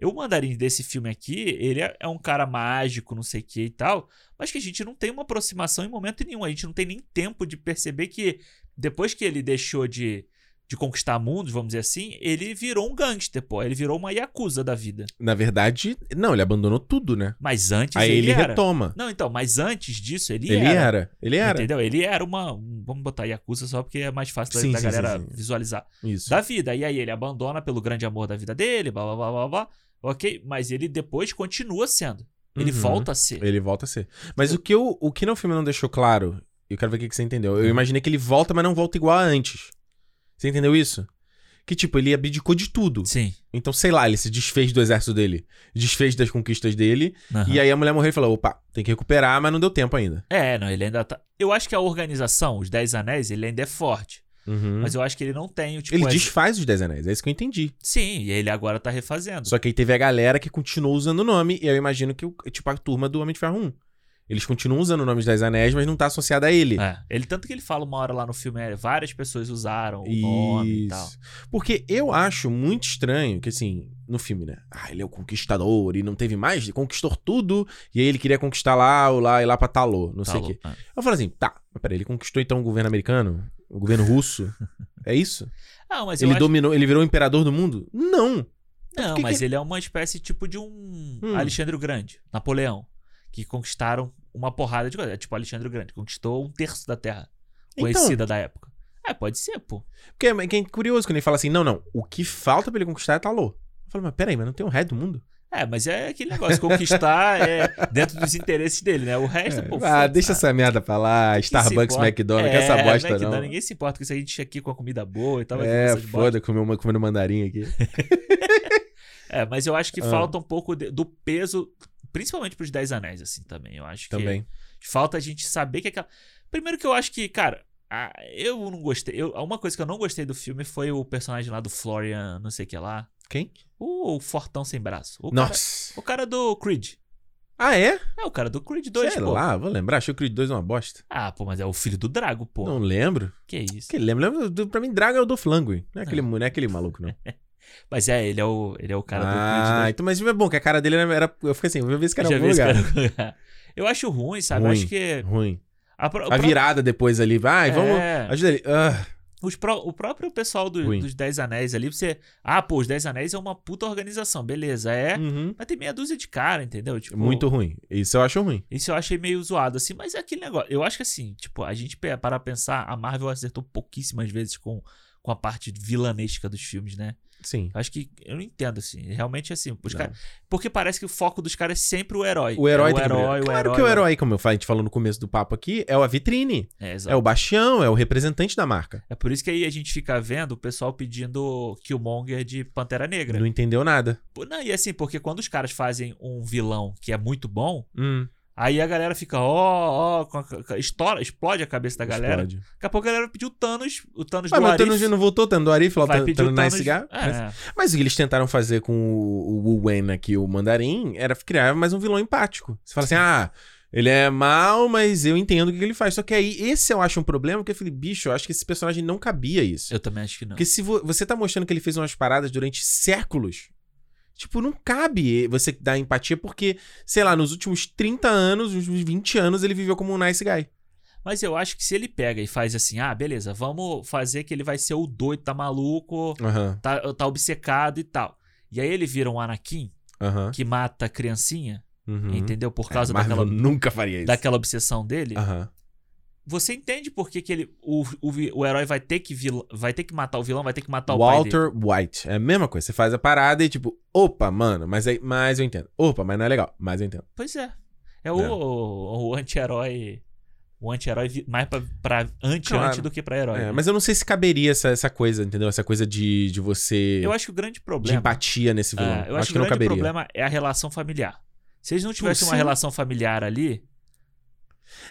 Speaker 2: E O mandarim desse filme aqui, ele é, é um cara mágico, não sei o que e tal, mas que a gente não tem uma aproximação em momento nenhum. A gente não tem nem tempo de perceber que depois que ele deixou de, de conquistar mundos, vamos dizer assim, ele virou um gangster, pô. Ele virou uma yakuza da vida.
Speaker 1: Na verdade, não, ele abandonou tudo, né?
Speaker 2: Mas antes
Speaker 1: Aí ele,
Speaker 2: ele, era.
Speaker 1: retoma.
Speaker 2: Não, então, mas antes disso ele,
Speaker 1: Ele
Speaker 2: era.
Speaker 1: era. Ele era.
Speaker 2: Entendeu? Ele era uma. um- Vamos botar Yakuza só porque é mais fácil da-
Speaker 1: Sim,
Speaker 2: da
Speaker 1: sim,
Speaker 2: galera
Speaker 1: sim, sim.
Speaker 2: visualizar
Speaker 1: Isso.
Speaker 2: da vida. E aí ele abandona pelo grande amor da vida dele, blá blá blá blá blá. Ok? Mas ele depois continua sendo. Ele
Speaker 1: Uhum.
Speaker 2: volta a ser.
Speaker 1: Ele volta a ser. Mas o que, eu, o que no filme não deixou claro, eu quero ver o que que você entendeu.
Speaker 2: É.
Speaker 1: Eu imaginei que ele volta, mas não volta igual a antes. Você entendeu isso? Que, tipo, ele abdicou de tudo.
Speaker 2: Sim.
Speaker 1: Então, sei lá, ele se desfez do exército dele, desfez das conquistas dele,
Speaker 2: Aham.
Speaker 1: e aí a mulher morreu e falou: opa, tem que recuperar, mas não deu tempo ainda.
Speaker 2: É, não, ele ainda tá. Eu acho que a organização, os Dez Anéis, ele ainda é forte.
Speaker 1: Uhum.
Speaker 2: Mas eu acho que ele não tem o tipo.
Speaker 1: ele
Speaker 2: essa-
Speaker 1: desfaz os Dez Anéis, é isso que eu entendi.
Speaker 2: Sim, e ele agora tá refazendo.
Speaker 1: Só que aí teve a galera que continuou usando o nome, e eu imagino que, o- tipo, a turma do Homem de Ferro 1. Eles continuam usando o nome dos Dez Anéis, mas não tá associado a ele.
Speaker 2: É. Ele tanto que ele fala uma hora lá no filme, é, várias pessoas usaram o nome e tal.
Speaker 1: Isso. Porque eu acho muito estranho que, assim, no filme, né? Ah, ele é o conquistador e não teve mais, ele conquistou tudo, e aí ele queria conquistar lá, ou lá, e lá pra Talô, não sei o
Speaker 2: Falou.
Speaker 1: quê.
Speaker 2: Ah.
Speaker 1: Eu falo assim, tá, mas peraí, ele conquistou então o governo americano? O governo russo? é isso?
Speaker 2: Ah, mas eu
Speaker 1: Ele
Speaker 2: acho-
Speaker 1: dominou, ele virou o imperador do mundo? Não!
Speaker 2: Não,
Speaker 1: que
Speaker 2: mas
Speaker 1: que-
Speaker 2: ele é uma espécie tipo de um
Speaker 1: Hum.
Speaker 2: Alexandre o Grande, Napoleão, que conquistaram uma porrada de coisa. É tipo Alexandre o Grande, conquistou um terço da terra
Speaker 1: Então.
Speaker 2: conhecida da época. É, pode ser, pô.
Speaker 1: Porque é, que é curioso quando ele fala assim, não, não, o que falta pra ele conquistar é Talô. Eu falo, mas peraí, mas não tem o resto do mundo?
Speaker 2: É, mas é aquele negócio, conquistar é dentro dos interesses dele, né? O resto, pô.
Speaker 1: ah,
Speaker 2: foda-se,
Speaker 1: deixa
Speaker 2: ah,
Speaker 1: essa merda pra lá,
Speaker 2: quem se
Speaker 1: Starbucks,
Speaker 2: importa?
Speaker 1: McDonald's, que essa
Speaker 2: É,
Speaker 1: bosta
Speaker 2: McDonald's,
Speaker 1: não.
Speaker 2: Ninguém se importa com isso, a gente aqui com a comida boa e tal. vai comer
Speaker 1: É,
Speaker 2: essas bostas.
Speaker 1: foda, comeu uma- comendo mandarim aqui.
Speaker 2: É, mas eu acho que
Speaker 1: Ah.
Speaker 2: falta um pouco de- do peso, principalmente pros Dez Anéis, assim, também. Eu acho que.
Speaker 1: Também.
Speaker 2: Falta a gente saber que aquela. Primeiro que eu acho que, cara, a- eu não gostei. Eu, uma coisa que eu não gostei do filme foi o personagem lá do Florian, não sei o que lá.
Speaker 1: Quem?
Speaker 2: O, o Fortão sem braço. O Cara,
Speaker 1: Nossa.
Speaker 2: o cara do Creed.
Speaker 1: Ah, é?
Speaker 2: É, o cara do Creed 2,
Speaker 1: Sei
Speaker 2: pô.
Speaker 1: lá, vou lembrar. Achei o Creed 2 uma bosta.
Speaker 2: Ah, pô, mas é o filho do Drago, pô.
Speaker 1: Não lembro.
Speaker 2: Que isso.
Speaker 1: Que lembro? lembro do- pra mim, Drago é o do Flangue. Não é aquele, não é aquele maluco, não.
Speaker 2: Mas é, ele é o, ele é o cara do
Speaker 1: ah,
Speaker 2: Creed 2.
Speaker 1: então, mas é bom que a cara dele era... era- eu fiquei assim, eu já vi esse cara em
Speaker 2: já
Speaker 1: algum
Speaker 2: vi esse
Speaker 1: lugar.
Speaker 2: cara- Eu acho ruim, sabe? Eu
Speaker 1: Ruim.
Speaker 2: acho que.
Speaker 1: Ruim.
Speaker 2: A, pro-
Speaker 1: A virada depois ali, vai, vamos...
Speaker 2: É.
Speaker 1: Ajuda ele. Ah,
Speaker 2: O os pró- o próprio pessoal do-
Speaker 1: Ruim.
Speaker 2: dos Dez Anéis ali, você. Ah, pô, os Dez Anéis é uma puta organização, beleza, é.
Speaker 1: Uhum.
Speaker 2: Mas tem meia dúzia de cara, entendeu? Tipo,
Speaker 1: Muito ruim. Isso eu acho ruim.
Speaker 2: Isso eu achei meio zoado, assim, mas é aquele negócio. Eu acho que assim, tipo, a gente pe- para pensar, a Marvel acertou pouquíssimas vezes com, com a parte vilanesca dos filmes, né?
Speaker 1: Sim.
Speaker 2: Eu acho que. Eu não entendo, assim. Realmente, assim. Os
Speaker 1: Não.
Speaker 2: cara- Porque parece que o foco dos caras é sempre o herói.
Speaker 1: O herói
Speaker 2: é o
Speaker 1: tem que
Speaker 2: herói,
Speaker 1: brilhar.
Speaker 2: o
Speaker 1: Claro
Speaker 2: herói.
Speaker 1: que o herói, como eu falei, a gente falou no começo do papo aqui, é a vitrine.
Speaker 2: É, exato.
Speaker 1: É o bastião, é o representante da marca.
Speaker 2: É por isso que aí a gente fica vendo o pessoal pedindo Killmonger de Pantera Negra.
Speaker 1: Não entendeu nada.
Speaker 2: Pô, Não, e assim, porque quando os caras fazem um vilão que é muito bom,
Speaker 1: Hum,
Speaker 2: aí a galera fica, ó, ó, com a- com a- estoura, explode a cabeça da galera.
Speaker 1: explode.
Speaker 2: Daqui a pouco a galera pediu o Thanos, o Thanos
Speaker 1: Ah,
Speaker 2: do
Speaker 1: mas o
Speaker 2: Arif,
Speaker 1: Thanos não voltou, Thanos do Arif, lá o
Speaker 2: vai
Speaker 1: Thanos
Speaker 2: pedir o
Speaker 1: Thanos
Speaker 2: Thanos.
Speaker 1: Nice Cigar.
Speaker 2: É,
Speaker 1: Mas- Mas o que eles tentaram fazer com o, o Wu Wen aqui, o Mandarim, era criar mais um vilão empático. Você fala assim, ah, ele é mal, mas eu entendo o que ele faz. Só que aí, esse eu acho um problema, porque eu falei, bicho, eu acho que esse personagem não cabia isso.
Speaker 2: Eu também acho que não.
Speaker 1: Porque se vo- você tá mostrando que ele fez umas paradas durante séculos, tipo, não cabe você dar empatia, porque, sei lá, nos últimos 30 anos, nos últimos 20 anos, ele viveu como um nice guy.
Speaker 2: Mas eu acho que se ele pega e faz assim, ah, beleza, vamos fazer que ele vai ser o doido, tá maluco,
Speaker 1: Aham,
Speaker 2: tá, tá obcecado e tal. E aí ele vira um Anakin
Speaker 1: aham.
Speaker 2: que mata a criancinha,
Speaker 1: uhum.
Speaker 2: entendeu? Por
Speaker 1: É,
Speaker 2: causa
Speaker 1: Marvel
Speaker 2: daquela,
Speaker 1: nunca faria isso. Ah.
Speaker 2: daquela obsessão dele.
Speaker 1: Aham.
Speaker 2: Você entende por que, que ele, o, o, vi- o herói vai ter, que vil- vai ter que matar o vilão, vai ter que matar o pai dele.
Speaker 1: Walter White. É a mesma coisa. Você faz a parada e tipo, opa, mano, mas aí, mas eu entendo. Opa, mas não é legal, mas eu entendo.
Speaker 2: Pois é. É o,
Speaker 1: É.
Speaker 2: o, o anti-herói. O anti-herói vi- mais pra, pra anti-anti
Speaker 1: Claro.
Speaker 2: do que pra herói.
Speaker 1: É,
Speaker 2: né?
Speaker 1: mas eu não sei se caberia essa, essa coisa, entendeu? Essa coisa de, de você.
Speaker 2: Eu acho que o grande
Speaker 1: de
Speaker 2: problema.
Speaker 1: empatia nesse vilão.
Speaker 2: é, eu acho que o
Speaker 1: não
Speaker 2: grande
Speaker 1: caberia.
Speaker 2: problema é a relação familiar. Se eles não tivessem uma
Speaker 1: sim.
Speaker 2: relação familiar ali.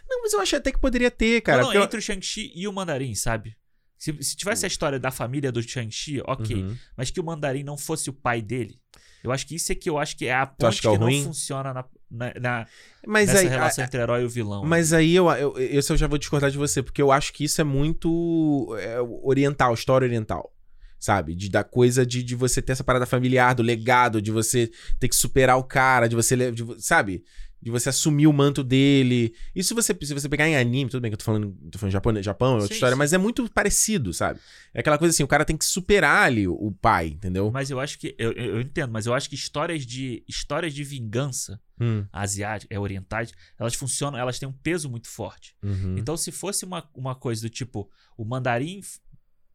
Speaker 1: Não, mas eu acho até que poderia ter, cara.
Speaker 2: não, então,
Speaker 1: porque eu-
Speaker 2: entre o Shang-Chi e o Mandarim, sabe? Se, se tivesse a história da família do Shang-Chi, ok.
Speaker 1: Uhum.
Speaker 2: Mas que o Mandarim não fosse o pai dele. Eu acho que isso é que eu acho que é a
Speaker 1: Tu acha que
Speaker 2: ponte que,
Speaker 1: é o ruim?
Speaker 2: não funciona na, na- na-
Speaker 1: Mas
Speaker 2: nessa
Speaker 1: aí,
Speaker 2: relação entre herói e o vilão. né?
Speaker 1: Mas aí eu, eu, esse eu já vou discordar de você, porque eu acho que isso é muito é, oriental, história oriental. Sabe? De, da coisa de, de você ter essa parada familiar, do legado, de você ter que superar o cara, de você. le- de vo- sabe? De você assumir o manto dele. Isso você, se você pegar em anime, tudo bem que eu tô falando, tô falando Japão, Japão é outra
Speaker 2: Sim,
Speaker 1: história,
Speaker 2: sim.
Speaker 1: mas é muito parecido, sabe? É aquela coisa assim, o cara tem que superar ali o, o pai, entendeu?
Speaker 2: Mas eu acho que. Eu, eu eu entendo, mas eu acho que histórias de, histórias de vingança
Speaker 1: Hum,
Speaker 2: asiática, é, orientais, elas funcionam, elas têm um peso muito forte.
Speaker 1: uhum,
Speaker 2: Então, se fosse uma, uma coisa do tipo, o mandarim. f-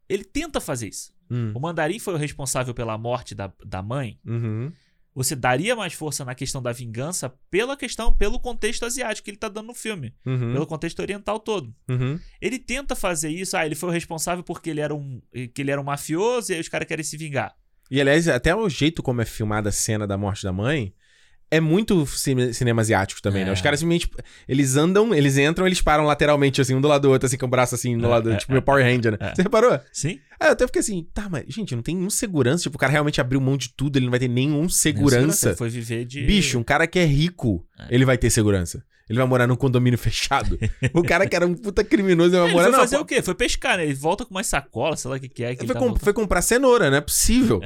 Speaker 2: Ele tenta fazer isso.
Speaker 1: hum,
Speaker 2: O mandarim foi o responsável pela morte da, da mãe.
Speaker 1: uhum.
Speaker 2: Você daria mais força na questão da vingança pela questão, pelo contexto asiático que ele tá dando no filme,
Speaker 1: Uhum.
Speaker 2: pelo contexto oriental todo.
Speaker 1: Uhum.
Speaker 2: Ele tenta fazer isso, ah, ele foi o responsável porque ele era um, que ele era um mafioso e aí os caras querem se vingar.
Speaker 1: E aliás, até o jeito como é filmada a cena da morte da mãe é muito cine- cinema asiático também, né?
Speaker 2: É.
Speaker 1: Os caras simplesmente. Eles andam, eles entram, eles param lateralmente, assim, um do lado do outro, assim, com o braço assim, do
Speaker 2: É,
Speaker 1: lado,
Speaker 2: é,
Speaker 1: tipo meu Power Ranger, né?
Speaker 2: é.
Speaker 1: Você reparou?
Speaker 2: Sim?
Speaker 1: Ah, eu até fiquei assim, tá, mas, gente, não tem nenhum segurança. Tipo, o cara realmente abriu mão de tudo, ele não vai ter nenhum segurança.
Speaker 2: Ele Foi viver de.
Speaker 1: Bicho, um cara que é rico,
Speaker 2: É.
Speaker 1: ele vai ter segurança. Ele vai morar num condomínio fechado. o cara que era um puta criminoso, ele vai
Speaker 2: Ele
Speaker 1: morar
Speaker 2: foi
Speaker 1: não,
Speaker 2: fazer
Speaker 1: pô,
Speaker 2: o quê? Foi pescar, né? Ele volta com uma sacola, sei lá o que, que é.
Speaker 1: Ele
Speaker 2: Que ele
Speaker 1: foi,
Speaker 2: tá
Speaker 1: com-
Speaker 2: voltando.
Speaker 1: foi comprar cenoura, não é possível.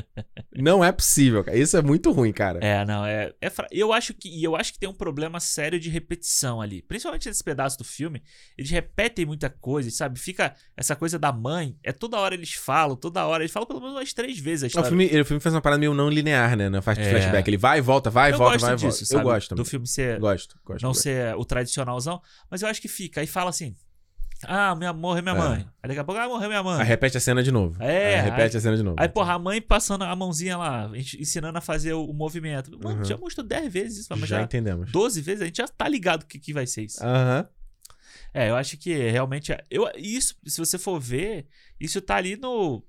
Speaker 1: não é possível, cara. Isso é muito ruim, cara.
Speaker 2: É, não, é. é fra- Eu acho que. E eu acho que tem um problema sério de repetição ali. Principalmente nesse pedaço do filme. Eles repetem muita coisa, sabe? Fica essa coisa da mãe. É toda hora eles falam, toda hora. Eles falam pelo menos umas três vezes a
Speaker 1: O
Speaker 2: história.
Speaker 1: filme, ele- o filme faz uma parada meio não linear, né? Na parte de
Speaker 2: É.
Speaker 1: flashback. Ele vai, volta, vai,
Speaker 2: eu
Speaker 1: volta,
Speaker 2: gosto
Speaker 1: vai,
Speaker 2: disso,
Speaker 1: volta.
Speaker 2: sabe?
Speaker 1: Eu gosto
Speaker 2: Do
Speaker 1: também.
Speaker 2: filme ser.
Speaker 1: Gosto, gosto.
Speaker 2: não
Speaker 1: gosto.
Speaker 2: ser o tradicionalzão. Mas eu acho que fica. Aí fala assim. Ah, minha, morreu minha
Speaker 1: É.
Speaker 2: mãe. Aí daqui a pouco, ah, morreu minha mãe.
Speaker 1: Aí repete a cena de novo.
Speaker 2: É,
Speaker 1: Aí repete a cena de novo.
Speaker 2: Aí, porra, a mãe passando a mãozinha lá, a gente ensinando a fazer o, o movimento. Mano,
Speaker 1: Uhum.
Speaker 2: já mostrou 10 vezes isso, mas
Speaker 1: já
Speaker 2: já
Speaker 1: entendemos.
Speaker 2: 12 vezes a gente já tá ligado o que, que vai ser isso.
Speaker 1: Aham.
Speaker 2: É, eu acho que realmente. é- Eu, isso, se você for ver, isso tá ali no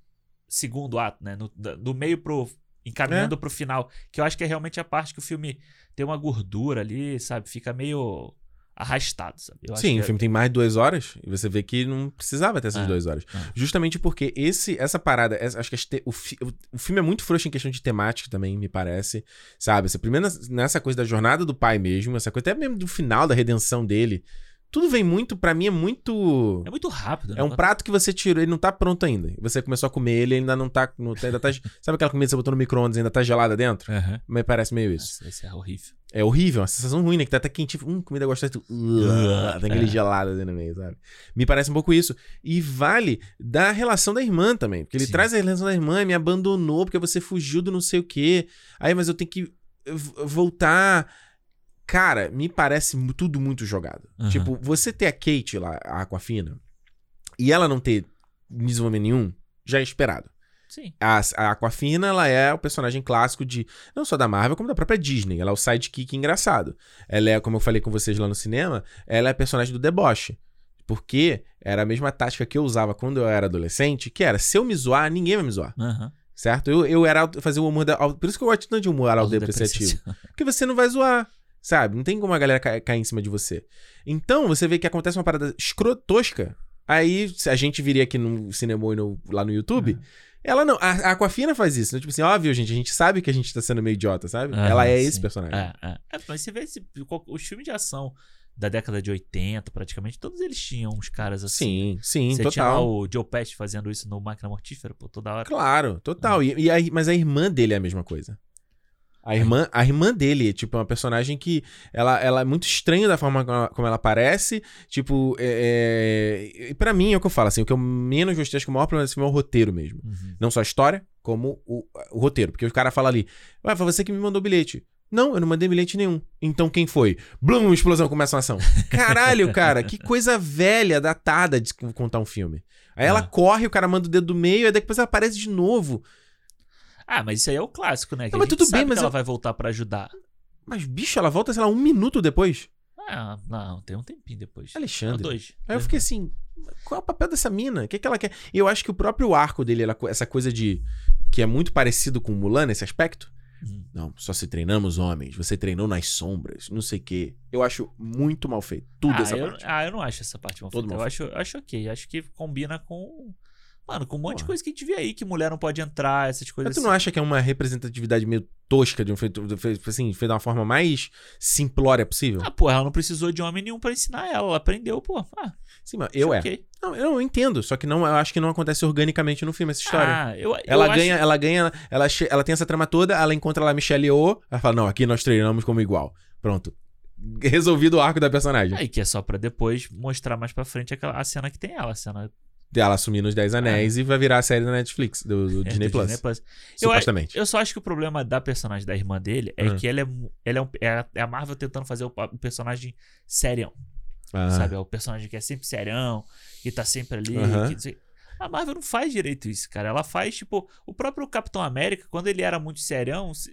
Speaker 2: segundo ato, né? No, da- do meio pro.
Speaker 1: É.
Speaker 2: encaminhando pro final. Que eu acho que é realmente a parte que o filme tem uma gordura ali, sabe? Fica meio arrastado, sabe? Eu acho
Speaker 1: Sim,
Speaker 2: que
Speaker 1: o filme tem mais de duas horas e você vê que não precisava ter essas
Speaker 2: É,
Speaker 1: duas horas.
Speaker 2: é.
Speaker 1: é Tudo vem muito, pra mim é muito.
Speaker 2: É muito rápido. né?
Speaker 1: É um prato que você tirou, ele não tá pronto ainda. Você começou a comer ele, ainda não tá. não tá- ainda tá sabe aquela comida que você botou no micro-ondas e ainda tá gelada dentro?
Speaker 2: Aham.
Speaker 1: Me parece meio isso.
Speaker 2: Nossa, isso é horrível.
Speaker 1: É horrível, uma sensação ruim, né? Que tá até quente. Hum, comida gostosa. Tu... Uh, tem aquele
Speaker 2: É.
Speaker 1: gelado ali no meio, sabe? Me parece um pouco isso. E vale da relação da irmã também. Porque ele
Speaker 2: Sim.
Speaker 1: traz a relação da irmã e me abandonou porque você fugiu do não sei o quê. Aí, mas eu tenho que v- voltar. Cara, me parece mu- tudo muito jogado.
Speaker 2: Aham.
Speaker 1: Tipo, você ter a Kate lá, a Aquafina, e ela não ter desenvolvimento nenhum, já é esperado.
Speaker 2: Sim.
Speaker 1: A, a Aquafina, ela é o personagem clássico de, não só da Marvel, como da própria Disney. Ela é o sidekick engraçado. Ela é, como eu falei com vocês lá no cinema, ela é a personagem do deboche. Porque era a mesma tática que eu usava quando eu era adolescente, que era, se eu me zoar, ninguém vai me zoar,
Speaker 2: Aham.
Speaker 1: certo? Eu, eu era, fazer o humor, da, por isso que eu gosto tanto de humor autodepreciativo.
Speaker 2: Autodepreciativo.
Speaker 1: Porque você não vai zoar, sabe? Não tem como a galera ca- cair em cima de você. Então, você vê que acontece uma parada escrotosca. Aí, se a gente viria aqui no cinema e no- lá no YouTube.
Speaker 2: Ah.
Speaker 1: Ela não. A, a Aquafina faz isso. Né? Tipo assim, óbvio, gente. A gente sabe que a gente tá sendo meio idiota, sabe?
Speaker 2: Aham,
Speaker 1: ela é
Speaker 2: sim.
Speaker 1: esse personagem.
Speaker 2: É, é. É, mas você vê esse, os filmes de ação da década de 80, praticamente, todos eles tinham uns caras assim.
Speaker 1: Sim, sim,
Speaker 2: você tinha lá
Speaker 1: total.
Speaker 2: o Joe Pesci fazendo isso no Máquina Mortífera, pô, toda hora.
Speaker 1: Claro, total. E, e a ir- mas a irmã dele é a mesma coisa. A irmã, a irmã dele, tipo, é uma personagem que ela, ela é muito estranha da forma como ela, como ela aparece. Tipo, é, é, e pra mim é o que eu falo, assim, o que eu menos gostei, acho que o maior problema desse filme é o roteiro mesmo.
Speaker 2: Uhum.
Speaker 1: Não só a história, como o, o roteiro. Porque o cara fala ali, ué, foi você que me mandou o bilhete. Não, eu não mandei bilhete nenhum. Então quem foi? Blum, explosão, começa uma ação. Caralho, cara, que coisa velha, datada de contar um filme. Aí ela
Speaker 2: Ah.
Speaker 1: corre, o cara manda o dedo do meio, aí depois ela aparece de novo.
Speaker 2: Ah, mas isso aí é o clássico, né? Que
Speaker 1: Não,
Speaker 2: a
Speaker 1: mas
Speaker 2: gente
Speaker 1: tudo bem,
Speaker 2: sabe
Speaker 1: mas
Speaker 2: que ela
Speaker 1: eu-
Speaker 2: vai voltar pra ajudar.
Speaker 1: Mas, bicho, ela volta, sei lá, um minuto depois.
Speaker 2: Ah, não, tem um tempinho depois. Não,
Speaker 1: Alexandre.
Speaker 2: dois.
Speaker 1: Aí eu fiquei assim, qual é o papel dessa mina? O que, é que ela quer? E eu acho que o próprio arco dele, ela- essa coisa de. que é muito parecido com o Mulan nesse aspecto.
Speaker 2: Uhum.
Speaker 1: Não, só se treinamos homens, você treinou nas sombras, não sei o quê. Eu acho muito mal feito. Tudo
Speaker 2: ah,
Speaker 1: essa
Speaker 2: eu,
Speaker 1: parte.
Speaker 2: Ah, eu não acho essa parte mal
Speaker 1: Todo
Speaker 2: feita.
Speaker 1: mal
Speaker 2: Eu acho, eu acho ok. Acho que combina com. Mano, com um monte de
Speaker 1: Porra.
Speaker 2: coisa que a gente vê aí, que mulher não pode entrar, essas coisas
Speaker 1: Mas tu não acha que é uma representatividade meio tosca de um feito, de- fe- assim, feito da forma mais simplória possível?
Speaker 2: Ah, pô, ela não precisou de homem nenhum pra ensinar ela. Ela aprendeu, pô. Ah,
Speaker 1: Sim, mas eu é.
Speaker 2: choquei.
Speaker 1: Não, eu entendo, só que não, eu acho que não acontece organicamente no filme essa história.
Speaker 2: Ah, eu, eu
Speaker 1: Ela
Speaker 2: acho-
Speaker 1: ganha, ela ganha, ela, che- ela tem essa trama toda, ela encontra lá a Michelle O, ela fala, não, aqui nós treinamos como igual. Pronto. Resolvido o arco da personagem.
Speaker 2: Aí que é só pra depois mostrar mais pra frente aquela, a cena que tem ela, a cena
Speaker 1: Ela assumindo os 10 anéis e vai virar a série da Netflix, do, Ah. do
Speaker 2: é,
Speaker 1: Disney
Speaker 2: do
Speaker 1: Plus.
Speaker 2: Disney Plus. Eu, a-
Speaker 1: supostamente.
Speaker 2: eu só acho que o problema da personagem da irmã dele é
Speaker 1: Uhum.
Speaker 2: que ela é, mu- ela é, um- é a- é a Marvel tentando fazer o, pa- o personagem serião,
Speaker 1: Ah,
Speaker 2: sabe? É o personagem que é sempre serião, que tá sempre ali.
Speaker 1: Aham.
Speaker 2: que não sei- a Marvel não faz direito isso, cara. Ela faz, tipo, o próprio Capitão América, quando ele era muito serião, se-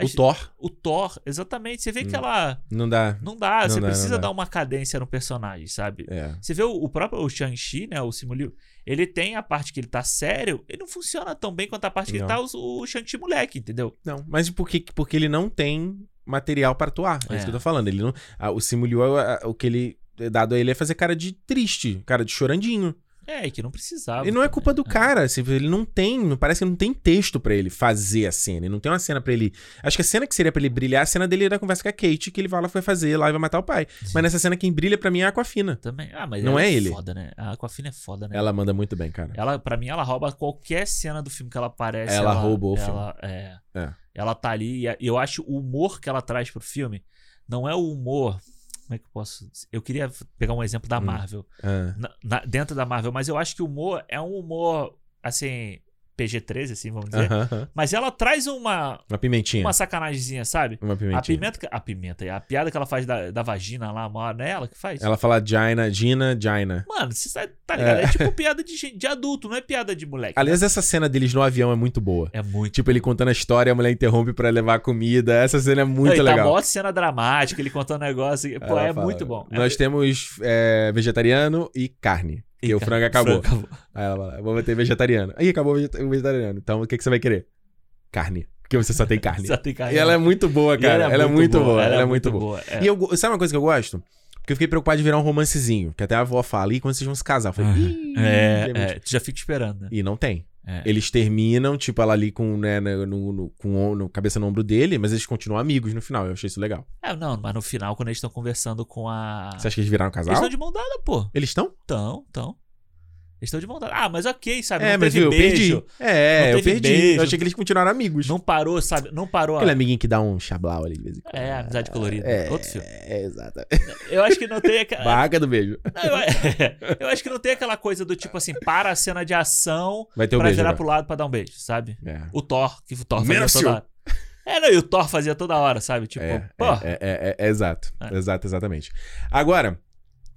Speaker 1: O
Speaker 2: as-
Speaker 1: Thor
Speaker 2: o Thor, exatamente. Você vê que
Speaker 1: Hum.
Speaker 2: ela.
Speaker 1: não dá.
Speaker 2: Não dá,
Speaker 1: Não
Speaker 2: você
Speaker 1: dá,
Speaker 2: precisa
Speaker 1: não dá.
Speaker 2: dar uma cadência no personagem, sabe?
Speaker 1: É.
Speaker 2: Você vê o, o próprio o Shang-Chi, né? O Simuliu. Ele tem a parte que ele tá sério, ele não funciona tão bem quanto a parte que
Speaker 1: Não.
Speaker 2: ele tá o, o Shang-Chi moleque, entendeu?
Speaker 1: Não, mas por que porque ele não tem material pra atuar. É,
Speaker 2: É.
Speaker 1: isso que eu tô falando. Ele não, ah, o Simu Liu, ah, o que ele é dado a ele é fazer cara de triste, cara de chorandinho.
Speaker 2: É, e que não precisava.
Speaker 1: E não é
Speaker 2: também.
Speaker 1: culpa do cara, assim, ele não tem, não- parece que não tem texto pra ele fazer a cena, e não tem uma cena pra ele. Acho que a cena que seria pra ele brilhar, é a cena dele da conversa com a Kate, que ele fala que vai fazer lá e vai matar o pai. Mas nessa cena quem brilha pra mim é a Aquafina.
Speaker 2: Também. Ah, mas
Speaker 1: Não
Speaker 2: ela
Speaker 1: é ele.
Speaker 2: foda, né? A Aquafina é foda, né? Ela...
Speaker 1: Ela manda muito bem, cara.
Speaker 2: pra mim, ela rouba qualquer cena do filme que ela aparece.
Speaker 1: Ela roubou o
Speaker 2: ela, É,
Speaker 1: É.
Speaker 2: Ela tá ali e a- e eu acho o humor que ela traz pro filme não é o humor. Como é que eu posso. dizer? Eu queria pegar um exemplo da
Speaker 1: Hum.
Speaker 2: Marvel.
Speaker 1: Ah,
Speaker 2: na- na- dentro da Marvel, mas eu acho que o humor é um humor, assim, PG-13, assim, vamos dizer.
Speaker 1: aham, aham.
Speaker 2: Mas ela traz uma,
Speaker 1: Uma pimentinha.
Speaker 2: uma sacanagemzinha, sabe?
Speaker 1: Uma pimentinha.
Speaker 2: A pimenta, que- a pimenta, aí, a piada que ela faz da, da vagina lá, uma hora, não é ela que faz?
Speaker 1: Ela fala Gina, Gina, Gina.
Speaker 2: Mano, você tá, tá ligado?
Speaker 1: É.
Speaker 2: É. tipo piada de, gente- de adulto, não é piada de moleque.
Speaker 1: Aliás, essa cena deles no avião é muito boa.
Speaker 2: É muito.
Speaker 1: Tipo, ele contando a história, a mulher interrompe pra levar a comida. Essa cena é muito
Speaker 2: Não, e Tá
Speaker 1: legal.
Speaker 2: mó cena dramática, ele contando negócio. e- Pô,
Speaker 1: Ela
Speaker 2: é
Speaker 1: fala,
Speaker 2: muito bom.
Speaker 1: Nós
Speaker 2: é,
Speaker 1: temos é, vegetariano e carne. E, o frango acabou.
Speaker 2: Frango acabou.
Speaker 1: Aí ela fala, vou meter vegetariano. Aí acabou o vegeta- o vegetariano. Então o que, que você vai querer? Carne. Porque você só tem carne.
Speaker 2: Só tem carne.
Speaker 1: e ela é muito boa,
Speaker 2: E
Speaker 1: cara. Ela, é muito boa. Ela, é muito boa.
Speaker 2: é.
Speaker 1: E eu, go- sabe uma coisa que eu gosto? Porque eu fiquei preocupado de virar um romancezinho. Que até a avó fala, e quando vocês vão se casar? Eu falei,
Speaker 2: Aham.
Speaker 1: "Ih,
Speaker 2: Ah, É,
Speaker 1: gente".
Speaker 2: é, tu já fica esperando, né?
Speaker 1: E não tem.
Speaker 2: É.
Speaker 1: Eles terminam, tipo, ela ali com, né, né, no, no- com o- no- cabeça no ombro dele, mas eles continuam amigos no final. Eu achei isso legal.
Speaker 2: É, não, mas no final, quando eles estão conversando com a.
Speaker 1: Você acha que eles viraram
Speaker 2: Ah.
Speaker 1: um
Speaker 2: Eles
Speaker 1: casal?
Speaker 2: estão de mão dada, pô.
Speaker 1: Eles estão?
Speaker 2: Tão, tão. Eles estão de mão dada. Ah, mas ok, sabe?
Speaker 1: É,
Speaker 2: não
Speaker 1: mas
Speaker 2: teve
Speaker 1: viu, eu
Speaker 2: beijo.
Speaker 1: perdi. É,
Speaker 2: Não
Speaker 1: eu
Speaker 2: teve
Speaker 1: perdi.
Speaker 2: beijo.
Speaker 1: Eu achei que eles continuaram amigos.
Speaker 2: Não parou, sabe? Não parou. a-
Speaker 1: Aquele amiguinho que dá um chablau ali de vez em quando.
Speaker 2: É, amizade colorida.
Speaker 1: É,
Speaker 2: Outro filme.
Speaker 1: é, exato.
Speaker 2: Eu acho que não tem aquela.
Speaker 1: Barraca do beijo.
Speaker 2: Não, eu... eu acho que não tem aquela coisa do tipo assim, para a cena de ação
Speaker 1: Vai ter o
Speaker 2: pra
Speaker 1: beijo.
Speaker 2: virar
Speaker 1: agora.
Speaker 2: pro lado pra dar um beijo, sabe?
Speaker 1: É.
Speaker 2: O Thor, que o Thor
Speaker 1: Man of
Speaker 2: fazia
Speaker 1: Steel.
Speaker 2: toda hora. É, não, e o Thor fazia toda hora, sabe? Tipo,
Speaker 1: é,
Speaker 2: pô.
Speaker 1: é, é, é, é, exato.
Speaker 2: É.
Speaker 1: Exato, exatamente. Agora,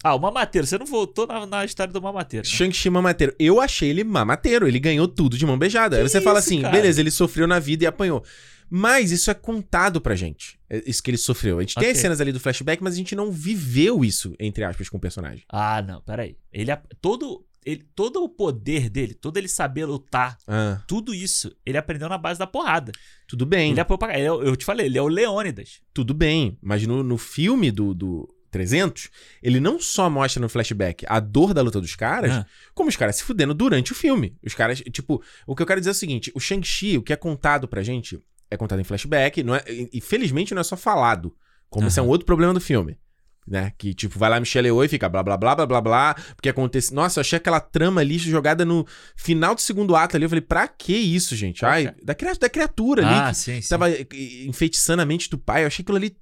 Speaker 2: Ah, o mamateiro. Você não voltou na, na história do mamateiro. né?
Speaker 1: Shang-Chi mamateiro. Eu achei ele mamateiro. Ele ganhou tudo de mão beijada. Aí
Speaker 2: Que
Speaker 1: você fala
Speaker 2: isso,
Speaker 1: assim,
Speaker 2: cara?
Speaker 1: beleza, ele sofreu na vida e apanhou. Mas isso é contado pra gente. É Isso que ele sofreu. A gente tem
Speaker 2: Ok.
Speaker 1: as cenas ali do flashback, mas a gente não viveu isso, entre aspas, com o personagem.
Speaker 2: Ah, não, peraí. Ele, ap- todo, ele, todo o poder dele, todo ele saber lutar,
Speaker 1: Ah,
Speaker 2: tudo isso, ele aprendeu na base da porrada.
Speaker 1: tudo bem.
Speaker 2: Ele é propaganda. Ele é o- eu te falei, ele é o Leônidas.
Speaker 1: tudo bem, mas no, no filme do, do 300, ele não só mostra no flashback a dor da luta dos caras,
Speaker 2: Ah.
Speaker 1: como os caras se fudendo durante o filme. Os caras, tipo, o que eu quero dizer é o seguinte: o Shang-Chi, o que é contado pra gente, é contado em flashback, não é, e, e felizmente não é só falado, como isso é um outro problema do filme. Né? Que, tipo, vai lá Michelle Yeoh e fica blá blá blá blá blá blá, porque acontece. Nossa, eu achei aquela trama ali jogada no final do segundo ato ali. Eu falei, pra que isso, gente? Ai, da, cria- da criatura ali
Speaker 2: ah,
Speaker 1: que
Speaker 2: sim, sim.
Speaker 1: tava eh, enfeitiçando a mente do pai. Eu achei aquilo ali.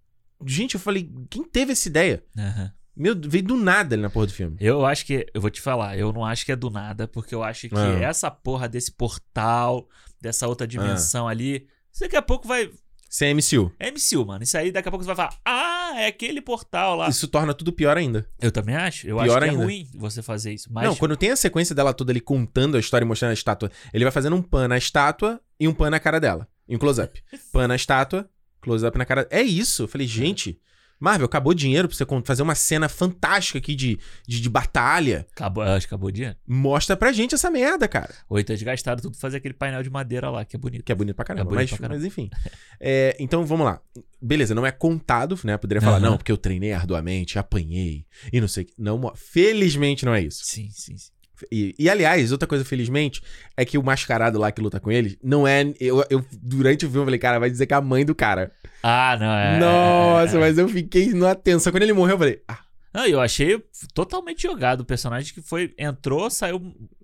Speaker 1: Gente, eu falei, quem teve essa ideia?
Speaker 2: Aham.
Speaker 1: Meu, veio do nada ali na porra do filme.
Speaker 2: Eu acho que, eu vou te falar, eu não acho que é do nada, porque eu acho que
Speaker 1: Ah.
Speaker 2: essa porra desse portal, dessa outra dimensão ali, isso daqui a pouco vai.
Speaker 1: Sem MCU.
Speaker 2: É MCU, mano. Isso aí daqui a pouco você vai falar, ah, é aquele portal lá.
Speaker 1: Isso torna tudo pior ainda.
Speaker 2: Eu também acho. Eu
Speaker 1: Pior
Speaker 2: acho que
Speaker 1: ainda.
Speaker 2: é ruim você fazer isso. Mas
Speaker 1: Não, quando tem a sequência dela toda ali contando a história e mostrando a estátua, ele vai fazendo um pan na estátua e um pan na cara dela. E um close-up. Pan na estátua, close-up na cara. É isso. Eu falei, gente, Marvel, acabou o dinheiro pra você con- fazer uma cena fantástica aqui de, de, de batalha.
Speaker 2: acabou, acho que acabou o dia.
Speaker 1: Mostra pra gente essa merda, cara.
Speaker 2: Ou então eles gastaram tudo pra fazer aquele painel de madeira lá, que é bonito.
Speaker 1: Que é bonito pra caramba,
Speaker 2: É bonito
Speaker 1: mas,
Speaker 2: pra caramba.
Speaker 1: mas enfim. É, então vamos lá. Beleza, não é contado, né? Poderia falar,
Speaker 2: Aham.
Speaker 1: não, porque eu treinei arduamente, apanhei e não sei o que. Não, mo- felizmente não é isso.
Speaker 2: Sim, sim, sim.
Speaker 1: E, e, aliás, outra coisa, felizmente, é que o mascarado lá que luta com ele não é. Eu, eu- durante o filme, eu falei, cara, vai dizer que é a mãe do cara.
Speaker 2: Ah, não, é.
Speaker 1: Nossa,
Speaker 2: é, é.
Speaker 1: mas eu fiquei na atenção. Quando ele morreu, eu falei, ah,
Speaker 2: Não, eu achei totalmente jogado o personagem que foi, entrou, saiu,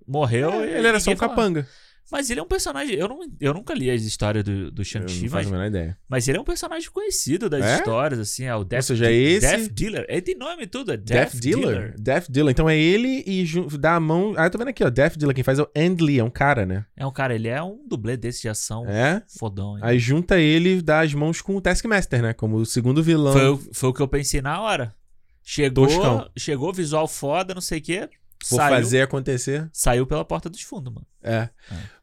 Speaker 2: morreu. e
Speaker 1: ele era só um
Speaker 2: ninguém falava.
Speaker 1: capanga.
Speaker 2: Mas ele é um personagem. Eu, não, eu nunca li as histórias do, do
Speaker 1: Eu não
Speaker 2: Shang-Chi, mas,
Speaker 1: faço a menor ideia.
Speaker 2: mas ele é um personagem conhecido das
Speaker 1: É?
Speaker 2: histórias, assim. É o Death,
Speaker 1: seja, esse-
Speaker 2: Death Dealer. Ele tem nome e tudo. É Death,
Speaker 1: Death, Dealer. Death Dealer. Então é ele e ju- dá a mão. Ah, eu tô vendo aqui, ó. Death Dealer, quem faz é o Andy Lee, é um cara, né?
Speaker 2: É um cara, ele é um dublê desse de ação
Speaker 1: É.
Speaker 2: fodão. hein?
Speaker 1: Aí junta ele e dá as mãos com o Taskmaster, né? Como o segundo vilão.
Speaker 2: Foi, o- foi o que eu pensei na hora. Chegou,
Speaker 1: Toscão.
Speaker 2: chegou visual foda, não sei o quê.
Speaker 1: Vou
Speaker 2: saiu,
Speaker 1: fazer acontecer.
Speaker 2: saiu pela porta dos fundos, mano.
Speaker 1: É.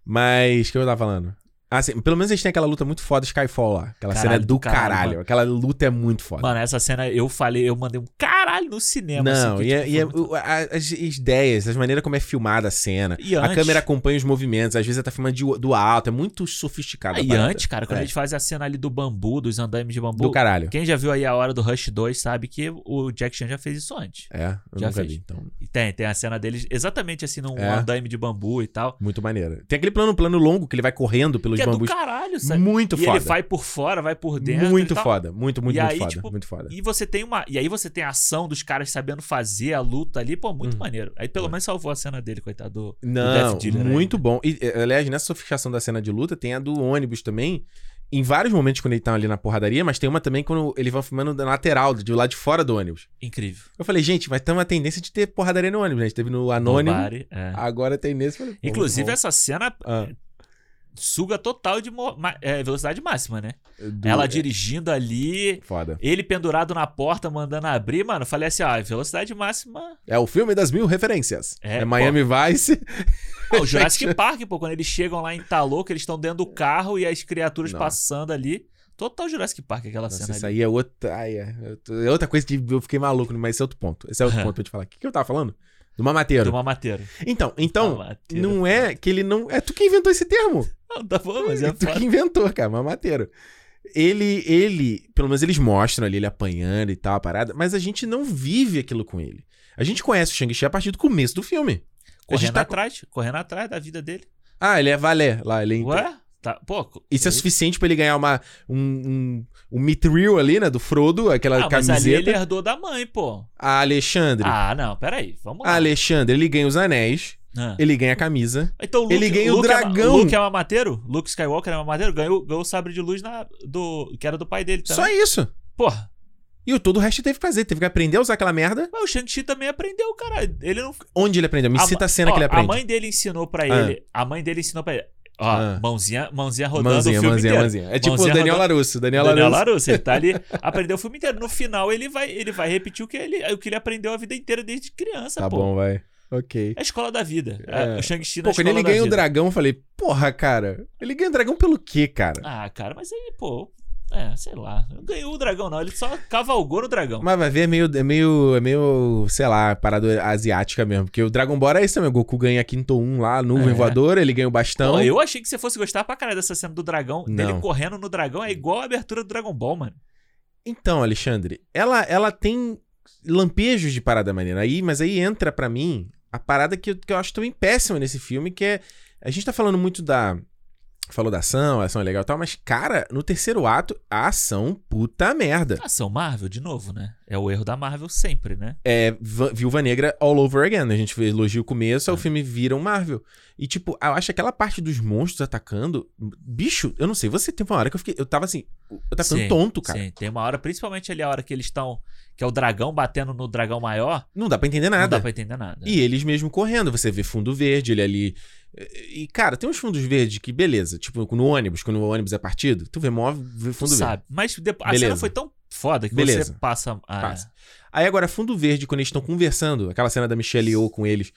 Speaker 1: Mas o que eu tava falando? Ah, sim, pelo menos eles têm aquela luta muito foda Skyfall lá. Aquela
Speaker 2: Caralho
Speaker 1: cena é do
Speaker 2: do caralho,
Speaker 1: caralho.
Speaker 2: mano.
Speaker 1: Aquela luta é muito foda.
Speaker 2: Mano, essa cena eu falei, eu mandei um caralho no cinema.
Speaker 1: Não,
Speaker 2: assim, que,
Speaker 1: e, é-
Speaker 2: tipo,
Speaker 1: e é-
Speaker 2: foi muito-
Speaker 1: o- a- as ideias, as maneiras como é filmada a cena.
Speaker 2: E
Speaker 1: A
Speaker 2: antes-
Speaker 1: câmera acompanha os movimentos, às vezes ela tá filmando de- do alto, é muito sofisticado.
Speaker 2: Ah,
Speaker 1: a
Speaker 2: e
Speaker 1: parada.
Speaker 2: antes, cara, quando
Speaker 1: É.
Speaker 2: eles fazem a cena ali do bambu, dos andames de bambu.
Speaker 1: Do caralho.
Speaker 2: Quem já viu aí a hora do Rush 2 sabe que o Jack Chan já fez isso antes.
Speaker 1: É, eu
Speaker 2: Já
Speaker 1: nunca
Speaker 2: fiz.
Speaker 1: vi, então.
Speaker 2: E tem, tem a cena deles exatamente assim, num
Speaker 1: É.
Speaker 2: andaime de bambu e tal.
Speaker 1: Muito maneiro. Tem aquele plano, plano longo que ele vai correndo pelos
Speaker 2: Que é do
Speaker 1: bambus.
Speaker 2: caralho, sabe?
Speaker 1: muito
Speaker 2: e
Speaker 1: foda.
Speaker 2: ele vai por fora, vai por dentro.
Speaker 1: muito
Speaker 2: e tal.
Speaker 1: foda. Muito, muito,
Speaker 2: E
Speaker 1: muito
Speaker 2: aí,
Speaker 1: foda.
Speaker 2: tipo,
Speaker 1: muito foda.
Speaker 2: E você tem uma. E aí você tem a ação dos caras sabendo fazer a luta ali, pô, muito
Speaker 1: Hum.
Speaker 2: maneiro. Aí pelo menos salvou a cena dele, coitado. do- do
Speaker 1: Não,
Speaker 2: Death Dealer aí,
Speaker 1: muito bom. E, eh, aliás, nessa sofisticação da cena de luta, tem a do ônibus também. Em vários momentos quando ele tá ali na porradaria, mas tem uma também quando ele vai filmando da lateral, do lado de fora do ônibus.
Speaker 2: Incrível.
Speaker 1: Eu falei, gente, vai ter uma tendência de ter porradaria no ônibus, né? A gente teve no Anônimo,
Speaker 2: Nobody, é.
Speaker 1: agora tem nesse. eu Falei, pô,
Speaker 2: Inclusive,
Speaker 1: muito
Speaker 2: essa cena
Speaker 1: bom. Ah,
Speaker 2: suga total de mo- ma- é, velocidade máxima, né?
Speaker 1: do-
Speaker 2: Ela dirigindo ali.
Speaker 1: é, Foda.
Speaker 2: Ele pendurado na porta, mandando abrir, mano. Falei assim, ó, velocidade máxima.
Speaker 1: É o filme das mil referências. É,
Speaker 2: É,
Speaker 1: Miami Vice.
Speaker 2: Ah, o Jurassic Park, pô, quando eles chegam lá em Talô, que eles estão dentro do carro e as criaturas
Speaker 1: Nossa.
Speaker 2: passando ali. Total Jurassic Park aquela
Speaker 1: Nossa,
Speaker 2: cena
Speaker 1: isso
Speaker 2: ali.
Speaker 1: aí é outra. ai, é, eu tô- é outra coisa que eu fiquei maluco, mas esse é outro ponto. Esse é outro ponto pra eu te falar. O que, que eu tava falando? Do mamateiro.
Speaker 2: Do mamateiro.
Speaker 1: Então, então,
Speaker 2: Mamateiro.
Speaker 1: Não é que ele não. É tu que inventou esse termo.
Speaker 2: Não, tá bom, mas
Speaker 1: é
Speaker 2: é
Speaker 1: tu
Speaker 2: foda.
Speaker 1: que inventou, cara, mamateiro. Ele, ele, pelo menos eles mostram ali ele apanhando e tal, a parada, mas a gente não vive aquilo com ele. A gente conhece o Shang-Chi a partir do começo do filme. A gente
Speaker 2: Correndo
Speaker 1: tá-
Speaker 2: atrás, correndo atrás da vida dele.
Speaker 1: Ah, ele é valé lá. Ele é-
Speaker 2: Ué? Tá, pô,
Speaker 1: Isso é suficiente pra ele ganhar uma, um, um, um mithril ali, né? Do Frodo, aquela
Speaker 2: Ah, mas ali
Speaker 1: camiseta.
Speaker 2: ele herdou da mãe, pô.
Speaker 1: A Alexandre.
Speaker 2: Ah, não, peraí. Vamos lá.
Speaker 1: Alexandre, ele ganha os anéis,
Speaker 2: Ah.
Speaker 1: ele ganha a camisa.
Speaker 2: Então o Luke,
Speaker 1: Ele ganha o
Speaker 2: Luke É,
Speaker 1: dragão.
Speaker 2: ma- Luke é mamateiro? Luke Skywalker é mamateiro? Ganhou, ganhou o sabre de luz na, do, que era do pai dele
Speaker 1: Só
Speaker 2: também.
Speaker 1: isso.
Speaker 2: Porra,
Speaker 1: E o todo o resto ele teve que fazer. Teve que aprender a usar aquela merda.
Speaker 2: mas o Shang-Chi também aprendeu, cara. Ele não.
Speaker 1: Onde ele aprendeu? Me
Speaker 2: ma-
Speaker 1: cita a cena
Speaker 2: ó,
Speaker 1: que ele
Speaker 2: A
Speaker 1: aprende.
Speaker 2: mãe dele ensinou pra
Speaker 1: Ah.
Speaker 2: ele. A mãe dele ensinou pra ele. Ó,
Speaker 1: Ah.
Speaker 2: mãozinha, mãozinha rodando o
Speaker 1: Manzinha,
Speaker 2: filme
Speaker 1: manzinha,
Speaker 2: inteiro.
Speaker 1: manzinha. É tipo o
Speaker 2: Mãozinha
Speaker 1: Daniel
Speaker 2: rodando.
Speaker 1: Larusso. Daniel,
Speaker 2: Daniel
Speaker 1: Larusso.
Speaker 2: Larusso, ele tá ali, aprendeu o filme inteiro. No final, ele vai, ele vai repetir o que ele, o que ele aprendeu a vida inteira desde criança,
Speaker 1: Tá
Speaker 2: pô.
Speaker 1: bom, vai. Ok.
Speaker 2: É a escola da vida.
Speaker 1: É.
Speaker 2: É. O Shang-Chi na
Speaker 1: Pô, quando
Speaker 2: escola
Speaker 1: ele
Speaker 2: da
Speaker 1: ganha o
Speaker 2: vida.
Speaker 1: dragão, eu falei, porra, cara. Ele ganha o dragão pelo quê, cara?
Speaker 2: Ah, cara, mas aí, pô. É, sei lá. Não ganhou o dragão, não. Ele só cavalgou no dragão.
Speaker 1: Mas vai ver, é meio, é meio, é meio, sei lá, parada asiática mesmo. Porque o Dragon Ball é isso também. O Goku ganha Quinto 1 lá, nuvem
Speaker 2: É.
Speaker 1: voadora, ele ganha o bastão.
Speaker 2: Pô, eu achei que você fosse gostar pra caralho dessa cena do dragão.
Speaker 1: Não.
Speaker 2: Dele correndo no dragão é igual a abertura do Dragon Ball, mano.
Speaker 1: Então, Alexandre, ela, ela tem lampejos de parada maneira. Aí, mas aí entra pra mim a parada que, eu- que eu acho também péssima nesse filme, que é. A gente tá falando muito da. Falou da ação, a ação é legal e tal, mas, cara, no terceiro ato, a ação, puta merda.
Speaker 2: Ação Marvel, de novo, né? É o erro da Marvel sempre, né?
Speaker 1: É Va- Viúva Negra all over again. A gente elogia o começo,
Speaker 2: É.
Speaker 1: aí o filme vira um Marvel. E, tipo, eu acho aquela parte dos monstros atacando. Bicho, eu não sei, você teve uma hora que eu fiquei. Eu tava assim. Eu tava ficando
Speaker 2: Sim,
Speaker 1: tonto, cara.
Speaker 2: Sim, tem uma hora, principalmente ali a hora que eles estão. Que é o dragão batendo no dragão maior.
Speaker 1: Não dá pra entender
Speaker 2: Não
Speaker 1: nada.
Speaker 2: dá pra entender nada.
Speaker 1: E eles mesmo correndo, você vê fundo verde, ele ali. E, cara, tem uns fundos verdes que, beleza, tipo, no ônibus, quando o ônibus é partido, tu vê mó vê
Speaker 2: Tu
Speaker 1: fundo verde.
Speaker 2: sabe. Mas depois, a
Speaker 1: Beleza.
Speaker 2: cena foi tão foda que
Speaker 1: Beleza.
Speaker 2: você passa. ah, a-
Speaker 1: Passa. Aí agora, fundo verde, quando eles estão conversando, aquela cena da Michelle Yeoh com eles,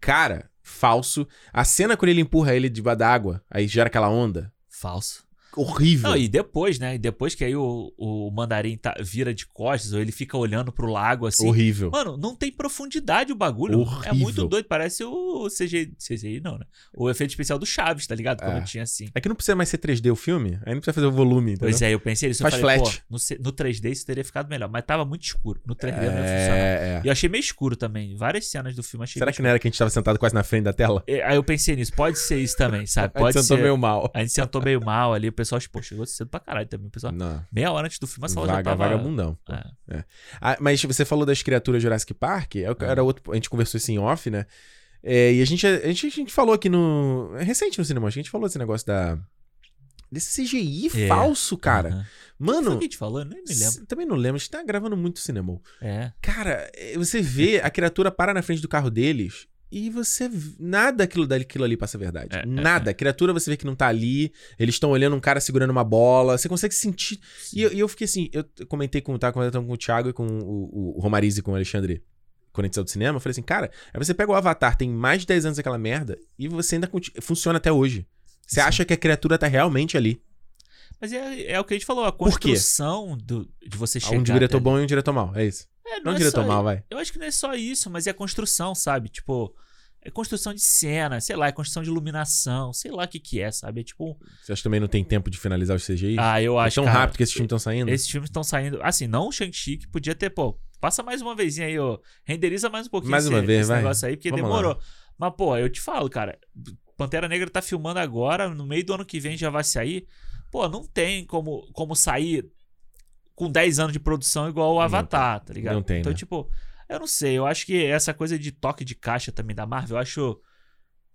Speaker 1: cara, falso. A cena quando ele empurra ele debaixo da água, aí gera aquela onda.
Speaker 2: Falso.
Speaker 1: Horrível.
Speaker 2: Não, e depois, né? E depois que aí o, o mandarim tá- vira de costas, ou ele fica olhando pro lago assim.
Speaker 1: Horrível.
Speaker 2: Mano, não tem profundidade o bagulho.
Speaker 1: Horrível.
Speaker 2: É muito doido. Parece o CGI. CGI não, né? O efeito especial do Chaves, tá ligado? Quando
Speaker 1: É.
Speaker 2: tinha assim.
Speaker 1: É que não precisa mais ser 3D o filme, aí não precisa fazer o volume. Entendeu?
Speaker 2: Pois é, eu pensei nisso.
Speaker 1: Faz
Speaker 2: eu falei,
Speaker 1: flash.
Speaker 2: pô, no, C- no 3D isso teria ficado melhor. Mas tava muito escuro. No 3D não ia funcionar.
Speaker 1: É, é.
Speaker 2: E eu achei meio escuro também. Várias cenas do filme achei
Speaker 1: Será que não era que a gente tava sentado quase na frente da tela?
Speaker 2: meio... Aí eu pensei nisso. Pode ser isso também, sabe?
Speaker 1: a gente
Speaker 2: Pode
Speaker 1: sentou
Speaker 2: ser.
Speaker 1: meio mal.
Speaker 2: A gente sentou meio mal ali. O pessoal, tipo, chegou cedo pra caralho também. O pessoal,
Speaker 1: Não.
Speaker 2: meia hora antes do filme, a sala já
Speaker 1: Vaga,
Speaker 2: tava...
Speaker 1: vagabundão.
Speaker 2: É.
Speaker 1: Ah, mas você falou das criaturas Jurassic Park, é o que-
Speaker 2: Ah.
Speaker 1: era outro, a gente conversou isso em off, né? É, e a gente, a, gente, a gente falou aqui no. é Recente no cinema, acho que a gente falou esse negócio da. Desse CGI
Speaker 2: É.
Speaker 1: falso, cara.
Speaker 2: Aham. Foi o
Speaker 1: Mano,
Speaker 2: que a gente falou? Eu nem me lembro.
Speaker 1: c- também não lembro, a gente tá gravando muito cinema.
Speaker 2: É.
Speaker 1: Cara, é, você vê a criatura para na frente do carro deles e você. v- Nada aquilo daquilo ali passa a verdade.
Speaker 2: É, é,
Speaker 1: nada. A criatura você vê que não tá ali, eles estão olhando um cara segurando uma bola, você consegue sentir e eu, e eu fiquei assim, eu t- comentei com, tava comentando com o Thiago e com o, o Romariz e com o Alexandre quando a gente saiu do cinema, eu falei assim, cara, aí você pega o Avatar, tem mais de 10 anos aquela merda, e você ainda conti- funciona até hoje. Você
Speaker 2: Sim.
Speaker 1: acha que a criatura tá realmente ali.
Speaker 2: Mas é, é o que a gente falou, a
Speaker 1: Por quê?
Speaker 2: construção do, de você
Speaker 1: Há
Speaker 2: chegar.
Speaker 1: um diretor
Speaker 2: até
Speaker 1: bom e um diretor mau, é isso.
Speaker 2: ali. É,
Speaker 1: Não,
Speaker 2: não,
Speaker 1: um
Speaker 2: é
Speaker 1: diretor
Speaker 2: só-
Speaker 1: mau, vai.
Speaker 2: Eu acho que não é só isso, mas é a construção, sabe? Tipo, é construção de cena, sei lá, é construção de iluminação, sei lá o que que é, sabe? É tipo,
Speaker 1: Você acha que também não tem tempo de finalizar os CGI?
Speaker 2: ah, eu
Speaker 1: é
Speaker 2: acho
Speaker 1: tão
Speaker 2: cara,
Speaker 1: rápido que esses filmes estão saindo?
Speaker 2: Esses filmes estão saindo, assim, não o Shang-Chi, que podia ter, pô, passa mais uma vezinha aí, ó, renderiza mais um pouquinho
Speaker 1: Mais uma
Speaker 2: esse,
Speaker 1: vez,
Speaker 2: esse
Speaker 1: vai.
Speaker 2: negócio aí, porque
Speaker 1: Vamos
Speaker 2: demorou. Mas, pô, eu te falo, cara, Pantera Negra tá filmando agora, no meio do ano que vem já vai sair. Pô, não tem como, como sair com 10 anos de produção igual o Avatar, tá ligado?
Speaker 1: Não tem,
Speaker 2: Então,
Speaker 1: né?
Speaker 2: tipo, eu não sei, eu acho que essa coisa de toque de caixa também da Marvel, eu acho...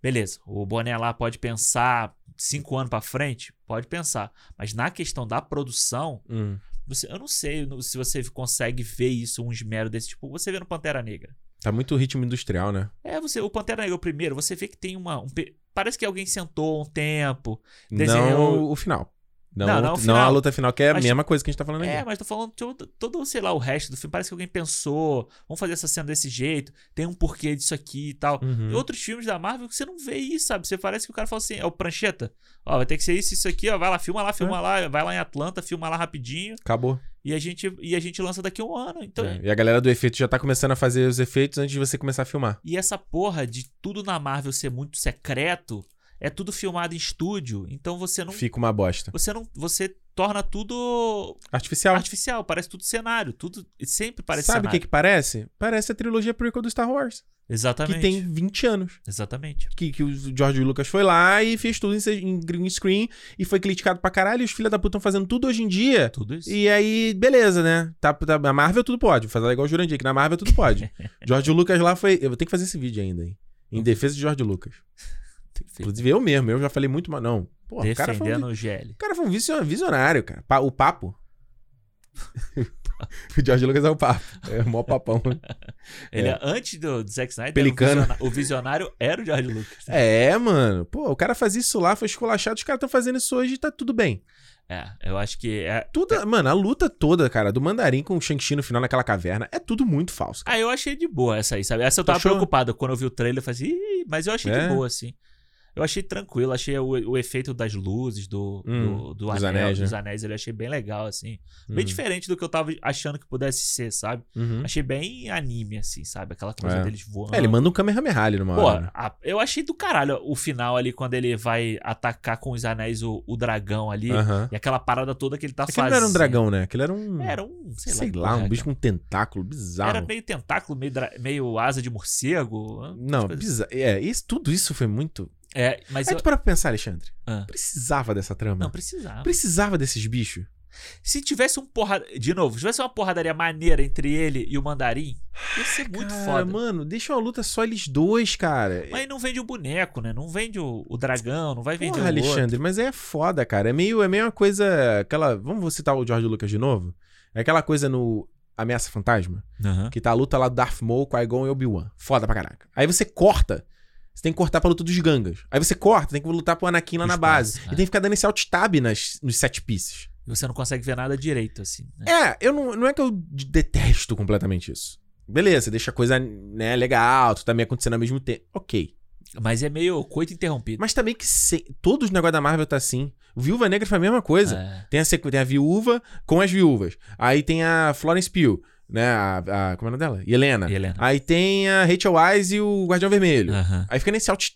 Speaker 2: Beleza, o Boné lá pode pensar cinco anos pra frente, pode pensar. Mas na questão da produção,
Speaker 1: Hum.
Speaker 2: você- eu não sei no- se você consegue ver isso, um esmero desse tipo. Você vê no Pantera Negra.
Speaker 1: Tá muito ritmo industrial, né?
Speaker 2: É, você, o Pantera Negra, o primeiro, você vê que tem uma. um pe- parece que alguém sentou um tempo.
Speaker 1: Não
Speaker 2: Desenhou-
Speaker 1: o final. Não,
Speaker 2: Não,
Speaker 1: o-
Speaker 2: não o
Speaker 1: não
Speaker 2: final.
Speaker 1: a luta final, que é a
Speaker 2: Mas-
Speaker 1: mesma coisa que a gente tá falando aqui.
Speaker 2: É, mas tô falando todo, todo, sei lá, o resto do filme. Parece que alguém pensou, vamos fazer essa cena desse jeito, tem um porquê disso aqui e tal.
Speaker 1: Uhum.
Speaker 2: E outros filmes da Marvel que você não vê isso, sabe? Você parece que o cara fala assim, é o prancheta, ó, vai ter que ser isso, isso aqui, ó, vai lá, filma lá,
Speaker 1: É.
Speaker 2: filma lá, vai lá em Atlanta, filma lá rapidinho
Speaker 1: Acabou.
Speaker 2: e a gente, e a gente lança daqui a um ano. Então,
Speaker 1: É, E a galera do efeito já tá começando a fazer os efeitos antes de você começar a filmar.
Speaker 2: E essa porra de tudo na Marvel ser muito secreto é tudo filmado em estúdio, então você não
Speaker 1: Fica uma bosta.
Speaker 2: você não você torna tudo
Speaker 1: Artificial.
Speaker 2: artificial, parece tudo cenário, tudo sempre parece
Speaker 1: Sabe o que
Speaker 2: cenário.
Speaker 1: que parece? Parece a trilogia prequel do Star Wars.
Speaker 2: Exatamente.
Speaker 1: que tem 20 anos.
Speaker 2: Exatamente.
Speaker 1: Que, que o George Lucas foi lá e fez tudo em, C- em green screen e foi criticado pra caralho. E os filha da puta estão fazendo tudo hoje em dia.
Speaker 2: É Tudo isso.
Speaker 1: E aí, beleza, né? Tá, tá- a Marvel tudo pode. Vou Fazer igual o Jurandir, que na Marvel tudo pode. George Lucas lá foi. Eu vou ter que fazer esse vídeo ainda, hein? Em defesa de George Lucas.
Speaker 2: Perfeito.
Speaker 1: Inclusive eu mesmo, eu já falei muito mal. Não. Pô, o cara foi um
Speaker 2: Defendendo o GL.
Speaker 1: o cara foi um visio- visionário, cara. Pa- O papo. o George Lucas é o papo. É o maior papão.
Speaker 2: Ele, antes do, do Zack Snyder,
Speaker 1: É. Pelicano.
Speaker 2: O, visiona- o visionário, era o George Lucas.
Speaker 1: é, mano. Pô, o cara fazia isso lá, foi esculachado. Os caras estão fazendo isso hoje e tá tudo bem.
Speaker 2: É, eu acho que. É...
Speaker 1: Tudo, Mano, a luta toda, cara, do Mandarim com o Shang-Chi no final naquela caverna é tudo muito falso. cara.
Speaker 2: Ah, eu achei de boa essa aí, sabe? Essa eu tava
Speaker 1: Achou?
Speaker 2: preocupado. Quando eu vi o trailer, eu falei assim, "Ih", mas eu achei
Speaker 1: É?
Speaker 2: de boa, assim. Eu achei tranquilo, achei o, o efeito das luzes, do,
Speaker 1: Hum,
Speaker 2: do, do
Speaker 1: dos
Speaker 2: anel,
Speaker 1: anéis, né?
Speaker 2: dos anéis, eu achei bem legal, assim. Bem diferente do que eu tava achando que pudesse ser, sabe?
Speaker 1: Hum, Uhum.
Speaker 2: Achei bem anime, assim, sabe? Aquela coisa
Speaker 1: É.
Speaker 2: deles voando.
Speaker 1: É, ele manda um Kamehameha ali numa
Speaker 2: Pô,
Speaker 1: hora. né?
Speaker 2: a- eu achei do caralho o final ali, quando ele vai atacar com os anéis o, o dragão ali.
Speaker 1: Aham.
Speaker 2: E aquela parada toda que ele tá
Speaker 1: Aquilo
Speaker 2: fazendo.
Speaker 1: não era um dragão, né? Aquilo era um.
Speaker 2: Era um, sei,
Speaker 1: sei,
Speaker 2: que
Speaker 1: lá,
Speaker 2: porra
Speaker 1: um bicho
Speaker 2: era.
Speaker 1: com um tentáculo bizarro.
Speaker 2: Era meio tentáculo, meio, dra- meio asa de morcego. né?
Speaker 1: Não,
Speaker 2: Tipo,
Speaker 1: bizarro. É, isso, tudo isso foi muito.
Speaker 2: É, mas
Speaker 1: Aí
Speaker 2: eu-
Speaker 1: tu para pra pensar, Alexandre.
Speaker 2: Ah.
Speaker 1: Precisava dessa trama.
Speaker 2: não precisava.
Speaker 1: Precisava desses bichos.
Speaker 2: Se tivesse um porrada. De novo, se tivesse uma porradaria maneira entre ele e o mandarim, ia ser muito
Speaker 1: Cara,
Speaker 2: foda.
Speaker 1: Mano, deixa uma luta só eles dois, cara.
Speaker 2: Mas não vende o boneco, né? Não vende o, o dragão, não vai vender
Speaker 1: Porra,
Speaker 2: o um outro.
Speaker 1: Alexandre, mas aí é foda, cara. É meio, é meio uma coisa. Aquela. Vamos citar o George Lucas de novo? É aquela coisa no Ameaça Fantasma.
Speaker 2: Aham.
Speaker 1: Que tá a luta lá do Darth Maul, Qui-Gon e Obi-Wan. Foda pra caraca. Aí você corta. Você tem que cortar pra luta dos Gangas. Aí você corta, tem que lutar pro Anakin lá
Speaker 2: Pro
Speaker 1: na
Speaker 2: espaço,
Speaker 1: base.
Speaker 2: é.
Speaker 1: E tem que ficar dando esse alt-tab nas- nos set pieces.
Speaker 2: E Você não consegue ver nada direito, assim. né?
Speaker 1: É, eu não, não é que eu d- detesto completamente isso. Beleza, deixa a coisa, né, legal, tudo tá meio acontecendo ao mesmo tempo. Ok.
Speaker 2: Mas é meio coito interrompido.
Speaker 1: Mas também que se- todos os negócios da Marvel tá assim. Viúva Negra foi a mesma coisa.
Speaker 2: É.
Speaker 1: Tem, a sequ- tem a viúva com as viúvas. Aí tem a Florence Pugh, né, a, a- como é o nome dela? Helena.
Speaker 2: E Helena.
Speaker 1: Aí tem a Rachel Wise e o Guardião Vermelho.
Speaker 2: Aham.
Speaker 1: Aí fica nesse alt...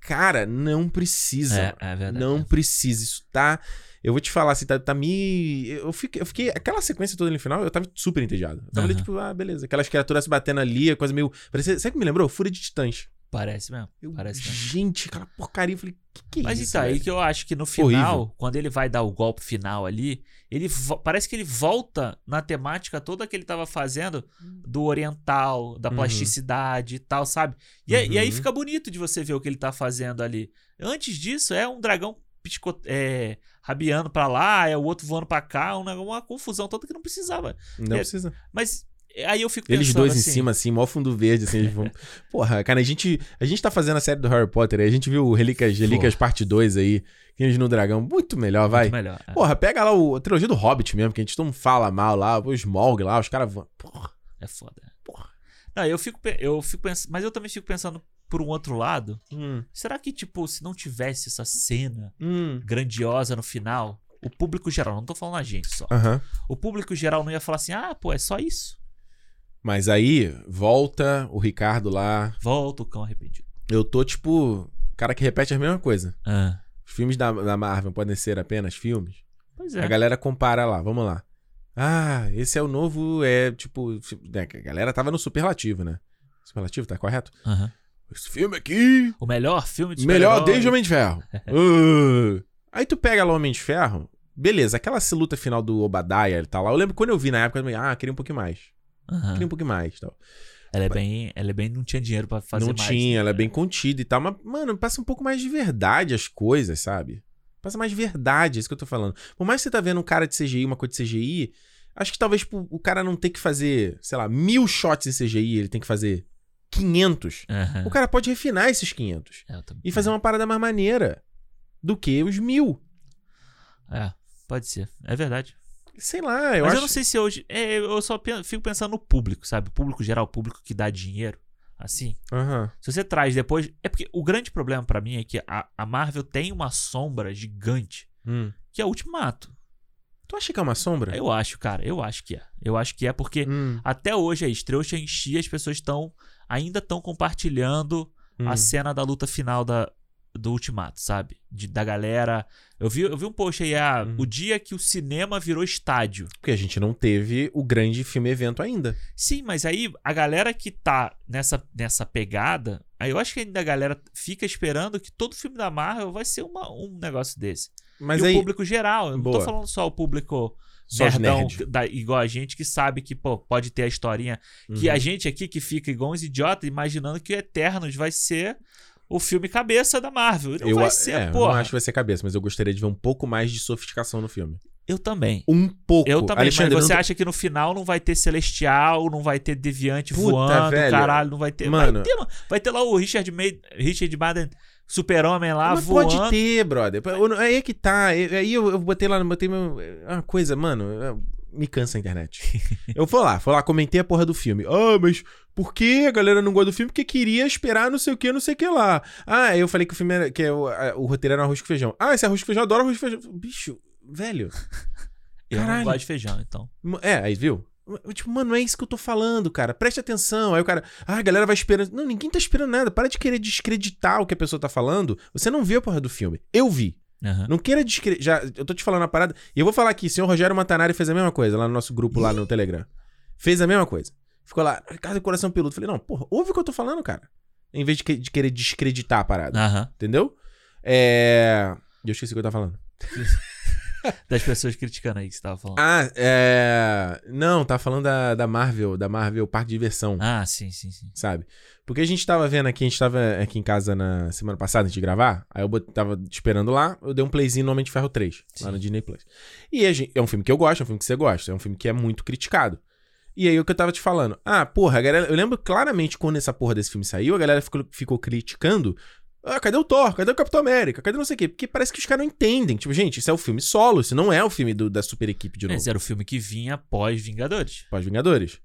Speaker 1: Cara, não precisa.
Speaker 2: É, é verdade.
Speaker 1: Não precisa, isso tá. Eu vou te falar, assim, tá, tá me. Eu fiquei, eu fiquei. Aquela sequência toda ali no final, eu tava super entediado. Eu tava ali,
Speaker 2: Aham.
Speaker 1: tipo, ah, beleza. Aquelas criaturas se batendo ali, a coisa meio. Parecia, sabe o que me lembrou? Fúria de Titãs.
Speaker 2: Parece mesmo.
Speaker 1: Eu,
Speaker 2: Parece mesmo.
Speaker 1: gente, aquela porcaria. Eu falei, que que é
Speaker 2: Mas
Speaker 1: isso?
Speaker 2: isso aí
Speaker 1: velho?
Speaker 2: que eu acho que no
Speaker 1: Horrível.
Speaker 2: final, quando ele vai dar o golpe final ali, ele vo- parece que ele volta na temática toda que ele tava fazendo do oriental, da
Speaker 1: Uhum.
Speaker 2: plasticidade e tal, sabe? E, aí- e aí
Speaker 1: Uhum.
Speaker 2: fica bonito de você ver o que ele tá fazendo ali. Antes disso, é um dragão pisco- é, rabiando pra lá, é o outro voando pra cá, um negócio- uma confusão toda que não precisava.
Speaker 1: Não
Speaker 2: é-
Speaker 1: precisa.
Speaker 2: Mas é, aí eu fico pensando
Speaker 1: Eles dois
Speaker 2: assim,
Speaker 1: em cima, assim, mó fundo verde, assim. Eles vão... Porra, cara, a gente, a gente tá fazendo a série do Harry Potter aí. A gente viu o Relíquias, Relíquias Parte 2 aí. Eles no Dragão. Muito melhor, vai.
Speaker 2: muito melhor. É,
Speaker 1: Porra, pega lá o, a trilogia do Hobbit mesmo, que a gente todo mundo fala mal lá, o Smaug lá, os caras vão. Porra.
Speaker 2: é foda. Não, eu fico, pe- eu fico pensando, mas eu também fico pensando por um outro lado,
Speaker 1: Hum,
Speaker 2: Será que, tipo, se não tivesse essa cena
Speaker 1: hum.
Speaker 2: grandiosa no final, o público geral, não tô falando a gente só,
Speaker 1: Aham.
Speaker 2: o público geral não ia falar assim, ah, pô, é só isso?
Speaker 1: Mas aí, volta o Ricardo lá.
Speaker 2: Volta o cão arrependido.
Speaker 1: Eu tô tipo. Cara que repete a mesma coisa.
Speaker 2: Ah,
Speaker 1: Os filmes da, da Marvel podem ser apenas filmes.
Speaker 2: pois
Speaker 1: A
Speaker 2: é.
Speaker 1: galera compara lá, vamos lá. Ah, esse é o novo. É tipo. fi- né, que a galera tava no superlativo, né? Superlativo, tá correto?
Speaker 2: Aham.
Speaker 1: Esse filme aqui.
Speaker 2: O melhor filme de
Speaker 1: Melhor
Speaker 2: super-herói.
Speaker 1: desde Homem de Ferro. Uh. Aí tu pega lá o Homem de Ferro. Beleza, aquela luta final do Obadiah, ele tá lá. Eu lembro quando eu vi na época, eu falei, ah, queria um pouquinho mais.
Speaker 2: Aham.
Speaker 1: Queria um pouquinho mais, tal.
Speaker 2: Ela é bem, ela é bem, não tinha dinheiro pra fazer
Speaker 1: não
Speaker 2: mais. né?
Speaker 1: tinha, ela é bem contida e tal. Mas, mano, passa um pouco mais de verdade as coisas, sabe? Passa mais verdade, é isso que eu tô falando. Por mais que você tá vendo um cara de CGI, uma coisa de CGI, acho que talvez pô, o cara não tem que fazer, sei lá, mil shots em CGI, ele tem que fazer 500.
Speaker 2: Aham.
Speaker 1: O cara pode refinar esses 500
Speaker 2: É, eu também-
Speaker 1: e fazer uma parada mais maneira do que os mil.
Speaker 2: É, pode ser. É verdade.
Speaker 1: Sei lá, um eu
Speaker 2: Mas
Speaker 1: acho.
Speaker 2: eu não sei se hoje... é, eu só pen- fico pensando no público, sabe? O público geral, o público que dá dinheiro, assim...
Speaker 1: Aham.
Speaker 2: Se você traz depois. É porque o grande problema pra mim é que a, a Marvel tem uma sombra gigante,
Speaker 1: Hum.
Speaker 2: que é o Ultimato.
Speaker 1: Tu acha que é uma sombra?
Speaker 2: Eu acho, cara. Eu acho que é. Eu acho que é porque
Speaker 1: Hum,
Speaker 2: até hoje a estreou Shang-Chi, as pessoas estão. Ainda estão compartilhando
Speaker 1: hum.
Speaker 2: a cena da luta final da, do Ultimato, sabe? De- da galera. Eu vi, eu vi um post aí, ah,
Speaker 1: Uhum.
Speaker 2: o dia que o cinema virou estádio.
Speaker 1: Porque a gente não teve o grande filme evento ainda.
Speaker 2: Sim, mas aí a galera que tá nessa, nessa pegada, aí eu acho que ainda a galera fica esperando que todo filme da Marvel vai ser uma, um negócio desse.
Speaker 1: Mas
Speaker 2: e
Speaker 1: aí.
Speaker 2: o público geral, eu não tô
Speaker 1: Boa.
Speaker 2: falando só o público
Speaker 1: Só os
Speaker 2: nerdão,
Speaker 1: nerd.
Speaker 2: que- da- igual a gente, que sabe que pô, pode ter a historinha. Que
Speaker 1: Uhum.
Speaker 2: a gente aqui que fica igual uns idiotas imaginando que o Eternos vai ser o filme cabeça da Marvel. Não
Speaker 1: eu
Speaker 2: vai
Speaker 1: a-
Speaker 2: ser,
Speaker 1: é, eu não
Speaker 2: porra.
Speaker 1: acho que vai ser cabeça, mas eu gostaria de ver um pouco mais de sofisticação no filme.
Speaker 2: Eu também.
Speaker 1: Um pouco.
Speaker 2: Eu também,
Speaker 1: Alexandre,
Speaker 2: mas você
Speaker 1: não tô-
Speaker 2: acha que no final não vai ter Celestial, não vai ter Deviante
Speaker 1: Puta,
Speaker 2: voando,
Speaker 1: velho.
Speaker 2: caralho, não vai ter.
Speaker 1: Mano.
Speaker 2: Vai ter, mano. Vai ter lá o Richard, May, Richard Madden, super-homem lá
Speaker 1: Mas
Speaker 2: tá voando.
Speaker 1: pode ter, brother. Eu não- Aí é que tá. Eu- Aí eu, eu botei lá, no- botei meu. é Uma coisa, mano. eu- Me cansa a internet. Eu vou lá, vou lá, comentei a porra do filme. Ah, mas por que a galera não gosta do filme? Porque queria esperar não sei o que, não sei o que lá. Ah, eu falei que o filme era, que é o, a- o roteiro era um arroz com feijão. Ah, esse arroz com feijão, eu adoro arroz com feijão. Bicho, velho.
Speaker 2: Eu não
Speaker 1: Caralho.
Speaker 2: gosto de feijão, então.
Speaker 1: M- É, aí viu? M- Tipo, mano, não é isso que eu tô falando, cara. Preste atenção. Aí o cara, ah, a galera vai esperando. Não, ninguém tá esperando nada. Para de querer descreditar o que a pessoa tá falando. Você não viu a porra do filme. Eu vi.
Speaker 2: Aham.
Speaker 1: Não queira descre... já Eu tô te falando a parada. E eu vou falar aqui, o senhor Rogério Montanari fez a mesma coisa lá no nosso grupo lá no Telegram. Fez a mesma coisa. Ficou lá, Ricardo Coração Peludo. Falei, não, porra, ouve o que eu tô falando, cara. Em vez de, que- de querer descreditar a parada.
Speaker 2: Aham.
Speaker 1: Entendeu? É. Eu esqueci o que eu tava falando.
Speaker 2: Das pessoas criticando aí que você tava falando.
Speaker 1: Ah, é. Não, tava falando da, da Marvel, da Marvel Parque de Diversão.
Speaker 2: Ah, sim, sim, sim.
Speaker 1: Sabe? Porque a gente tava vendo aqui, a gente tava aqui em casa na semana passada antes de gravar. Aí eu bot- tava te esperando lá, eu dei um playzinho no Homem de Ferro 3, lá
Speaker 2: Sim.
Speaker 1: no Disney Plus. E a gente- é um filme que eu gosto, é um filme que você gosta, é um filme que é muito criticado. E aí o que eu tava te falando? Ah, porra, a galera. Eu lembro claramente quando essa porra desse filme saiu, a galera ficou, ficou criticando. Ah, cadê o Thor? Cadê o Capitão América? Cadê não sei o quê? Porque parece que os caras não entendem. Tipo, gente, isso é o filme solo, isso não é o filme do- da super equipe de novo
Speaker 2: Mas era o filme que vinha após Vingadores.
Speaker 1: pós-Vingadores.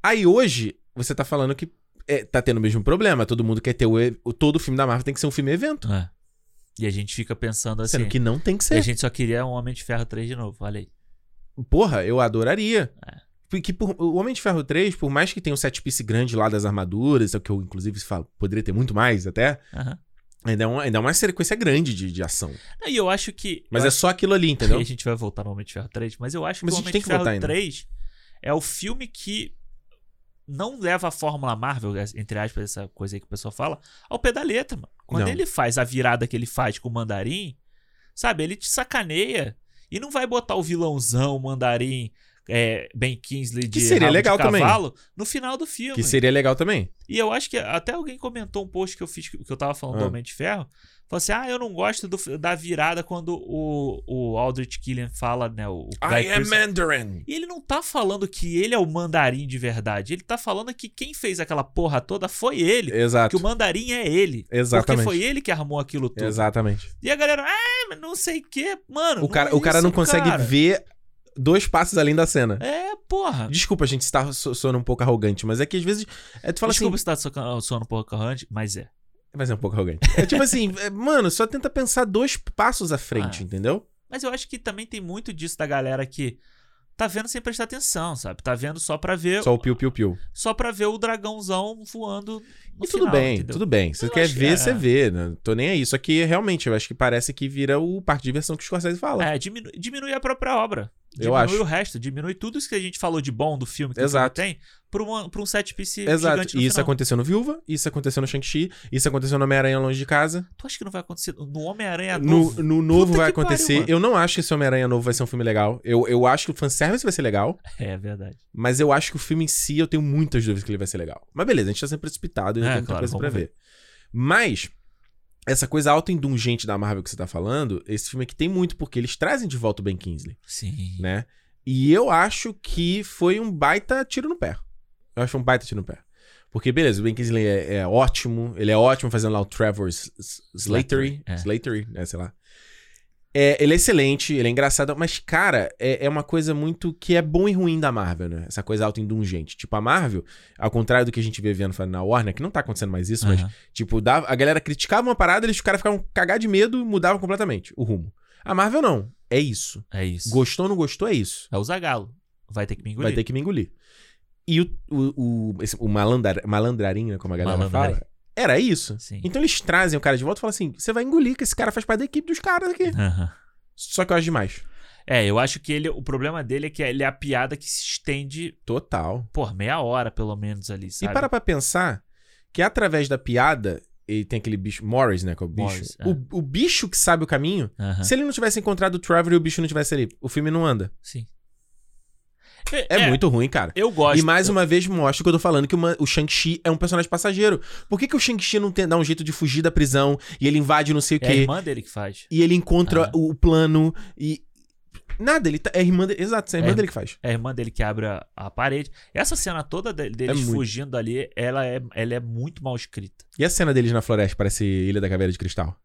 Speaker 1: Aí hoje, você tá falando que é, tá tendo o mesmo problema. Todo mundo quer ter o, e- o- Todo filme da Marvel tem que ser um filme evento.
Speaker 2: É. E a gente fica pensando assim.
Speaker 1: Sendo que não tem que
Speaker 2: e a
Speaker 1: ser.
Speaker 2: gente só queria um Homem de Ferro 3 de novo, olha aí.
Speaker 1: Porra, eu adoraria.
Speaker 2: É.
Speaker 1: Porque por- o Homem de Ferro 3, por mais que tenha um set piece grande lá das armaduras, é o que eu inclusive falo, poderia ter muito mais até,
Speaker 2: Aham.
Speaker 1: ainda é, um- ainda é uma sequência grande de, de ação.
Speaker 2: E eu acho que.
Speaker 1: Mas
Speaker 2: eu
Speaker 1: é só aquilo ali,
Speaker 2: Aí a
Speaker 1: entendeu?
Speaker 2: gente vai voltar no Homem de Ferro 3, mas eu acho que
Speaker 1: Mas
Speaker 2: o
Speaker 1: a gente
Speaker 2: Homem
Speaker 1: tem
Speaker 2: de
Speaker 1: que voltar
Speaker 2: Ferro
Speaker 1: ainda.
Speaker 2: 3 é o filme que não leva a Fórmula Marvel, entre aspas, essa coisa aí que o pessoal fala, ao pé da letra, mano. Quando
Speaker 1: Não.
Speaker 2: ele faz a virada que ele faz com o Mandarim, sabe, ele te sacaneia e não vai botar o vilãozão, o Mandarim, é, Ben Kingsley
Speaker 1: Que
Speaker 2: de,
Speaker 1: seria
Speaker 2: rabo
Speaker 1: legal
Speaker 2: de
Speaker 1: também.
Speaker 2: cavalo no final do filme.
Speaker 1: Que seria legal também.
Speaker 2: E eu acho que até alguém comentou um post que eu fiz, que eu tava falando do
Speaker 1: Ah.
Speaker 2: Homem de Ferro. Falou assim: ah, eu não gosto do- da virada quando o, o Aldrich Killian fala, né? O, o Guy
Speaker 1: I am
Speaker 2: Pearce.
Speaker 1: Mandarin.
Speaker 2: E ele não tá falando que ele é o mandarim de verdade. Ele tá falando que quem fez aquela porra toda foi ele. Que
Speaker 1: Exato.
Speaker 2: o mandarim é ele. Porque
Speaker 1: Exatamente.
Speaker 2: foi ele que armou aquilo tudo.
Speaker 1: Exatamente.
Speaker 2: E a galera, ah, mas não sei o quê. Mano, é
Speaker 1: O cara, o cara
Speaker 2: isso,
Speaker 1: não consegue
Speaker 2: cara.
Speaker 1: ver dois passos além da cena.
Speaker 2: É, porra.
Speaker 1: Ah. Desculpa, gente, se tá so- soando um pouco arrogante, mas é que às vezes. É, tu fala
Speaker 2: Desculpa
Speaker 1: assim.
Speaker 2: se tá soca- soando um pouco arrogante, mas é.
Speaker 1: Vai ser um pouco arrogante. É tipo assim, é, mano, só tenta pensar dois passos à frente,
Speaker 2: Ah.
Speaker 1: entendeu?
Speaker 2: Mas eu acho que também tem muito disso da galera que tá vendo sem prestar atenção, sabe? Tá vendo só pra ver
Speaker 1: Só
Speaker 2: só,
Speaker 1: o piu-piu-piu.
Speaker 2: pra ver o dragãozão voando no
Speaker 1: E tudo
Speaker 2: final,
Speaker 1: bem,
Speaker 2: entendeu?
Speaker 1: tudo bem. Se
Speaker 2: Eu
Speaker 1: você quer
Speaker 2: acho que
Speaker 1: ver,
Speaker 2: é.
Speaker 1: você vê. Né? Tô nem aí. Só que realmente, eu acho que parece que vira o parte de diversão que o Scorsese fala.
Speaker 2: É, diminui, diminui a própria obra.
Speaker 1: Eu
Speaker 2: diminui
Speaker 1: acho.
Speaker 2: o resto, diminui tudo isso que a gente falou de bom do filme que
Speaker 1: Exato.
Speaker 2: o filme tem pra, uma, pra um set piece
Speaker 1: Exato.
Speaker 2: gigante no
Speaker 1: E isso
Speaker 2: final.
Speaker 1: aconteceu no Viúva, isso aconteceu no Shang-Chi, isso aconteceu no Homem-Aranha Longe de Casa.
Speaker 2: Tu acha que não vai acontecer É, no Homem-Aranha
Speaker 1: No,
Speaker 2: novo?
Speaker 1: no novo
Speaker 2: Puta
Speaker 1: vai
Speaker 2: que pariu,
Speaker 1: acontecer.
Speaker 2: mano.
Speaker 1: eu não acho que esse Homem-Aranha novo vai ser um filme legal. Eu, eu acho que o fanservice vai ser legal.
Speaker 2: É verdade.
Speaker 1: Mas eu acho que o filme em si, eu tenho muitas dúvidas que ele vai ser legal. Mas beleza, a gente tá sempre precipitado e
Speaker 2: É,
Speaker 1: ainda tem muita
Speaker 2: claro,
Speaker 1: coisa pra
Speaker 2: vamos
Speaker 1: ver. Mas, essa coisa autoindulgente da Marvel que você tá falando, esse filme aqui tem muito, porque eles trazem de volta o Ben Kingsley,
Speaker 2: Sim.
Speaker 1: né? E eu acho que foi um baita tiro no pé. Eu acho um baita tiro no pé. Porque, beleza, o Ben Kingsley é, é ótimo, ele é ótimo fazendo lá o Trevor S- S- Slattery,
Speaker 2: Slattery, é.
Speaker 1: Slattery, né, sei lá. É, ele é excelente, ele é engraçado, mas, cara, é, é uma coisa muito que é bom e ruim da Marvel, né? Essa coisa autoindulgente. Tipo, a Marvel, ao contrário do que a gente vê vendo na Warner, que não tá acontecendo mais isso, mas,
Speaker 2: Aham.
Speaker 1: tipo, dava- a galera criticava uma parada, eles, os caras ficavam cagados de medo e mudavam completamente o rumo. A Marvel não, é isso.
Speaker 2: É isso.
Speaker 1: Gostou ou não gostou, é isso.
Speaker 2: É o Zagalo. Vai ter que me engolir.
Speaker 1: Vai ter que me engolir. E o, o, o, esse- o malandar, malandrarinho, né, como a galera
Speaker 2: Malandrarinho.
Speaker 1: fala, Era isso.
Speaker 2: Sim.
Speaker 1: Então eles trazem o cara de volta e falam assim: você vai engolir que esse cara faz parte da equipe dos caras aqui.
Speaker 2: Aham.
Speaker 1: Só que eu acho demais.
Speaker 2: É, eu acho que ele, o problema dele é que ele é a piada que se estende
Speaker 1: Total.
Speaker 2: por meia hora, pelo menos, ali, sabe?
Speaker 1: E para pra pensar que através da piada, ele tem aquele bicho, Morris, né? Que é o bicho.
Speaker 2: Morris, é.
Speaker 1: O, o bicho que sabe o caminho,
Speaker 2: Aham,
Speaker 1: se ele não tivesse encontrado o Trevor e o bicho não tivesse ali, o filme não anda.
Speaker 2: Sim.
Speaker 1: É, muito ruim, cara.
Speaker 2: Eu gosto.
Speaker 1: E mais um uma vez mostra que eu tô falando que uma- o Shang-Chi é um personagem passageiro. Por que, que o Shang-Chi não tem, dá um jeito de fugir da prisão e ele invade não sei o
Speaker 2: É a
Speaker 1: quê?
Speaker 2: irmã dele que faz.
Speaker 1: e ele encontra
Speaker 2: Ah.
Speaker 1: o plano e. Nada, ele tá, é a irmã dele. Exato, é a irmã
Speaker 2: É.
Speaker 1: dele que faz.
Speaker 2: É a irmã dele que abre a, a parede. Essa cena toda de- deles
Speaker 1: É muito.
Speaker 2: fugindo ali, ela é, ela é muito mal escrita.
Speaker 1: E a cena deles na floresta, parece Ilha da Caveira de Cristal?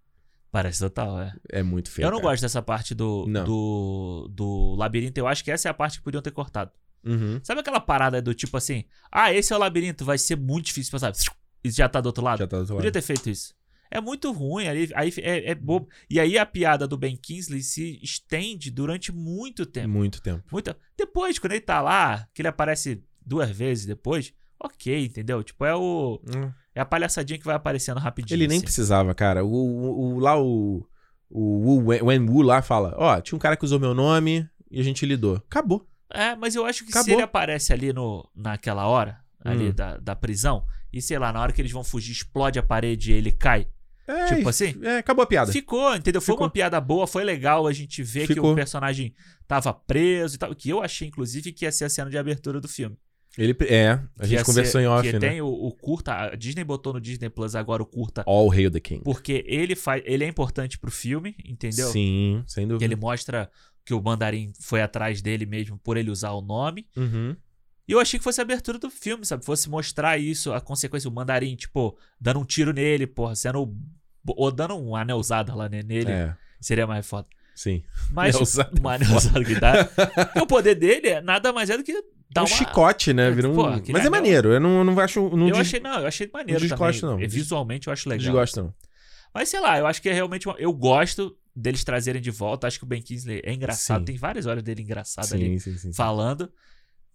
Speaker 2: Parece total, é.
Speaker 1: É muito feio.
Speaker 2: eu não
Speaker 1: cara.
Speaker 2: gosto dessa parte do,
Speaker 1: Não.
Speaker 2: do, do labirinto. Eu acho que essa é a parte que podiam ter cortado.
Speaker 1: Uhum.
Speaker 2: Sabe aquela parada do tipo assim? Ah, esse é o labirinto, vai ser muito difícil passar. E já tá do outro lado.
Speaker 1: Já tá do outro
Speaker 2: Podia
Speaker 1: lado.
Speaker 2: ter feito isso. É muito ruim, aí, aí é, é bobo. E aí a piada do Ben Kingsley se estende durante muito tempo.
Speaker 1: Muito tempo.
Speaker 2: Muita... Depois, quando ele tá lá, que ele aparece duas vezes depois, ok, entendeu? Tipo, é o.
Speaker 1: Hum.
Speaker 2: É a palhaçadinha que vai aparecendo rapidinho.
Speaker 1: Ele nem
Speaker 2: assim.
Speaker 1: precisava, cara. O, o- o- lá o. O Wu, Wen- Wen Wu lá fala: Ó, tinha um cara que usou meu nome e a gente lidou. Acabou.
Speaker 2: É, mas eu acho que se
Speaker 1: Acabou.
Speaker 2: ele aparece ali no, naquela hora, ali
Speaker 1: Hum.
Speaker 2: da, da prisão, e sei lá, na hora que eles vão fugir, explode a parede e ele cai.
Speaker 1: É, e-
Speaker 2: Tipo assim?
Speaker 1: É, acabou a piada.
Speaker 2: Ficou, entendeu? Foi
Speaker 1: Ficou.
Speaker 2: uma piada boa, foi legal a gente ver que
Speaker 1: Ficou.
Speaker 2: o personagem tava preso e tal. Que eu achei, inclusive, que ia ser a cena de abertura do filme.
Speaker 1: Ele, é, a
Speaker 2: Que ia
Speaker 1: gente conversou
Speaker 2: ser-
Speaker 1: em off,
Speaker 2: que
Speaker 1: né?
Speaker 2: tem o, o curta, a Disney botou no Disney Plus agora o curta,
Speaker 1: All Hail the King.
Speaker 2: porque ele faz, ele é importante pro filme, entendeu?
Speaker 1: Sim, sem
Speaker 2: E
Speaker 1: dúvida.
Speaker 2: ele mostra que o mandarim foi atrás dele mesmo por ele usar o nome.
Speaker 1: Uhum.
Speaker 2: E eu achei que fosse a abertura do filme, sabe? Fosse mostrar isso, a consequência, o mandarim, tipo, dando um tiro nele, porra, sendo. o- Ou dando um anelzada lá ne- nele.
Speaker 1: É,
Speaker 2: Seria mais foda.
Speaker 1: sim.
Speaker 2: Mas
Speaker 1: Anelzada é
Speaker 2: uma anelzada que dá. Porque o poder dele é nada mais é do que dar
Speaker 1: um
Speaker 2: uma.
Speaker 1: chicote, né?
Speaker 2: É,
Speaker 1: Vira um...
Speaker 2: pô,
Speaker 1: Mas
Speaker 2: aquele
Speaker 1: é
Speaker 2: anel-
Speaker 1: maneiro. Eu não, eu não acho. Não
Speaker 2: Eu
Speaker 1: des-
Speaker 2: achei, não, eu achei maneiro
Speaker 1: não
Speaker 2: também.
Speaker 1: desgosto, não.
Speaker 2: E Visualmente eu acho legal.
Speaker 1: desgosto, não.
Speaker 2: Mas sei lá, eu acho que é realmente uma... Eu gosto deles trazerem de volta. Acho que o Ben Kingsley é engraçado.
Speaker 1: Sim.
Speaker 2: Tem várias horas dele engraçado ali.
Speaker 1: Sim, sim, sim.
Speaker 2: falando.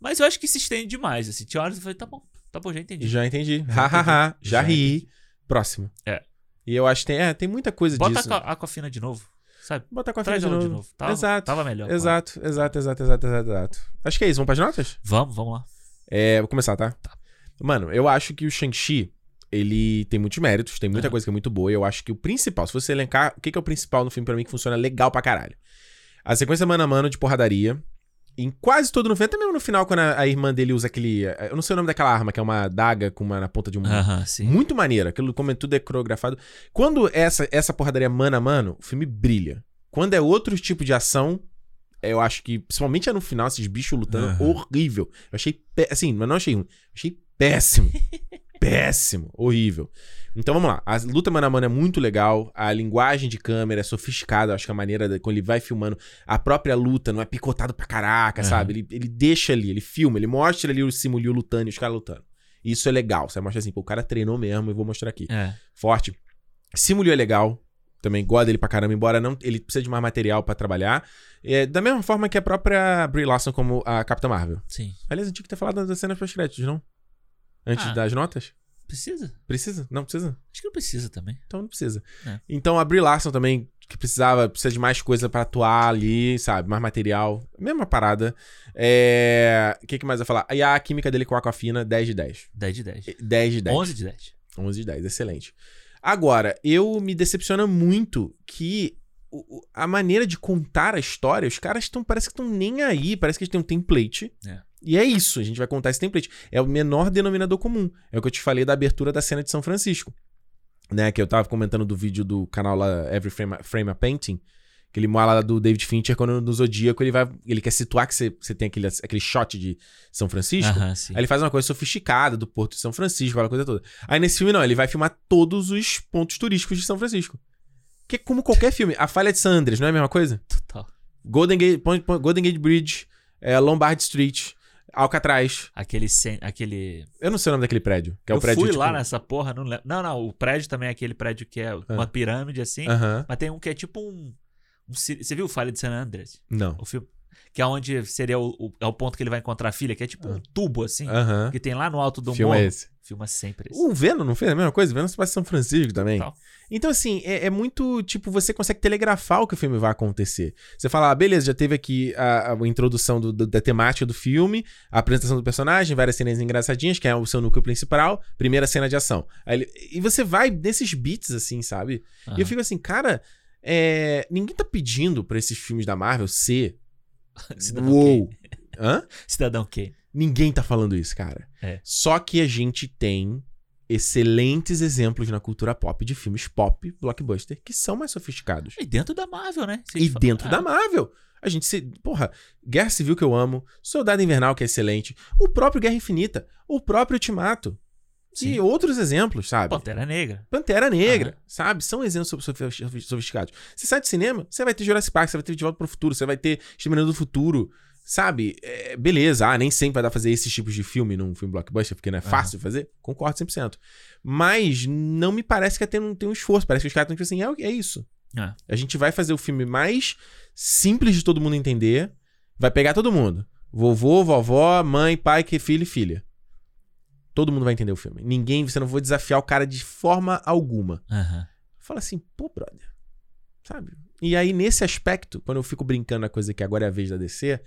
Speaker 2: Mas eu acho que se estende demais, assim. Tinha horas que eu falei, tá bom, tá bom, já entendi.
Speaker 1: Já entendi. Ha, ha, ha. Já
Speaker 2: Já
Speaker 1: ri. Próximo.
Speaker 2: É.
Speaker 1: E eu acho que tem, é, tem muita coisa
Speaker 2: Bota
Speaker 1: disso.
Speaker 2: a Aqua- Aquafina de novo, sabe?
Speaker 1: Bota com a
Speaker 2: Traz
Speaker 1: frente de
Speaker 2: ela
Speaker 1: novo.
Speaker 2: de novo. então, Tava,
Speaker 1: Exato.
Speaker 2: Tava melhor. com ela.
Speaker 1: Exato, exato, exato, exato, exato, exato. Acho que é isso. Vamos para as notas?
Speaker 2: Vamos, vamos lá.
Speaker 1: É, vou começar, tá? Mano, eu acho que o Shang-Chi, ele tem muitos méritos, tem muita
Speaker 2: Aham.
Speaker 1: coisa que é muito boa. E eu acho que o principal, se você elencar, o que que é o principal no filme pra mim que funciona legal pra caralho? A sequência mano a mano de porradaria. Em quase todo no filme, até mesmo no final, quando a, a irmã dele usa aquele. eh, Eu não sei o nome daquela arma, que é uma daga com uma na ponta de um.
Speaker 2: Aham, sim.
Speaker 1: Muito maneiro. Aquilo, como é tudo é coreografado. Quando essa, essa porradaria mano a mano, o filme brilha. Quando é outro tipo de ação, eu acho que, principalmente é no final, esses bichos lutando,
Speaker 2: Aham.
Speaker 1: horrível. Eu achei, pé- assim, mas não achei ruim. Achei péssimo. péssimo. Horrível. Então vamos lá. A luta mano a mano é muito legal. A linguagem de câmera é sofisticada. Eu acho que a maneira da- como ele vai filmando a própria luta não é picotado pra caraca,
Speaker 2: Aham.
Speaker 1: sabe? Ele, ele deixa ali, ele filma, ele mostra ali o Simuliu lutando e os caras lutando. Isso é legal. Você mostra assim, pô, o cara treinou mesmo, eu vou mostrar aqui.
Speaker 2: É.
Speaker 1: Forte. Simuliu é legal. Também gosto dele pra caramba, embora não ele precisa de mais material pra trabalhar. É, da mesma forma que a própria Brie Larson como a Capitã Marvel.
Speaker 2: Sim.
Speaker 1: Aliás, eu tinha que ter falado das cenas pós-créditos, não? Antes
Speaker 2: Ah.
Speaker 1: das notas?
Speaker 2: Precisa?
Speaker 1: Precisa? Não precisa?
Speaker 2: Acho que não precisa também.
Speaker 1: Então não precisa.
Speaker 2: É.
Speaker 1: Então a Brie Larson também, que precisava, precisa de mais coisa pra atuar ali, sabe? Mais material. Mesma parada. É... O que, que mais eu ia falar? E a química dele com a Aquafina, 10 de 10.
Speaker 2: 10 de 10.
Speaker 1: 10 de 10.
Speaker 2: 11 de 10.
Speaker 1: 11 de 10, excelente. Agora, eu me decepciona muito que o- o- a maneira de contar a história, os caras estão, parece que estão nem aí, parece que eles têm um template.
Speaker 2: É.
Speaker 1: E é isso, a gente vai contar esse template. É o menor denominador comum. É o que eu te falei da abertura da cena de São Francisco. Né, que eu tava comentando do vídeo do canal lá, Every Frame a, Frame a Painting, que ele mora lá do David Fincher, quando no Zodíaco ele vai. Ele quer situar que você você tem aquele, aquele shot de São Francisco.
Speaker 2: Aham, sim.
Speaker 1: Aí ele faz uma coisa sofisticada do Porto de São Francisco, aquela coisa toda. Aí nesse filme não, ele vai filmar todos os pontos turísticos de São Francisco. Que é como qualquer filme. A Falha de San Andreas, não é a mesma coisa?
Speaker 2: Total.
Speaker 1: Golden Gate, Pon- Pon- Golden Gate Bridge, é, Lombard Street, Alcatraz.
Speaker 2: Aquele. Sem, aquele...
Speaker 1: Eu não sei o nome daquele prédio. Que é o
Speaker 2: eu
Speaker 1: prédio,
Speaker 2: fui
Speaker 1: tipo-
Speaker 2: lá nessa porra, não lembro. Não, não, o prédio também é aquele prédio que
Speaker 1: Ah.
Speaker 2: é uma pirâmide assim.
Speaker 1: tipo Aham.
Speaker 2: Mas tem um que é tipo um. um ci- Você viu o Falha de San Andreas?
Speaker 1: Não.
Speaker 2: O filme. Que é onde seria o, o- é o ponto que ele vai encontrar a filha, que é tipo
Speaker 1: Ah.
Speaker 2: um tubo, assim,
Speaker 1: Aham.
Speaker 2: que tem lá no alto do
Speaker 1: Filma
Speaker 2: morro.
Speaker 1: é esse. Uh,
Speaker 2: Filma sempre esse.
Speaker 1: O Venom não fez a mesma coisa? O Venom se passa em São Francisco também.
Speaker 2: Tal.
Speaker 1: Então, assim, é, é muito, tipo, você consegue telegrafar o que o filme vai acontecer. Você fala, ah, beleza, já teve aqui a, a introdução do- do- da temática do filme, a apresentação do personagem, várias cenas engraçadinhas, que é o seu núcleo principal, primeira cena de ação. Aí ele- e você vai nesses beats, assim, sabe? E
Speaker 2: Aham.
Speaker 1: eu fico assim, cara, é, ninguém tá pedindo pra esses filmes da Marvel ser...
Speaker 2: Cidadão
Speaker 1: Uou! Hã?
Speaker 2: Kane. Cidadão Kane.
Speaker 1: Ninguém tá falando isso, cara.
Speaker 2: É.
Speaker 1: Só que a gente tem excelentes exemplos na cultura pop de filmes pop, blockbuster, que são mais sofisticados.
Speaker 2: E dentro da Marvel, né? Se a
Speaker 1: E
Speaker 2: gente fala-
Speaker 1: dentro
Speaker 2: Ah,
Speaker 1: da Marvel. A gente se. Porra, Guerra Civil que eu amo, Soldado Invernal que é excelente, o próprio Guerra Infinita, o próprio Ultimato.
Speaker 2: Sim.
Speaker 1: E outros exemplos, sabe?
Speaker 2: Pantera Negra.
Speaker 1: Pantera Negra, sabe? São exemplos so- so- so- sofisticados. Você sai do cinema, você vai ter Jurassic Park, você vai ter De Volta pro Futuro, você vai ter Exterminador do Futuro, sabe? É, beleza, ah, nem sempre vai dar pra fazer esses tipos de filme num filme blockbuster, porque não é
Speaker 2: Aham.
Speaker 1: fácil de fazer. Concordo 100%. Mas não me parece que tem um, tem um esforço. Parece que os caras estão tipo assim, é, o- é isso.
Speaker 2: É.
Speaker 1: A gente vai fazer o filme mais simples de todo mundo entender, vai pegar todo mundo. Vovô, vovó, mãe, pai, que filho e filha. Todo mundo vai entender o filme. Ninguém, você não vai desafiar o cara de forma alguma
Speaker 2: Aham.
Speaker 1: fala assim, pô, brother. Sabe? E aí, nesse aspecto, quando eu fico brincando na coisa que agora é a vez da DC,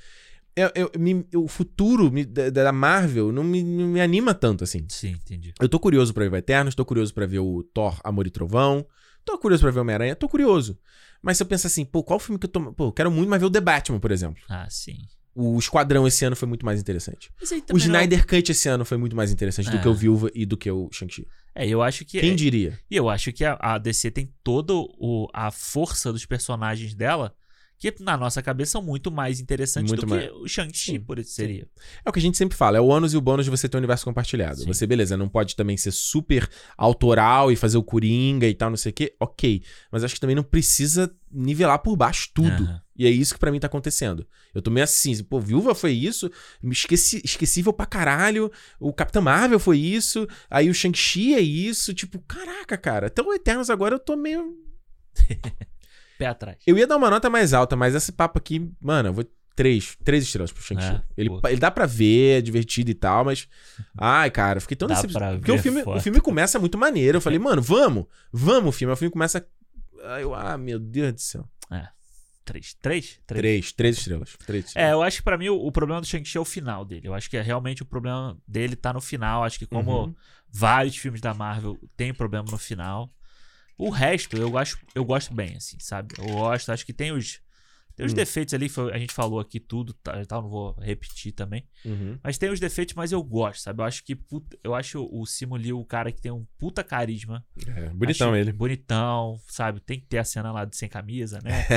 Speaker 1: eu, eu- me- eu- o futuro me- da, da Marvel não me, não me anima tanto assim.
Speaker 2: Sim, entendi.
Speaker 1: Eu tô curioso pra ver o Eternos, tô curioso pra ver o Thor Amor e Trovão, tô curioso pra ver o Homem-Aranha, tô curioso. Mas se eu pensar assim, pô, qual filme que eu tô. Pô, eu quero muito mais ver o The Batman, por exemplo.
Speaker 2: Ah, sim.
Speaker 1: O Esquadrão esse ano foi muito mais interessante.
Speaker 2: Mas aí
Speaker 1: o
Speaker 2: também não-
Speaker 1: Snyder Cut esse ano foi muito mais interessante do
Speaker 2: É.
Speaker 1: que o Viúva e do que o Shang-Chi.
Speaker 2: É, eu acho que.
Speaker 1: Quem diria?
Speaker 2: E eu acho que a, a DC tem toda o, a força dos personagens dela, que na nossa cabeça são muito mais interessantes
Speaker 1: Muito
Speaker 2: do
Speaker 1: mais.
Speaker 2: que o Shang-Chi,
Speaker 1: Sim,
Speaker 2: por isso seria.
Speaker 1: É o que a gente sempre fala, é o ônus e o bônus de você ter um universo compartilhado.
Speaker 2: Sim.
Speaker 1: Você, beleza, não pode também ser super autoral e fazer o Coringa e tal, não sei o quê, ok. Mas acho que também não precisa nivelar por baixo tudo.
Speaker 2: Aham.
Speaker 1: E é isso que pra mim tá acontecendo. Eu tô meio assim, pô, Viúva foi isso, me esqueci, esquecível pra caralho, o Capitão Marvel foi isso, aí o Shang-Chi é isso, tipo, caraca, cara, até o Eternos agora eu tô meio...
Speaker 2: Pé atrás.
Speaker 1: Eu ia dar uma nota mais alta, mas esse papo aqui, mano, eu vou... Três, três estrelas pro Shang-Chi.
Speaker 2: É,
Speaker 1: ele,
Speaker 2: pô.
Speaker 1: ele dá pra ver, é divertido e tal, mas. Ai, cara, eu fiquei tão
Speaker 2: Dá
Speaker 1: decepcionado.
Speaker 2: pra
Speaker 1: Porque
Speaker 2: ver É.
Speaker 1: o filme, o
Speaker 2: foto.
Speaker 1: filme começa muito maneiro. Eu falei, mano, vamos, vamos, o filme. Aí O filme começa. Aí eu, ah, meu Deus do céu.
Speaker 2: Três. Três? Três.
Speaker 1: Três, três estrelas. Três
Speaker 2: É,
Speaker 1: estrelas.
Speaker 2: eu acho que pra mim o, o problema do Shang-Chi é o final dele. Eu acho que é realmente o problema dele tá no final. Acho que como
Speaker 1: Uhum.
Speaker 2: vários filmes da Marvel tem problema no final. O resto eu acho, eu gosto bem, assim, sabe? Eu gosto, acho que tem os, tem os
Speaker 1: Hum.
Speaker 2: defeitos ali, foi- a gente falou aqui tudo, tá, e tal, não vou repetir também.
Speaker 1: Uhum.
Speaker 2: Mas tem os defeitos, mas eu gosto, sabe? Eu acho que puta- eu acho o Simu Liu o cara que tem um puta carisma.
Speaker 1: É, bonitão
Speaker 2: Acho
Speaker 1: ele.
Speaker 2: Bonitão, sabe? Tem que ter a cena lá de sem camisa, né?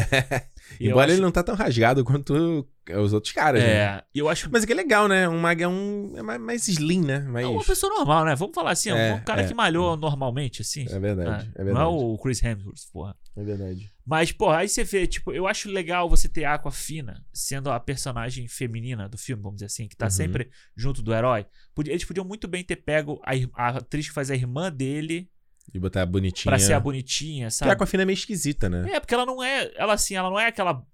Speaker 2: E eu
Speaker 1: Embora ele
Speaker 2: acho-
Speaker 1: não tá tão rasgado quanto os outros caras. né?
Speaker 2: É, e eu acho
Speaker 1: Mas é que é legal, né? Um mago é um. É mais, mais slim, né? Mais...
Speaker 2: É uma pessoa normal, né? Vamos falar assim, é,
Speaker 1: É,
Speaker 2: um cara
Speaker 1: é.
Speaker 2: que malhou normalmente, assim.
Speaker 1: É verdade.
Speaker 2: Ah,
Speaker 1: É
Speaker 2: Não é
Speaker 1: verdade.
Speaker 2: o Chris Hemsworth, porra.
Speaker 1: É verdade.
Speaker 2: Mas, porra, aí você vê, tipo, eu acho legal você ter a Aquafina sendo a personagem feminina do filme, vamos dizer assim, que tá
Speaker 1: Uhum.
Speaker 2: sempre junto do herói. Podia- Eles podiam muito bem ter pego a, ir- a atriz que faz a irmã dele
Speaker 1: E botar a bonitinha.
Speaker 2: pra ser a
Speaker 1: Porque
Speaker 2: bonitinha,
Speaker 1: a
Speaker 2: sabe?
Speaker 1: Aquafina é meio esquisita, né?
Speaker 2: É, porque ela não é, ela assim, ela não é aquela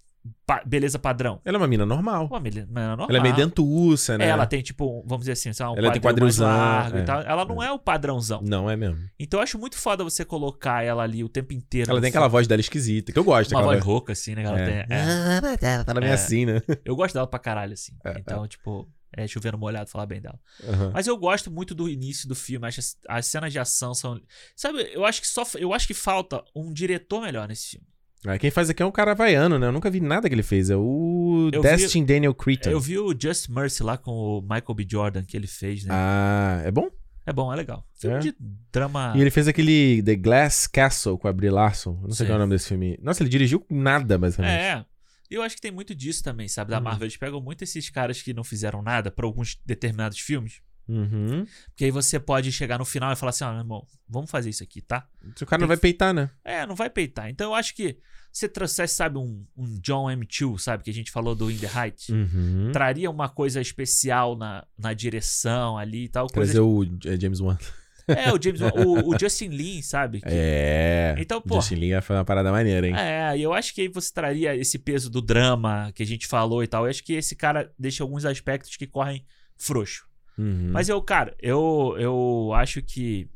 Speaker 2: pa- beleza padrão.
Speaker 1: Ela é uma mina normal.
Speaker 2: Uma menina normal.
Speaker 1: Ela é meio dentuça, né?
Speaker 2: É, Ela tem, tipo, um- vamos dizer assim, sei lá, um
Speaker 1: Ela tem
Speaker 2: quadril mais
Speaker 1: quadrilzão,
Speaker 2: largo
Speaker 1: é,
Speaker 2: e tal. Ela não é o padrãozão.
Speaker 1: Não, é mesmo.
Speaker 2: Então eu acho muito foda você colocar ela ali o tempo inteiro.
Speaker 1: Ela tem aquela voz dela esquisita, que eu gosto.
Speaker 2: uma
Speaker 1: aquela
Speaker 2: voz rouca, assim, né? que Ela
Speaker 1: É.
Speaker 2: tem. É.
Speaker 1: Ah, Ela é meio
Speaker 2: É.
Speaker 1: assim, né?
Speaker 2: Eu gosto dela pra caralho, assim. então, tipo, é chovendo molhado falar bem dela.
Speaker 1: Aham.
Speaker 2: Mas eu gosto muito do início do filme. Acho as, as cenas de ação são. Sabe, eu acho que só. Eu acho que falta um diretor melhor nesse filme.
Speaker 1: Ah, Quem faz aqui é um cara havaiano, né? Eu nunca vi nada que ele fez. É o
Speaker 2: Eu vi-
Speaker 1: Destin Daniel Cretton.
Speaker 2: É, Eu vi o Just Mercy lá com o Michael B. Jordan que ele fez, né?
Speaker 1: Ah, é bom?
Speaker 2: É bom, é legal. Filme
Speaker 1: É?
Speaker 2: de drama.
Speaker 1: E ele é fez aquele The Glass Castle com a Brie Larson. Não sei
Speaker 2: Sim.
Speaker 1: qual é o nome desse filme. Nossa, ele dirigiu nada, basicamente.
Speaker 2: É. E eu acho que tem muito disso também, sabe? Da
Speaker 1: Uhum.
Speaker 2: Marvel. Eles pegam muito esses caras que não fizeram nada pra alguns determinados filmes.
Speaker 1: Uhum.
Speaker 2: Porque aí você pode chegar no final e falar assim, ó, meu irmão, vamos fazer isso aqui, tá?
Speaker 1: O cara não vai peitar, né?
Speaker 2: É, não vai peitar. Então eu acho que se trouxesse, sabe, um, um John M. Chu, sabe, que a gente falou do In The Heights,
Speaker 1: Uhum.
Speaker 2: traria uma coisa especial na, na direção ali e tal. Coisa...
Speaker 1: Trazer o J- James Wan.
Speaker 2: É, o James Wan- o, o Justin Lin, sabe? Que-
Speaker 1: É.
Speaker 2: Então, pô.
Speaker 1: Justin Lin foi uma parada maneira, hein?
Speaker 2: É, e eu acho que aí você traria esse peso do drama que a gente falou e tal. Eu acho que esse cara deixa alguns aspectos que correm frouxo.
Speaker 1: Uhum.
Speaker 2: É. Mas eu, cara, eu, eu acho que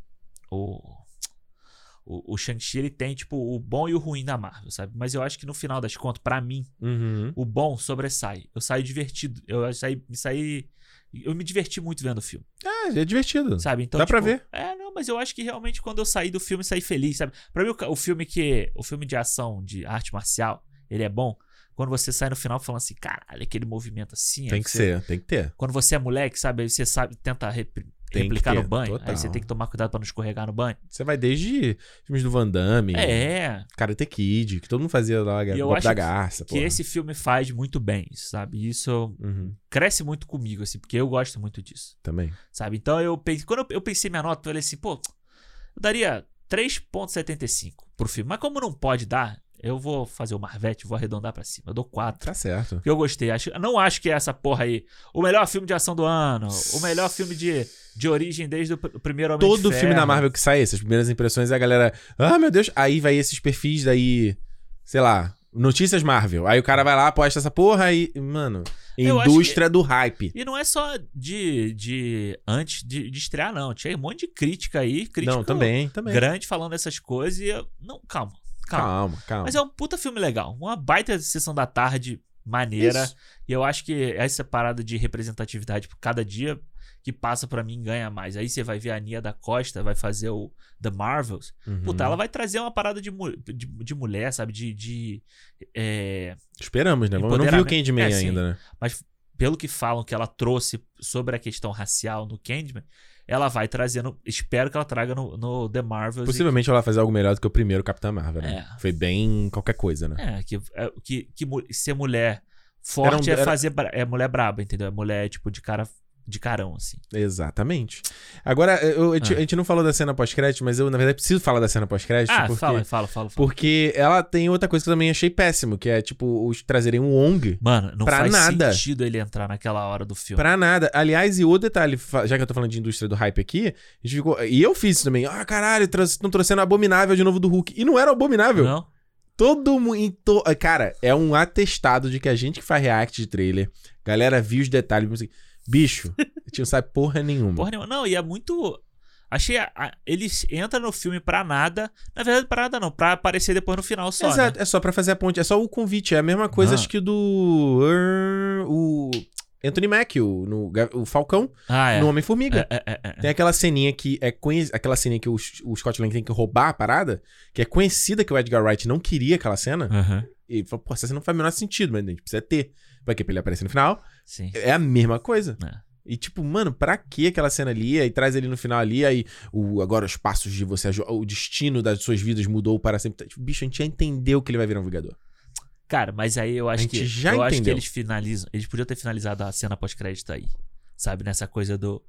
Speaker 2: o, o, o Shang-Chi ele tem, tipo, o bom e o ruim da Marvel, sabe? Mas eu acho que no final das contas, pra mim,
Speaker 1: Uhum.
Speaker 2: o bom sobressai. Eu saio divertido. Eu saí, me saí. Eu me diverti muito vendo o filme,
Speaker 1: Ah, é divertido.
Speaker 2: sabe? Então,
Speaker 1: Dá pra
Speaker 2: tipo,
Speaker 1: ver.
Speaker 2: É, não, mas eu acho que realmente quando eu saí do filme, saí feliz, sabe? Pra mim, o, ca- o filme que. O filme de ação, de arte marcial, ele é bom. Quando você sai no final falando assim, caralho, aquele movimento assim.
Speaker 1: Tem
Speaker 2: aí
Speaker 1: que
Speaker 2: você-
Speaker 1: ser, tem que ter.
Speaker 2: Quando você é moleque, sabe? Aí você sabe, tenta repli-
Speaker 1: Tem que
Speaker 2: replicar
Speaker 1: ter,
Speaker 2: no banho.
Speaker 1: total.
Speaker 2: Aí você tem que tomar cuidado pra não escorregar no banho.
Speaker 1: Você vai desde filmes do Van Damme,
Speaker 2: É,
Speaker 1: Karate Kid, que todo mundo fazia lá,
Speaker 2: E eu
Speaker 1: Golpe da
Speaker 2: acho
Speaker 1: Garça,
Speaker 2: que
Speaker 1: porra.
Speaker 2: esse filme faz muito bem, sabe? Isso
Speaker 1: Uhum,
Speaker 2: cresce muito comigo, assim, porque eu gosto muito disso,
Speaker 1: Também.
Speaker 2: sabe? Então eu pensei, quando eu, eu pensei minha nota, eu falei assim, pô, eu daria 3.75 pro filme. Mas como não pode dar, eu vou fazer o Marvete, vou arredondar pra cima. Eu dou 4.
Speaker 1: Tá certo.
Speaker 2: Porque eu gostei. Acho, não acho que é essa porra aí. O melhor filme de ação do ano. O melhor filme de, de origem desde o pr- primeiro Homem de
Speaker 1: Todo filme
Speaker 2: Ferro.
Speaker 1: da Marvel que sai, essas primeiras impressões, a galera. Ah, meu Deus. Aí vai esses perfis, daí. Sei lá. Notícias Marvel. Aí o cara vai lá, posta essa porra e. Mano.
Speaker 2: Eu acho
Speaker 1: Indústria do hype.
Speaker 2: E não é só de, de antes de, de estrear, não. Tinha um monte de crítica aí, crítica
Speaker 1: Não, também, também.
Speaker 2: grande falando essas coisas. E eu, não, calma, calma.
Speaker 1: Calma, calma.
Speaker 2: Mas é um puta filme legal. Uma baita sessão da tarde maneira.
Speaker 1: Isso.
Speaker 2: E eu acho que essa parada de representatividade por cada dia que passa pra mim ganha mais. Aí você vai ver a Nia da Costa, vai fazer o The Marvels.
Speaker 1: Uhum.
Speaker 2: Puta, ela vai trazer uma parada de, mu- de, de mulher, sabe? De. de é,
Speaker 1: Esperamos, né? Vamos- Eu não vi o
Speaker 2: Empoderamento.
Speaker 1: Candyman
Speaker 2: É, sim.
Speaker 1: ainda, né?
Speaker 2: mas pelo que falam que ela trouxe sobre a questão racial no Candyman, ela vai trazendo. Espero que ela traga no, no The Marvels. e-
Speaker 1: Possivelmente ela vai fazer algo melhor do que o primeiro Capitão Marvel, né?
Speaker 2: É.
Speaker 1: Foi bem qualquer coisa, né?
Speaker 2: É, que, é, que, que mu- ser mulher
Speaker 1: Era um-
Speaker 2: forte é
Speaker 1: era-
Speaker 2: fazer. bra- É mulher braba, entendeu? É mulher, tipo, de cara. De carão, assim.
Speaker 1: Exatamente. Agora, eu- eu te-
Speaker 2: Ah.
Speaker 1: a gente não falou da cena pós-crédito, mas eu, na verdade, preciso falar da cena pós-crédito.
Speaker 2: Ah,
Speaker 1: tipo, porque,
Speaker 2: fala, fala, fala, fala.
Speaker 1: porque ela tem outra coisa que eu também achei péssimo, que é, tipo, os trazerem um Ong
Speaker 2: Mano, não
Speaker 1: pra
Speaker 2: faz
Speaker 1: nada.
Speaker 2: sentido ele entrar naquela hora do filme.
Speaker 1: pra nada. Aliás, e o detalhe, fa- já que eu tô falando de indústria do hype aqui, a gente ficou. E eu fiz isso também. Ah, caralho, estão trouxendo Abominável de novo do Hulk. E não era o Abominável.
Speaker 2: Não?
Speaker 1: Todo mundo. Cara, é um atestado de que a gente que faz react de trailer, galera viu os detalhes, assim, bicho, a gente não sabe porra nenhuma.
Speaker 2: Porra nenhuma. Não, e é muito. Achei. A, a- ele entra no filme pra nada. Na verdade, pra nada não. Pra aparecer depois no final só. né?
Speaker 1: Exato, é só pra fazer a ponte, é só o convite, é a mesma coisa
Speaker 2: Ah.
Speaker 1: acho que do er, o Anthony Mack, o, no, Ga- o Falcão,
Speaker 2: Ah, é.
Speaker 1: no Homem Formiga.
Speaker 2: É, é, é, é.
Speaker 1: Tem aquela ceninha que é conhe... aquela ceninha que o, o Scott Lang tem que roubar a parada, que é conhecida que o Edgar Wright não queria aquela cena.
Speaker 2: Aham.
Speaker 1: E ele falou, pô, essa cena não faz o menor sentido, mas a gente precisa ter. Vai que pra ele aparecer no final.
Speaker 2: Sim.
Speaker 1: É a mesma coisa.
Speaker 2: É.
Speaker 1: E tipo, mano, pra que aquela cena ali? Aí traz ele no final ali, aí o, agora os passos de você, aju- o destino das suas vidas mudou para sempre. Tipo, bicho, a gente já entendeu que ele vai virar um Vingador.
Speaker 2: Cara, mas aí eu acho
Speaker 1: gente
Speaker 2: que.
Speaker 1: já
Speaker 2: eu acho que
Speaker 1: entendeu.
Speaker 2: eles finalizam. Eles podiam ter finalizado a cena pós-crédito aí. Sabe? Nessa coisa do.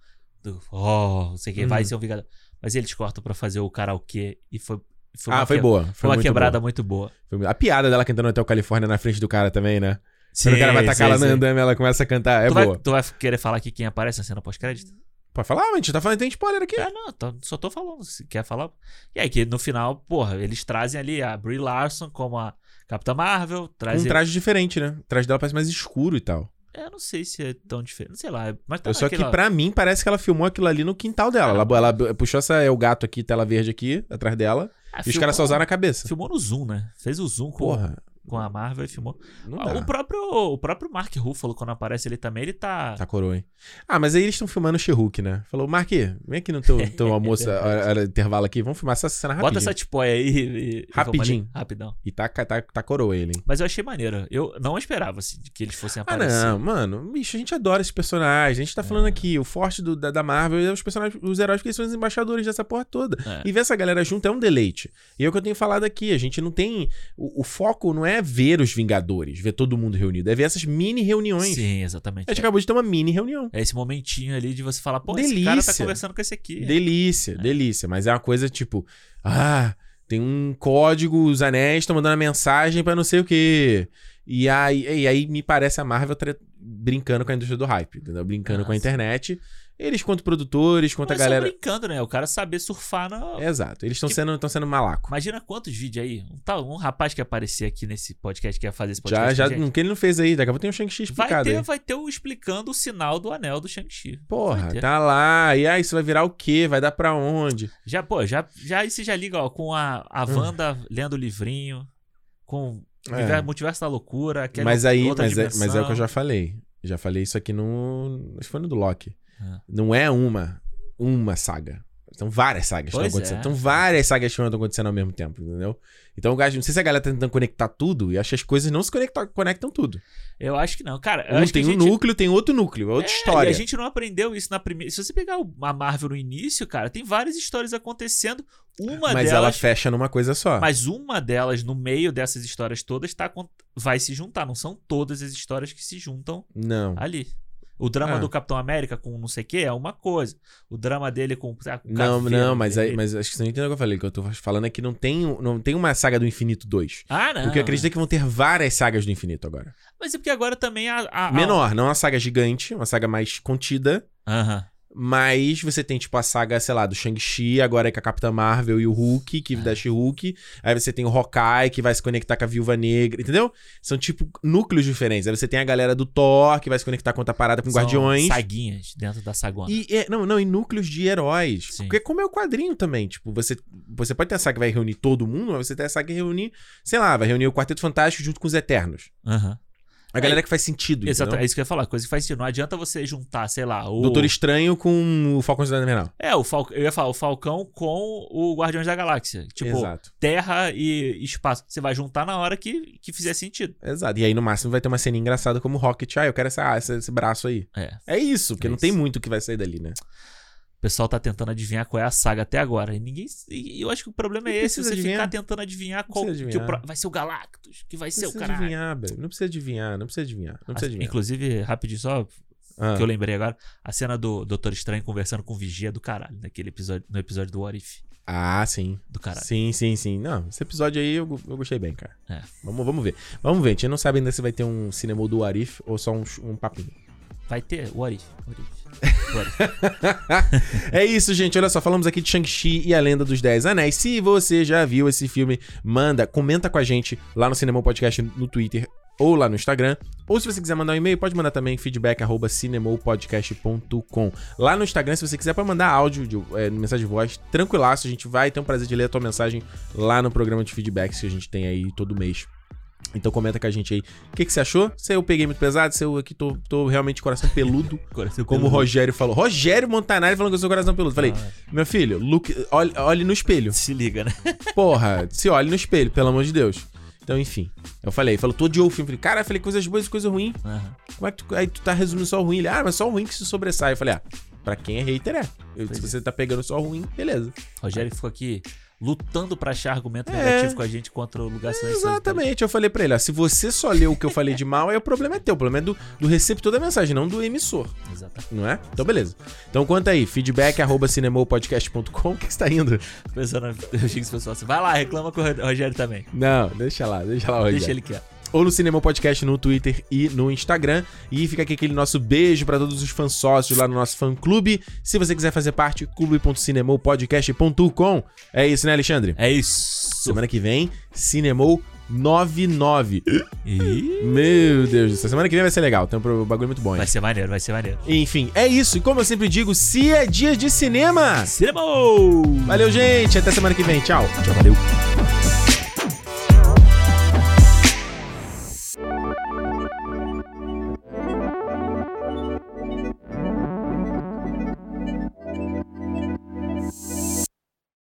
Speaker 2: do oh, não sei o que,
Speaker 1: Uhum.
Speaker 2: vai ser um vingador. Mas eles cortam pra fazer o karaokê e foi. foi
Speaker 1: ah,
Speaker 2: uma
Speaker 1: foi
Speaker 2: que-
Speaker 1: boa. Foi,
Speaker 2: Foi uma
Speaker 1: muito
Speaker 2: quebrada
Speaker 1: boa.
Speaker 2: muito boa.
Speaker 1: Foi muito- A piada dela cantando até o Califórnia na frente do cara também, né? Quando o cara vai tacar ela no andame, ela começa a cantar. É
Speaker 2: tu,
Speaker 1: boa.
Speaker 2: vai, tu vai querer falar aqui quem aparece na cena pós-crédito?
Speaker 1: Pode falar, mas a gente tá falando, tem spoiler aqui.
Speaker 2: Ah, não, tô- só tô falando. Se quer falar. E aí, que no final, porra, eles trazem ali a Brie Larson como a Capitã Marvel.
Speaker 1: um
Speaker 2: Trazem.
Speaker 1: traje diferente, né? O traje dela parece mais escuro e tal.
Speaker 2: Eu não sei se é tão diferente. Sei lá. Mas tá
Speaker 1: Eu Só que
Speaker 2: naquela-
Speaker 1: pra mim parece que ela filmou aquilo ali no quintal dela. Ela, ela puxou essa, é o gato aqui, tela verde aqui, atrás dela.
Speaker 2: Ah,
Speaker 1: e os caras só
Speaker 2: filmou-
Speaker 1: usaram a cabeça.
Speaker 2: Filmou no Zoom, né? Fez o Zoom com,
Speaker 1: Porra,
Speaker 2: com a Marvel e filmou.
Speaker 1: não
Speaker 2: Ah,
Speaker 1: dá.
Speaker 2: o, próprio, o próprio Mark Ruffalo, quando aparece ele também, ele tá.
Speaker 1: Tá coroa, hein? Ah, mas aí eles estão filmando o She-Hulk, né? Falou, Mark, vem aqui no teu, teu almoço,
Speaker 2: verdade.
Speaker 1: hora- hora de intervalo aqui, vamos filmar essa cena rapidinho.
Speaker 2: É Bota essa tipóia aí e, e
Speaker 1: Rapidinho.
Speaker 2: vamos ali. Rapidão.
Speaker 1: E tá, tá, tá coroa ele, hein?
Speaker 2: Mas eu achei maneiro. Eu não esperava assim, que eles fossem
Speaker 1: Ah,
Speaker 2: aparecer.
Speaker 1: não, mano. Bicho, a gente adora esses personagens. A gente tá falando
Speaker 2: É.
Speaker 1: aqui, o forte do- da, da Marvel é os personagens, os heróis, porque eles são os embaixadores dessa porra toda.
Speaker 2: É.
Speaker 1: E ver essa galera junto é um deleite. E é o que eu tenho falado aqui. A gente não tem. O, o foco não é ver os Vingadores, ver todo mundo reunido. É ver essas mini reuniões.
Speaker 2: Sim, exatamente.
Speaker 1: A gente acabou É de ter uma mini reunião.
Speaker 2: É esse momentinho ali de você falar, pô, esse cara tá
Speaker 1: Delícia.
Speaker 2: conversando com esse aqui.
Speaker 1: Delícia, delícia. Mas é uma coisa tipo. Ah, tem um código, os anéis estão mandando a mensagem pra não sei o quê. E aí, e aí me parece a Marvel tra- brincando com a indústria do hype, entendeu? Brincando com a
Speaker 2: Nossa.
Speaker 1: internet. Eles, quanto produtores, quanto
Speaker 2: Mas
Speaker 1: a galera. É.
Speaker 2: só brincando, né? O cara saber surfar na.
Speaker 1: Exato. Eles estão
Speaker 2: Tipo-
Speaker 1: sendo, tão sendo malaco.
Speaker 2: Imagina quantos vídeos aí. Um, tal, um rapaz que aparecer aqui nesse podcast, que ia fazer esse
Speaker 1: Já,
Speaker 2: podcast.
Speaker 1: já,
Speaker 2: com a gente.
Speaker 1: o que ele não fez aí, daqui a pouco tem um Shang-Chi
Speaker 2: vai,
Speaker 1: explicado
Speaker 2: ter,
Speaker 1: aí.
Speaker 2: vai ter o explicando o sinal do anel do Shang-Chi. vai
Speaker 1: Porra,
Speaker 2: ter.
Speaker 1: tá lá. E aí, isso vai virar o quê? Vai dar pra onde?
Speaker 2: Já, pô, já, já aí você já liga, ó, com a, a Wanda lendo o livrinho, com o
Speaker 1: Hum. É.
Speaker 2: universo- multiverso da loucura, aquela
Speaker 1: mas aí,
Speaker 2: outra
Speaker 1: mas é, mas é o que eu
Speaker 2: dimensão.
Speaker 1: já falei. Já falei isso aqui no. Acho que foi no do Loki.
Speaker 2: É.
Speaker 1: Não é uma, uma saga. São várias sagas que estão
Speaker 2: Pois
Speaker 1: acontecendo.
Speaker 2: é.
Speaker 1: São várias sagas que estão acontecendo ao mesmo tempo, entendeu? Então, o gajo- não sei se a galera tá tentando conectar tudo e acho que as coisas não se conectam, conectam tudo.
Speaker 2: Eu acho que não, cara. eu
Speaker 1: Um
Speaker 2: acho que
Speaker 1: tem
Speaker 2: a
Speaker 1: um
Speaker 2: gente-
Speaker 1: núcleo, tem outro núcleo, é outra
Speaker 2: É,
Speaker 1: história.
Speaker 2: e a gente não aprendeu isso na primeira. Se você pegar o- a Marvel no início, cara, tem várias histórias acontecendo. Uma
Speaker 1: mas ela
Speaker 2: delas.
Speaker 1: fecha numa coisa só.
Speaker 2: Mas uma delas, no meio dessas histórias todas, tá, con- vai se juntar. Não são todas as histórias que se juntam
Speaker 1: Não.
Speaker 2: ali. O drama
Speaker 1: Ah.
Speaker 2: do Capitão América com não sei o que é uma coisa. O drama dele com. ah, com o
Speaker 1: Não,
Speaker 2: Caveira,
Speaker 1: não, mas, aí,
Speaker 2: vermelho.
Speaker 1: mas acho que você não entendeu o que eu falei. O que eu tô falando é que não tem, não tem uma saga do Infinito 2.
Speaker 2: Ah, não.
Speaker 1: O que eu acredito é que vão ter várias sagas do Infinito agora.
Speaker 2: Mas é porque agora também a. a- a-
Speaker 1: Menor, não é uma saga gigante, uma saga mais contida.
Speaker 2: Aham.
Speaker 1: Mas você tem, tipo, a saga, sei lá, do Shang-Chi, agora é com a Capitã Marvel e o Hulk, que
Speaker 2: É.
Speaker 1: da She-Hulk. Aí você tem o Hawkeye, que vai se conectar com a Viúva Negra, entendeu? São, tipo, núcleos diferentes. Aí você tem a galera do Thor, que vai se conectar com outra parada com
Speaker 2: São
Speaker 1: Guardiões.
Speaker 2: Saguinhas dentro da sagona.
Speaker 1: E, é, não, não, e núcleos de heróis.
Speaker 2: né? Sim.
Speaker 1: Porque como é o quadrinho também, tipo, você, você pode ter a saga que vai reunir todo mundo, mas você tem a saga que reunir, sei lá, vai reunir o Quarteto Fantástico junto com os Eternos.
Speaker 2: Aham. É,
Speaker 1: A galera que faz sentido,
Speaker 2: Exato,
Speaker 1: entendeu?
Speaker 2: é isso que eu ia falar. Coisa que faz sentido. Não adianta você juntar, sei lá, o.
Speaker 1: Doutor Estranho com o Falcão da Invernal.
Speaker 2: É, o Fal... eu ia falar, o Falcão com o Guardiões da Galáxia. Tipo,
Speaker 1: Exato.
Speaker 2: terra e espaço. Você vai juntar na hora que, que fizer sentido.
Speaker 1: Exato. E aí, no máximo, vai ter uma cena engraçada como Rocket. Ah, eu quero essa, essa- esse braço aí.
Speaker 2: É. O
Speaker 1: É isso, porque
Speaker 2: É
Speaker 1: não
Speaker 2: isso.
Speaker 1: tem muito que vai sair dali, né?
Speaker 2: pessoal tá tentando adivinhar qual é a saga até agora. E ninguém. E eu acho que o problema
Speaker 1: Não
Speaker 2: é esse,
Speaker 1: precisa
Speaker 2: você
Speaker 1: adivinhar.
Speaker 2: ficar tentando adivinhar
Speaker 1: Não
Speaker 2: qual.
Speaker 1: precisa
Speaker 2: que o
Speaker 1: adivinhar.
Speaker 2: pro- Vai ser o Galactus, que vai ser
Speaker 1: Não
Speaker 2: o
Speaker 1: precisa
Speaker 2: caralho.
Speaker 1: adivinhar, velho. Não precisa adivinhar, não precisa adivinhar, não precisa
Speaker 2: Ah,
Speaker 1: adivinhar.
Speaker 2: Inclusive, rapidinho, só
Speaker 1: Ah,
Speaker 2: que eu lembrei agora, a cena do Doutor Estranho conversando com o Vigia é do caralho, naquele episódio, no episódio do What If,
Speaker 1: Ah, sim.
Speaker 2: do caralho.
Speaker 1: Sim, sim, sim. Não, esse episódio aí eu, go- eu gostei bem, cara.
Speaker 2: É.
Speaker 1: Vamos, vamos ver. Vamos ver. A gente não sabe ainda se vai ter um cinema do Arif ou só um, ch- um papinho.
Speaker 2: Vai ter What If, What If.
Speaker 1: é isso, gente. Olha só, falamos aqui de Shang-Chi e a Lenda dos Dez Anéis. Se você já viu esse filme, manda, comenta com a gente lá no Cinema Podcast no Twitter ou lá no Instagram. Ou se você quiser mandar um e-mail, pode mandar também feedback arroba cinemopodcast.com. Lá no Instagram, se você quiser, pode mandar áudio, de, é, mensagem de voz, tranquilaço. A gente vai ter um prazer de ler a tua mensagem lá no programa de feedbacks que a gente tem aí todo mês. Então comenta com a gente aí. O que, que você achou? Se eu peguei muito pesado, se eu aqui tô, tô realmente de coração peludo.
Speaker 2: Coração
Speaker 1: Como o
Speaker 2: peludo.
Speaker 1: Rogério falou. Rogério Montanari falando que eu sou coração peludo.
Speaker 2: Ah,
Speaker 1: Falei, meu filho, look, olhe, olhe no espelho.
Speaker 2: Se liga, né?
Speaker 1: Porra, se olhe no espelho, pelo amor de Deus. Então, enfim. Eu falei, falou, tu odiou o filme. Falei, cara, eu falei coisas boas e coisa ruim.
Speaker 2: Aham.
Speaker 1: Como é que tu. Aí tu tá resumindo só o ruim. Ele, ah, mas só o ruim que se sobressai. Eu falei, ah, pra quem é hater é. Eu- se
Speaker 2: Pois é.
Speaker 1: você tá pegando só o ruim, beleza.
Speaker 2: Rogério ficou aqui lutando pra achar argumento
Speaker 1: É.
Speaker 2: negativo com a gente contra o lugar silencioso.
Speaker 1: Exatamente. Eu falei pra ele, ó, se você só leu o que eu falei de mal, aí o problema é teu. O problema é do, do receptor da mensagem, não do emissor.
Speaker 2: Exatamente.
Speaker 1: Não é? Então, beleza. Então, conta aí. Feedback arroba cinemopodcast.com. O que que você tá indo?
Speaker 2: Pensando, eu achei que esse pessoal assim, vai lá, reclama com o Rogério também.
Speaker 1: Não, deixa lá, deixa lá, Rogério.
Speaker 2: Deixa ele quieto.
Speaker 1: Ou no Cinema Podcast no Twitter e no Instagram. E fica aqui aquele nosso beijo pra todos os fãs sócios lá no nosso fã clube. Se você quiser fazer parte, clube.cinemopodcast.com. É isso, né, Alexandre?
Speaker 2: É isso.
Speaker 1: Semana que vem, Cinemou 99.
Speaker 2: Ih,
Speaker 1: Meu Deus do céu. Semana que vem vai ser legal. Tem um pro- bagulho muito bom, hein?
Speaker 2: vai ser maneiro, vai ser maneiro.
Speaker 1: Enfim, é isso. E como eu sempre digo, se é dia de cinema.
Speaker 2: Cinema!
Speaker 1: Valeu, gente. Até semana que vem. Tchau.
Speaker 2: Tchau, valeu.